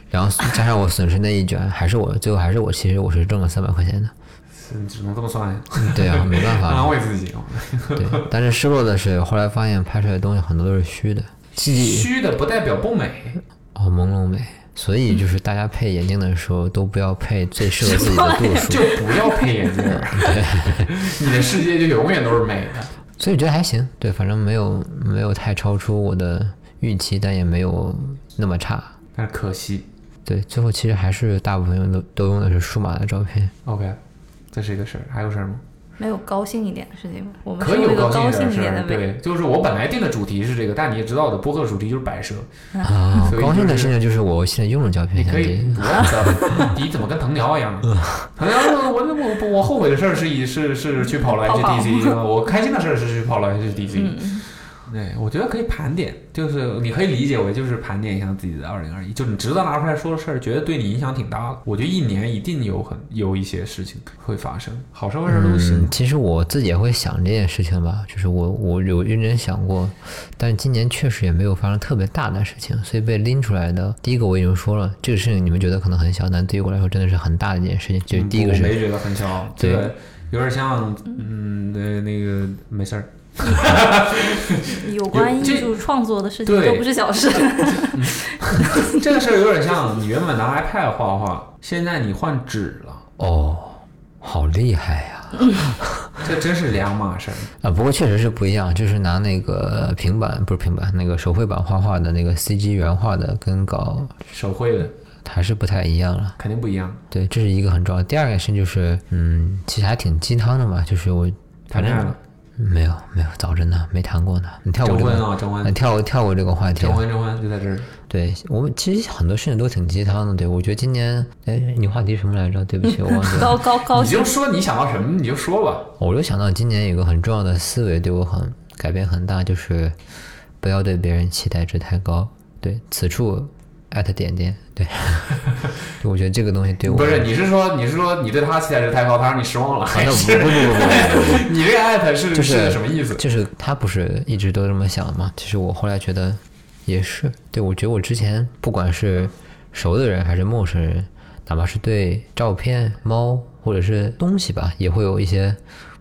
Speaker 5: 然后加上我损失那一卷，还是我最后还是我其实我是挣了三百块钱的，
Speaker 4: 你只能这么算呀。
Speaker 5: 对啊没办法
Speaker 4: 安慰自己。
Speaker 5: 对，但是失落的是后来发现拍出来的东西很多都是虚的，记忆
Speaker 4: 虚的不代表不美，
Speaker 5: 哦，朦胧美。所以就是大家配眼镜的时候，都不要配最适合自己的度数
Speaker 4: 就。不要配眼镜儿，你的世界就永远都是美的。
Speaker 5: 所以我觉得还行，对，反正没有没有太超出我的预期，但也没有那么差。
Speaker 4: 但是可惜
Speaker 5: 对，最后其实还是大部分用都都用的是数码的照片。
Speaker 4: ，OK，这是一个事儿，还有事儿吗？
Speaker 9: 没有高兴一点的事情吗？我们
Speaker 4: 可以
Speaker 9: 说
Speaker 4: 有
Speaker 9: 一个
Speaker 4: 高
Speaker 9: 高兴
Speaker 4: 兴的
Speaker 9: 一
Speaker 4: 事
Speaker 9: 点
Speaker 4: 儿
Speaker 9: 的，美
Speaker 4: 对，就是我本来定的主题是这个，但你也知道我的播客主题就是摆设，
Speaker 5: 啊、
Speaker 4: 所以
Speaker 5: 高兴的
Speaker 4: 就是
Speaker 5: 事情就是我现在用了照片
Speaker 4: 你
Speaker 5: 相
Speaker 4: 可以
Speaker 5: 机。
Speaker 4: 不要的， 你怎么跟藤条一样？藤条说，我我我我后悔的事儿是以是是去跑了
Speaker 9: 跑跑
Speaker 4: HTC，我开心的事儿是去跑了 HTC。对，
Speaker 5: 嗯
Speaker 4: 我觉得可以盘点，就是你可以理解为就是盘点一下自己的二零二一，就你值得拿出来说的事儿，觉得对你影响挺大的。我觉得一年一定有很有一些事情会发生，好事坏事都行。
Speaker 5: 嗯，其实我自己也会想这件事情吧，就是我我有认真想过，但今年确实也没有发生特别大的事情，所以被拎出来的第一个我已经说了，这个事情你们觉得可能很小，但对于我来说真的是很大的一件事情。就是第一个
Speaker 4: 我没
Speaker 5: 是
Speaker 4: 觉得很小，这
Speaker 5: 对
Speaker 4: 个有点像，嗯，那那个没事儿，
Speaker 9: 有关
Speaker 4: 有
Speaker 9: 艺
Speaker 4: 这
Speaker 9: 术创作的事情
Speaker 4: 对
Speaker 9: 都不是 小事。
Speaker 4: 这个事儿有点像你原本拿 iPad 画画，现在你换纸了，
Speaker 5: 哦，好厉害呀、
Speaker 4: 这真是两码事儿。
Speaker 5: 啊！不过确实是不一样，就是拿那个平板不是平板，那个手绘板画画的那个 CG 原画的跟搞
Speaker 4: 手绘的
Speaker 5: 还是不太一样了。
Speaker 4: 肯定不一样，
Speaker 5: 对，这是一个很重要的。第二件事情就是，嗯，其实还挺鸡汤的嘛，就是我
Speaker 4: 谈
Speaker 5: 反
Speaker 4: 恋爱
Speaker 5: 正
Speaker 4: 了，
Speaker 5: 没有没有，早着呢，没谈过呢。你跳过
Speaker 4: 征
Speaker 5: 这
Speaker 4: 婚
Speaker 5: 个，哎
Speaker 4: 啊，征
Speaker 5: 你
Speaker 4: 婚，
Speaker 5: 跳过跳过这个话题
Speaker 4: 征
Speaker 5: 啊。
Speaker 4: 婚，征婚就在这儿。
Speaker 5: 对我们其实很多事情都挺鸡汤的，对我觉得今年，哎，你话题什么来着？对不起，我忘记
Speaker 9: 高
Speaker 5: 了。
Speaker 9: 高高
Speaker 4: 你
Speaker 9: 兴
Speaker 4: 就，说你想到什么你就说吧，
Speaker 5: 我就想到今年有个很重要的思维对我很改变很大，就是不要对别人期待值太高。对，此处艾特点点，对，就我觉得这个东西对我啊
Speaker 8: 不是，你是说你是说你对他期待值太高，他让你失望了，还
Speaker 5: 那
Speaker 8: 是
Speaker 5: 不不不不 不
Speaker 8: 你这个艾特是
Speaker 5: 就是
Speaker 8: 什么意思？
Speaker 5: 就是他不是一直都这么想吗？其实我后来觉得也是，对我觉得我之前不管是熟的人还是陌生人，哪怕是对照片、猫或者是东西吧，也会有一些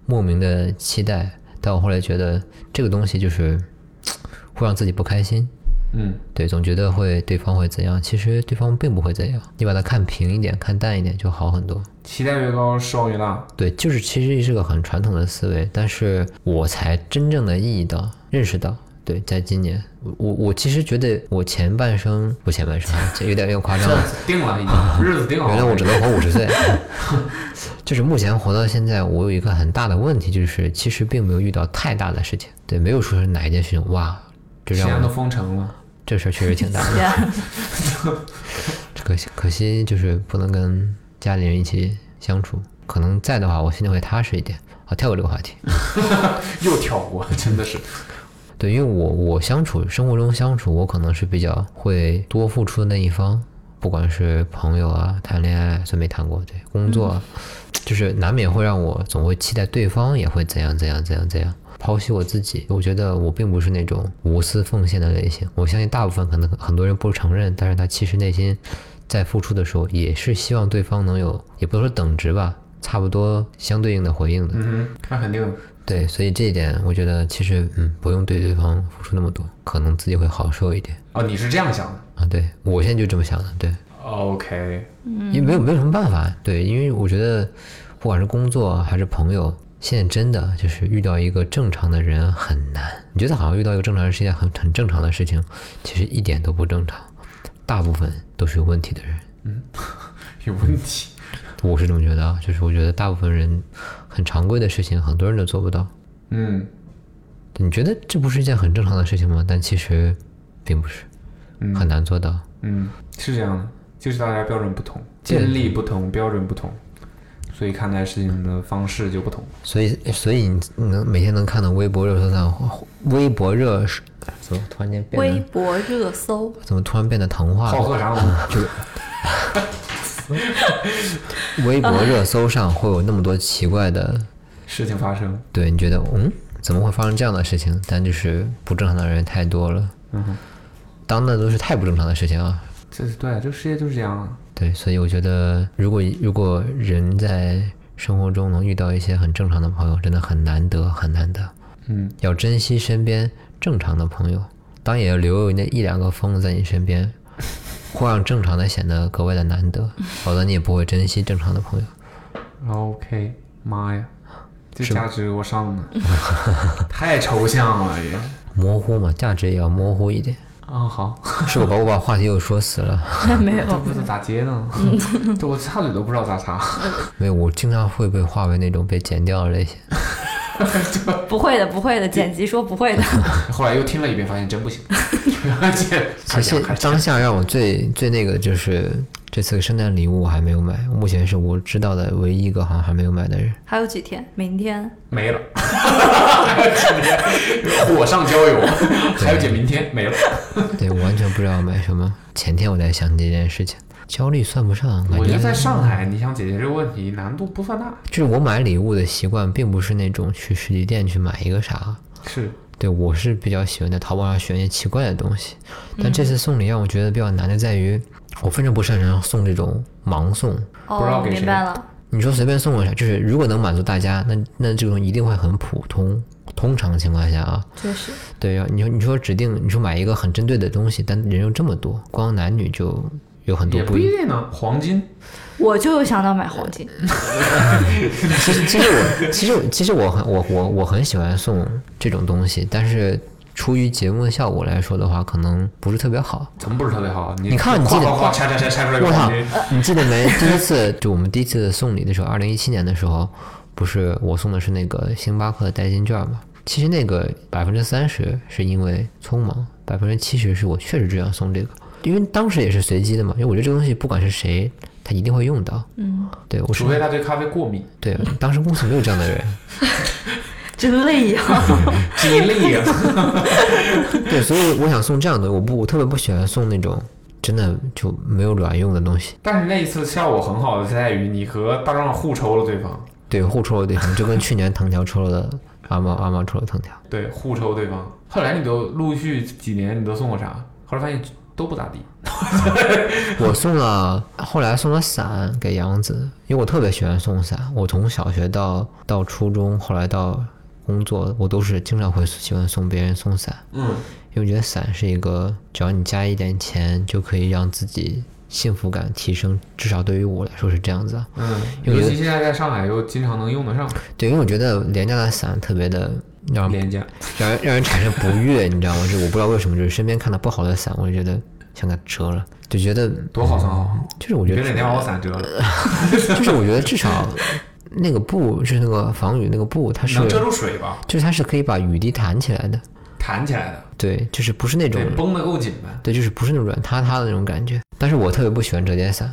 Speaker 5: 莫名的期待。但我后来觉得这个东西就是会让自己不开心，
Speaker 4: 嗯，
Speaker 5: 对，总觉得会对方会怎样，其实对方并不会怎样，你把它看平一点、看淡一点就好很多。
Speaker 4: 期待越高，失望越大。
Speaker 5: 对，就是其实是个很传统的思维，但是我才真正的意义到、认识到。对，在今年，我我我其实觉得我前半生不前半生，啊这有点有点夸张了，
Speaker 8: 定了已经，日子定好了。
Speaker 5: 啊原来我只能活五十岁， 就是目前活到现在，我有一个很大的问题，就是其实并没有遇到太大的事情，对，没有说是哪一件事情哇，这
Speaker 4: 西
Speaker 5: 让
Speaker 4: 安
Speaker 5: 我
Speaker 4: 都封城了，
Speaker 5: 这事儿确实挺大 的。可惜可惜就是不能跟家里人一起相处，可能在的话，我心里会踏实一点。好，跳过这个话题。
Speaker 8: 又跳过，真的是。
Speaker 5: 对，因为我我相处生活中相处，我可能是比较会多付出的那一方，不管是朋友啊、谈恋爱，虽然没谈过，对工作啊， 就是难免会让我总会期待对方也会怎样怎样怎样怎样。抛弃我自己，我觉得我并不是那种无私奉献的类型。我相信大部分可能很多人不承认，但是他其实内心在付出的时候，也是希望对方能有，也不能说等值吧，差不多相对应的回应的。
Speaker 4: 嗯哼，那肯定。
Speaker 5: 对，所以这一点我觉得其实嗯，不用对对方付出那么多，可能自己会好受一点
Speaker 4: 哦，你是这样想的
Speaker 5: 啊。对我现在就这么想的，对，
Speaker 4: ？OK，
Speaker 5: 因为没有没有什么办法，对，因为我觉得不管是工作还是朋友，现在真的就是遇到一个正常的人很难。你觉得好像遇到一个正常人是一件很很正常的事情，其实一点都不正常，大部分都是有问题的人。
Speaker 4: 有问题。
Speaker 5: 我是这么觉得啊，就是我觉得大部分人很常规的事情，很多人都做不到。
Speaker 4: 嗯
Speaker 5: 你觉得这不是一件很正常的事情吗？但其实并不是，
Speaker 4: 嗯
Speaker 5: 很难做到。
Speaker 4: 嗯，是这样的，就是大家标准不同，
Speaker 5: 对
Speaker 4: 经历不同，标准不同，所以看待事情的方式就不同。
Speaker 5: 所以，所以你你能每天能看到微博热搜上，微博热是怎么突然间变
Speaker 9: 微
Speaker 5: 得
Speaker 9: 博热搜，
Speaker 5: 怎么突然变得谈话
Speaker 4: 好
Speaker 5: 了？
Speaker 4: 喝啥了？
Speaker 5: 就是微博热搜上会有那么多奇怪的，
Speaker 4: 事情发生，
Speaker 5: 对你觉得嗯怎么会发生这样的事情？但就是不正常的人太多了，
Speaker 4: 嗯哼，
Speaker 5: 当那都是太不正常的事情啊。
Speaker 4: 这是对，这个世界就是这样啊。
Speaker 5: 对，所以我觉得，如果如果人在生活中能遇到一些很正常的朋友，真的很难得，很难得。
Speaker 4: 嗯，
Speaker 5: 要珍惜身边正常的朋友，当然也要留有那一两个疯子在你身边，会让正常的显得格外的难得，否则你也不会珍惜正常的朋友。
Speaker 4: OK，妈呀，这
Speaker 5: 是吗
Speaker 4: 价值我上呢，太抽象了也。
Speaker 5: 模糊嘛，价值也要模糊一点。
Speaker 4: 啊、好，
Speaker 5: 是我把我把话题又说死了，
Speaker 9: 没
Speaker 4: 这
Speaker 9: 有，
Speaker 4: 不知道咋接呢， 这我插嘴都不知道咋插。
Speaker 5: 没有，我经常会被划为那种被剪掉的类型。
Speaker 9: 不会的，不会的，剪辑说不会 的，
Speaker 4: 后来又听了一遍，发现真不 行。这
Speaker 5: 其
Speaker 4: 开
Speaker 5: 实
Speaker 4: 始开始
Speaker 5: 当下让我最最那个的就是这次圣诞礼物我还没有买，目前是我知道的唯一一个好像还没有买的人。
Speaker 9: 还有几天，明天
Speaker 4: 没了， 火上浇油。 还有姐，明天没了。
Speaker 5: 对我完全不知道买什么。前天我在想这件事情，焦虑算不上，感
Speaker 4: 我觉
Speaker 5: 觉
Speaker 4: 得在上海，你想解决这个问题难度不算大。
Speaker 5: 就是我买礼物的习惯并不是那种去实体店去买一个啥，
Speaker 4: 是，
Speaker 5: 对我是比较喜欢在淘宝上选一些奇怪的东西。但这次送礼让我觉得比较难的在于，我非常不擅长送这种盲送。
Speaker 4: 不知道
Speaker 9: 哦，
Speaker 4: 给谁
Speaker 9: 明白了，
Speaker 5: 你说随便送个啥，就是如果能满足大家，那那这种一定会很普通。通常情况下啊，
Speaker 9: 确实，
Speaker 5: 对呀、你说你说指定你说买一个很针对的东西，但人又这么多，光男女就有很多
Speaker 4: 也
Speaker 5: 不
Speaker 4: 不
Speaker 5: 一
Speaker 4: 一
Speaker 5: 样。
Speaker 4: 定呢。黄金，
Speaker 9: 我就有想到买黄金，
Speaker 5: 其实其实我其实我其实我很我我我很喜欢送这种东西，但是出于节目的效果来说的话，可能不是特别好。
Speaker 4: 怎么不是特别好？啊你
Speaker 5: 你看你
Speaker 4: 夸
Speaker 5: 记得
Speaker 4: 夸呃夸拆拆拆拆出来
Speaker 5: 我
Speaker 4: 个
Speaker 5: 操
Speaker 4: 黄金，
Speaker 5: 你记得没？第一次 就我们第一次送礼的时候，二零一七年的时候，不是我送的是那个星巴克的代金券嘛？其实那个百分之三十是因为匆忙，百分之七十是我确实只想送这个，因为当时也是随机的嘛。因为我觉得这个东西不管是谁，他一定会用到。嗯，对我是
Speaker 4: 除非他对咖啡过敏，
Speaker 5: 对，当时公司没有这样 的人。
Speaker 9: 真累呀、
Speaker 4: 经历啊。
Speaker 5: 对，所以我想送这样的，我不，我特别不喜欢送那种真的就没有卵用的东西。
Speaker 4: 但是那一次效果很好的在于你和大壮互抽了对方，
Speaker 5: 对，互抽了对方，就跟去年藤条抽了的阿猫，阿猫抽了藤条。
Speaker 4: 对，互抽对方。后来你都陆续几年你都送过啥？后来发现都不咋地。
Speaker 5: 我送了，后来送了伞给杨子，因为我特别喜欢送伞。我从小学到到初中，后来到工作，我都是经常会喜欢送别人送伞。
Speaker 4: 嗯，
Speaker 5: 因为我觉得伞是一个，只要你加一点钱，就可以让自己幸福感提升，至少对于我来说是这样子啊。
Speaker 4: 嗯，
Speaker 5: 因为
Speaker 4: 尤
Speaker 5: 我觉
Speaker 4: 其
Speaker 5: 得
Speaker 4: 现在在上海又经常能用得上。
Speaker 5: 对，因为我觉得廉价的伞特别的让
Speaker 4: 廉价，
Speaker 5: 让人让人产生不悦，你知道吗？就我不知道为什么，就是身边看到不好的伞，我就觉得想给它折了，就觉得
Speaker 4: 多好算好。
Speaker 5: 就是呃我觉得
Speaker 4: 你别哪天把我伞折了，
Speaker 5: 就是我觉得 至少那个布是那个防雨那个布，它是
Speaker 4: 能遮住水吧？
Speaker 5: 就是它是可以把雨滴弹起来的，
Speaker 4: 弹起来的，
Speaker 5: 对，就是不是那种
Speaker 4: 对，绷得够紧呗。
Speaker 5: 对，就是不是那种软塌塌的那种感觉。但是我特别不喜欢折叠伞，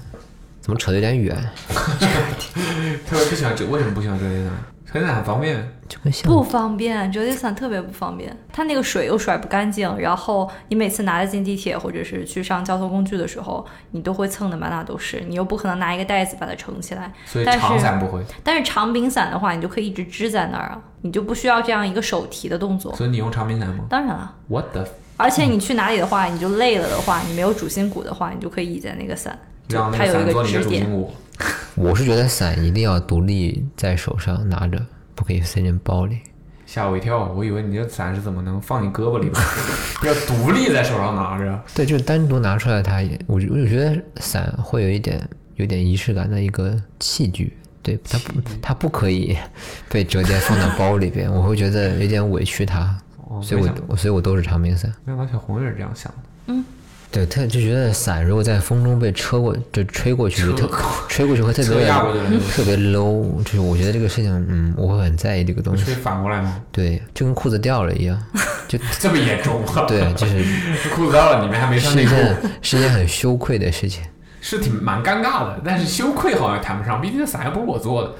Speaker 5: 怎么扯得有点远？
Speaker 4: 特别不喜欢折，为什么不喜欢折叠伞？折叠伞很方便，
Speaker 5: 就跟像
Speaker 9: 不方便，折叠伞特别不方便，它那个水又甩不干净，然后你每次拿着进地铁或者是去上交通工具的时候，你都会蹭的满哪都是，你又不可能拿一个袋子把它撑起来。
Speaker 4: 所以
Speaker 9: 但是
Speaker 4: 长伞不会。
Speaker 9: 但是长柄伞的话，你就可以一直支在那儿啊，你就不需要这样一个手提的动作。
Speaker 4: 所以你用长柄伞吗
Speaker 9: 当然了，
Speaker 4: ？What the？
Speaker 9: 而且你去哪里的话，你就累了的话，你没有主心骨的话，你就可以倚在那个伞，就
Speaker 4: 让那
Speaker 9: 它
Speaker 4: 个
Speaker 9: 有一
Speaker 4: 伞
Speaker 9: 个
Speaker 4: 做你的
Speaker 9: 支
Speaker 4: 主
Speaker 9: 点
Speaker 4: 心。骨。
Speaker 5: 我是觉得伞一定要独立在手上拿着，不可以塞进包里。
Speaker 4: 吓我一跳，啊我以为你这伞是怎么能放你胳膊里 边？要独立在手上拿着。
Speaker 5: 对，就是单独拿出来它也，我我觉得伞会有一点有点仪式感的一个器具，对它不它不可以 被折叠放到包里边，我会觉得有点委屈它，
Speaker 4: 哦
Speaker 5: 所
Speaker 4: 为
Speaker 5: 以我
Speaker 4: 什么
Speaker 5: 我所以我都是长柄伞。
Speaker 4: 没想到小红也是这样想的。
Speaker 5: 对，特就觉得伞如果在风中被车过，就吹过去，就特吹过去会特别
Speaker 4: 车压过去了
Speaker 5: 特别 low，就是我觉得这个事情，嗯，我会很在意这个东
Speaker 4: 吹
Speaker 5: 西，
Speaker 4: 反过来吗？
Speaker 5: 对，就跟裤子掉了一 样，就
Speaker 4: 这么严重吗？
Speaker 5: 对，就是
Speaker 4: 裤子到了，里面还没穿内
Speaker 5: 是一
Speaker 4: 裤，
Speaker 5: 件是一件很羞愧的事情。
Speaker 4: 是挺蛮尴尬的。但是羞愧好像谈不上，毕竟这伞又不是我做的。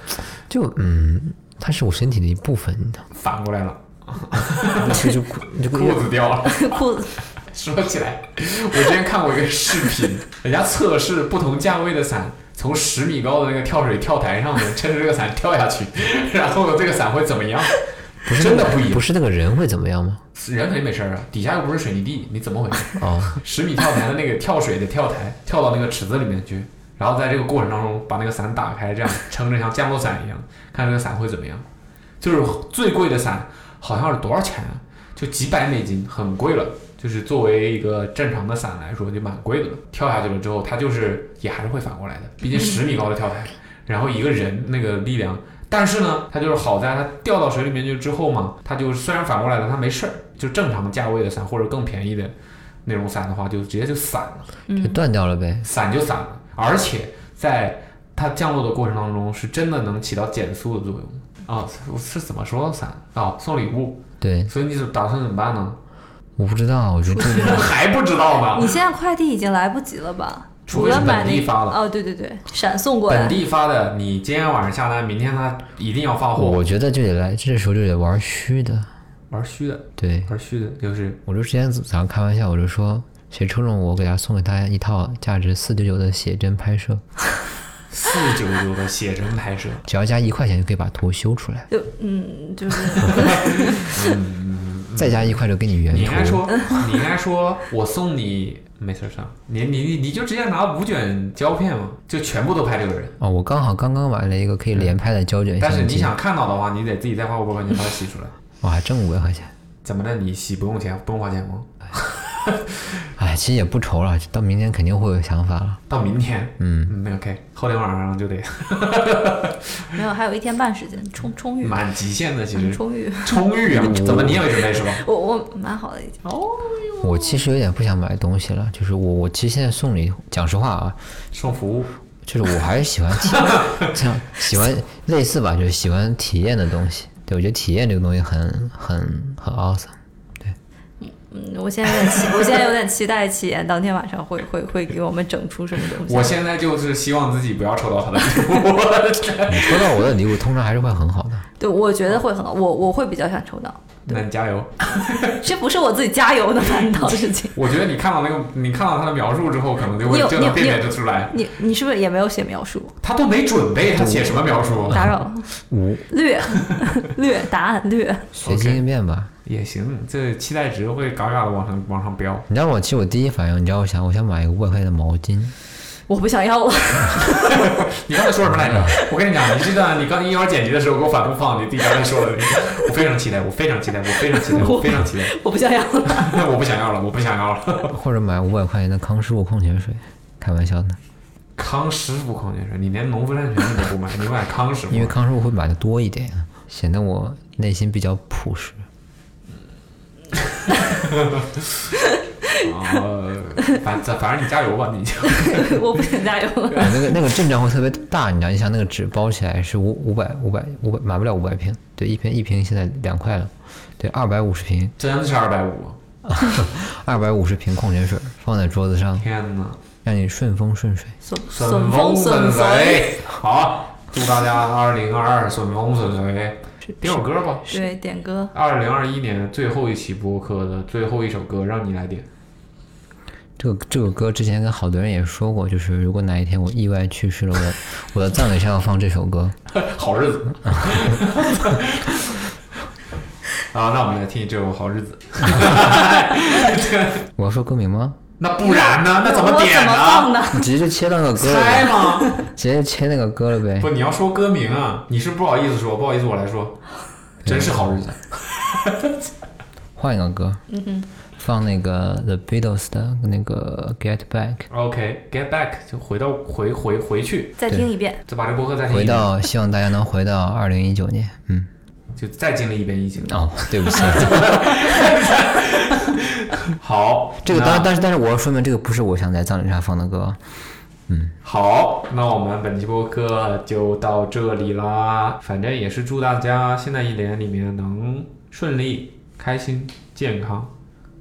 Speaker 5: 就嗯，它是我身体的一部分，你知道
Speaker 4: 反过来了，
Speaker 5: 吗？ 就就就
Speaker 4: 裤子掉了。
Speaker 9: 裤子
Speaker 4: 说起来，我之前看过一个视频， 人家测试不同价位的伞，从十米高的那个跳水跳台上面， 趁着这个伞跳下去， 然后这个伞会怎么样？
Speaker 5: 不是那
Speaker 4: 真
Speaker 5: 个
Speaker 4: 的不一
Speaker 5: 不
Speaker 4: 样，
Speaker 5: 是那个人会怎么样吗？
Speaker 4: 人肯定没事儿啊，底下又不是水泥地，你怎么回事？
Speaker 5: 哦，
Speaker 4: 十米跳台的那个跳水的跳台，跳到那个池子里面去，然后在这个过程当中把那个伞打开，这样撑着像降落伞一样，看这个伞会怎么样。就是最贵的伞好像是多少钱啊？就几百美金，很贵了。就是作为一个正常的伞来说，就蛮贵的了。跳下去了之后，它就是也还是会反过来的，毕竟十米高的跳台，然后一个人那个力量。但是呢，它就是好在它掉到水里面去之后嘛，它就虽然反过来了，它没事儿。就正常价位的伞或者更便宜的那种伞的话，就直接就散了，
Speaker 5: 就断掉了呗。
Speaker 4: 散就散了。而且在它降落的过程当中，是真的能起到减速的作用啊、我是怎么说到伞啊、送礼物，
Speaker 5: 对，
Speaker 4: 所以你怎打算怎么办呢？
Speaker 5: 我不知道，我觉得这 个
Speaker 4: 还不知道
Speaker 9: 你
Speaker 4: 吗？
Speaker 9: 现在快递已经来不及了吧？
Speaker 4: 除
Speaker 9: 除
Speaker 4: 非是
Speaker 9: 了买
Speaker 4: 本地
Speaker 9: 那
Speaker 4: 发的
Speaker 9: 哦，对对对，闪送过
Speaker 4: 本
Speaker 9: 来。
Speaker 4: 地发的，你今天晚上下单，明天它一定要发货。
Speaker 5: 我觉得就得来，这时候就得玩虚的。
Speaker 4: 玩虚的，
Speaker 5: 对，
Speaker 4: 玩虚的，就是
Speaker 5: 我就之前早上开玩笑，我就说谁抽中我，我给他送给他一套价值四九九的写真拍摄，
Speaker 4: 四九九的写真拍摄。
Speaker 5: 只要加一块钱就可以把图修出来，
Speaker 9: 就嗯，就是
Speaker 5: 再加一块就 给你原
Speaker 4: 你应该
Speaker 5: 图。
Speaker 4: 说， 你应该说，我送你没事儿算了，你你你你就直接拿五卷胶片嘛，就全部都拍这个人。
Speaker 5: 哦，我刚好刚刚买了一个可以连拍的胶卷
Speaker 4: 嗯但是
Speaker 5: 相
Speaker 4: 你
Speaker 5: 机，
Speaker 4: 想看到的话，你得自己再花五百块钱把它洗出来。
Speaker 5: 我还挣五百块钱，
Speaker 4: 怎么的？你洗不用钱，不用花钱吗？
Speaker 5: 哎，其实也不愁了，到明年肯定会有想法了。
Speaker 4: 到 明天，
Speaker 5: 嗯，
Speaker 4: 嗯，OK，后天晚上就得
Speaker 9: 没有，还有一天半时间，充充裕，
Speaker 4: 满极限的，其实
Speaker 9: 充裕。
Speaker 4: 充裕啊！怎么你也没准 备是吧？
Speaker 9: 我我蛮好的已经。
Speaker 4: 哦
Speaker 5: 我其实有点不想买东西了，就是我我其实现在送礼，讲实话啊，
Speaker 4: 送服务，
Speaker 5: 就是我还是喜欢体 像喜欢类似吧，就是喜欢体验的东西。对，我觉得体验这个东西很很很 awesome。
Speaker 9: 嗯，我现在有点期， 我现在有点期待启言当天晚上会会会给我们整出什么东西。
Speaker 4: 我现在就是希望自己不要抽到他的礼物。
Speaker 5: 你收到我的礼物，通常还是会很好的。
Speaker 9: 对，我觉得会很好，我我会比较想抽到。
Speaker 4: 那你加油！
Speaker 9: 这不是我自己加油的烦恼事情。
Speaker 4: 我觉得你看到那个，你看到他的描述之后，可能就会
Speaker 9: 你有
Speaker 4: 就
Speaker 9: 你
Speaker 4: 能
Speaker 9: 有
Speaker 4: 辨
Speaker 9: 你
Speaker 4: 别
Speaker 9: 有
Speaker 4: 得出来。
Speaker 9: 你你是不是也没有写描述？
Speaker 4: 他都没准备，他写什么描述？
Speaker 9: 打扰了，
Speaker 4: 五
Speaker 9: 略 略答案略。
Speaker 5: 随机应变吧。
Speaker 4: 也行，这期待值会嘎嘎的往上往上飙。
Speaker 5: 你知道我，其实我第一反应，你知道我想，我想买一个五百块钱的毛巾，
Speaker 9: 我不想要了，
Speaker 4: 你刚才说什么来着？我跟你讲，你这段你刚一会儿剪辑的时候给我反复放你第刚才说的那个，我非常期待，我非常期待，我非常期待，我非常期待。
Speaker 9: 我不想要了。
Speaker 4: 我不想要了，我不想要了。
Speaker 5: 或者买五百块钱的康师傅矿泉水，开玩笑呢，
Speaker 4: 康师傅矿泉水，你连农夫山泉你都不买，你买康师傅？
Speaker 5: 因为康师傅会买的多一点，显得我内心比较朴实。
Speaker 4: 呃，反正反正你加油吧，你就。
Speaker 9: 我不想加油 了。
Speaker 5: 那个那个阵仗会特别大，你知道？你想那个纸包起来是五五百五百五百，买不了五百瓶，对，一瓶一瓶现在两块了，对，二百五十瓶，
Speaker 4: 真是二百五，啊
Speaker 5: 二百五十瓶矿泉水放在桌子上，
Speaker 4: 天哪，
Speaker 5: 让你顺风顺水。
Speaker 4: 顺风顺水。好，祝大家二零二二顺风顺水。点首歌吧，
Speaker 9: 对，点歌。
Speaker 4: 二零二一年最后一期播客的最后一首歌，让你来点。
Speaker 5: 这个这个歌之前跟好多人也说过，就是如果哪一天我意外去世了，我的我的葬礼上要放这首歌。
Speaker 4: 好日子。 啊，那我们来听这首《好日子》
Speaker 5: 我要说歌名吗？
Speaker 4: 那不然 呢？那怎么点啊呢？
Speaker 5: 你直接就切到那个歌了
Speaker 4: 猜
Speaker 5: 呗，
Speaker 4: 吗？
Speaker 5: 直接切那个歌了呗
Speaker 4: 不，。你要说歌名啊，你是不好意思说，不好意思，我来说，真是好日子。
Speaker 5: 换一个歌，
Speaker 9: 嗯哼，
Speaker 5: 放那个 The Beatles 的那个 Get Back，
Speaker 4: OK，Get、back 就回到回回回 去，
Speaker 9: 再听一遍，
Speaker 4: 再把这播客再听一
Speaker 5: 回
Speaker 4: 遍
Speaker 5: 到希望大家能回到二零一九年。嗯，
Speaker 4: 就再经历一遍疫情。
Speaker 5: 哦，对不起，
Speaker 4: 好，
Speaker 5: 这个
Speaker 4: 那
Speaker 5: 当然，但是但是我要说明这个不是我想在葬礼上放的歌。
Speaker 4: 好，那我们本期播客就到这里啦。反正也是祝大家新的一年里面能顺利、开心、健康，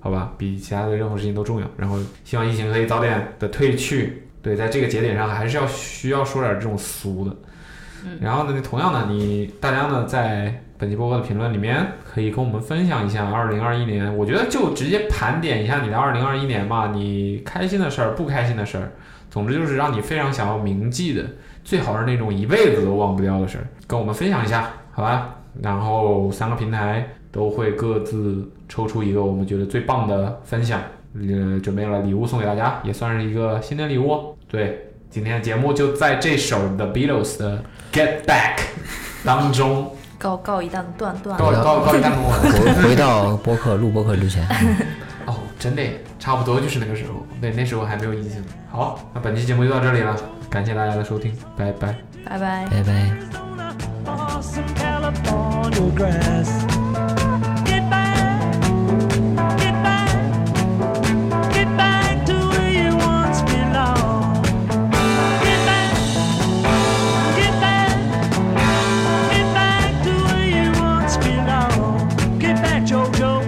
Speaker 4: 好吧，比其他的任何事情都重要。然后希望疫情可以早点的退去。对，在这个节点上，还是要需要说点这种俗的。然后呢，同样呢，你大家呢在本期播客的评论里面可以跟我们分享一下二零二一年，我觉得就直接盘点一下你的二零二一年吧，你开心的事儿，不开心的事儿，总之就是让你非常想要铭记的，最好是那种一辈子都忘不掉的事儿，跟我们分享一下，好吧？然后三个平台都会各自抽出一个我们觉得最棒的分享，呃，准备了礼物送给大家，也算是一个新年礼物哦。对，今天的节目就在这首 The Beatles 的 Get Back 当中
Speaker 9: 告告一段段段。
Speaker 4: 告告告一段落
Speaker 5: 回回到播客录播客之前，嗯
Speaker 4: 哦，真的耶差不多就是那个时候，对，那时候还没有疫情。好，那本期节目就到这里了，感谢大家的收听，拜拜。
Speaker 9: 拜拜。
Speaker 5: 拜拜。
Speaker 10: on some California grass. Get back, get back, get back to where you once belonged. Get back, get back, get back to where you once belonged. Get back, Jojo.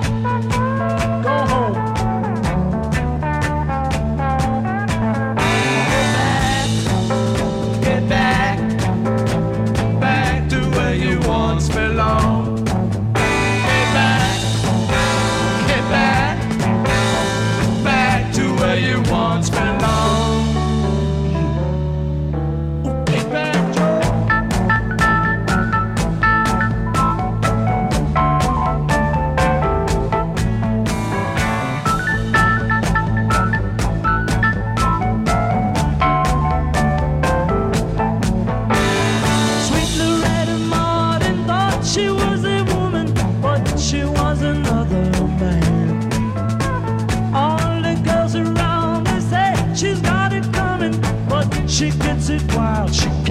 Speaker 10: Go home. Get back, back to where you once belonged. Get back, get back, back to where you once belonged. Get back, Joe. Sweet Loretta Martin thought she was a woman, but she was another man. All the girls around her said she's got it coming, but she gets it wild. She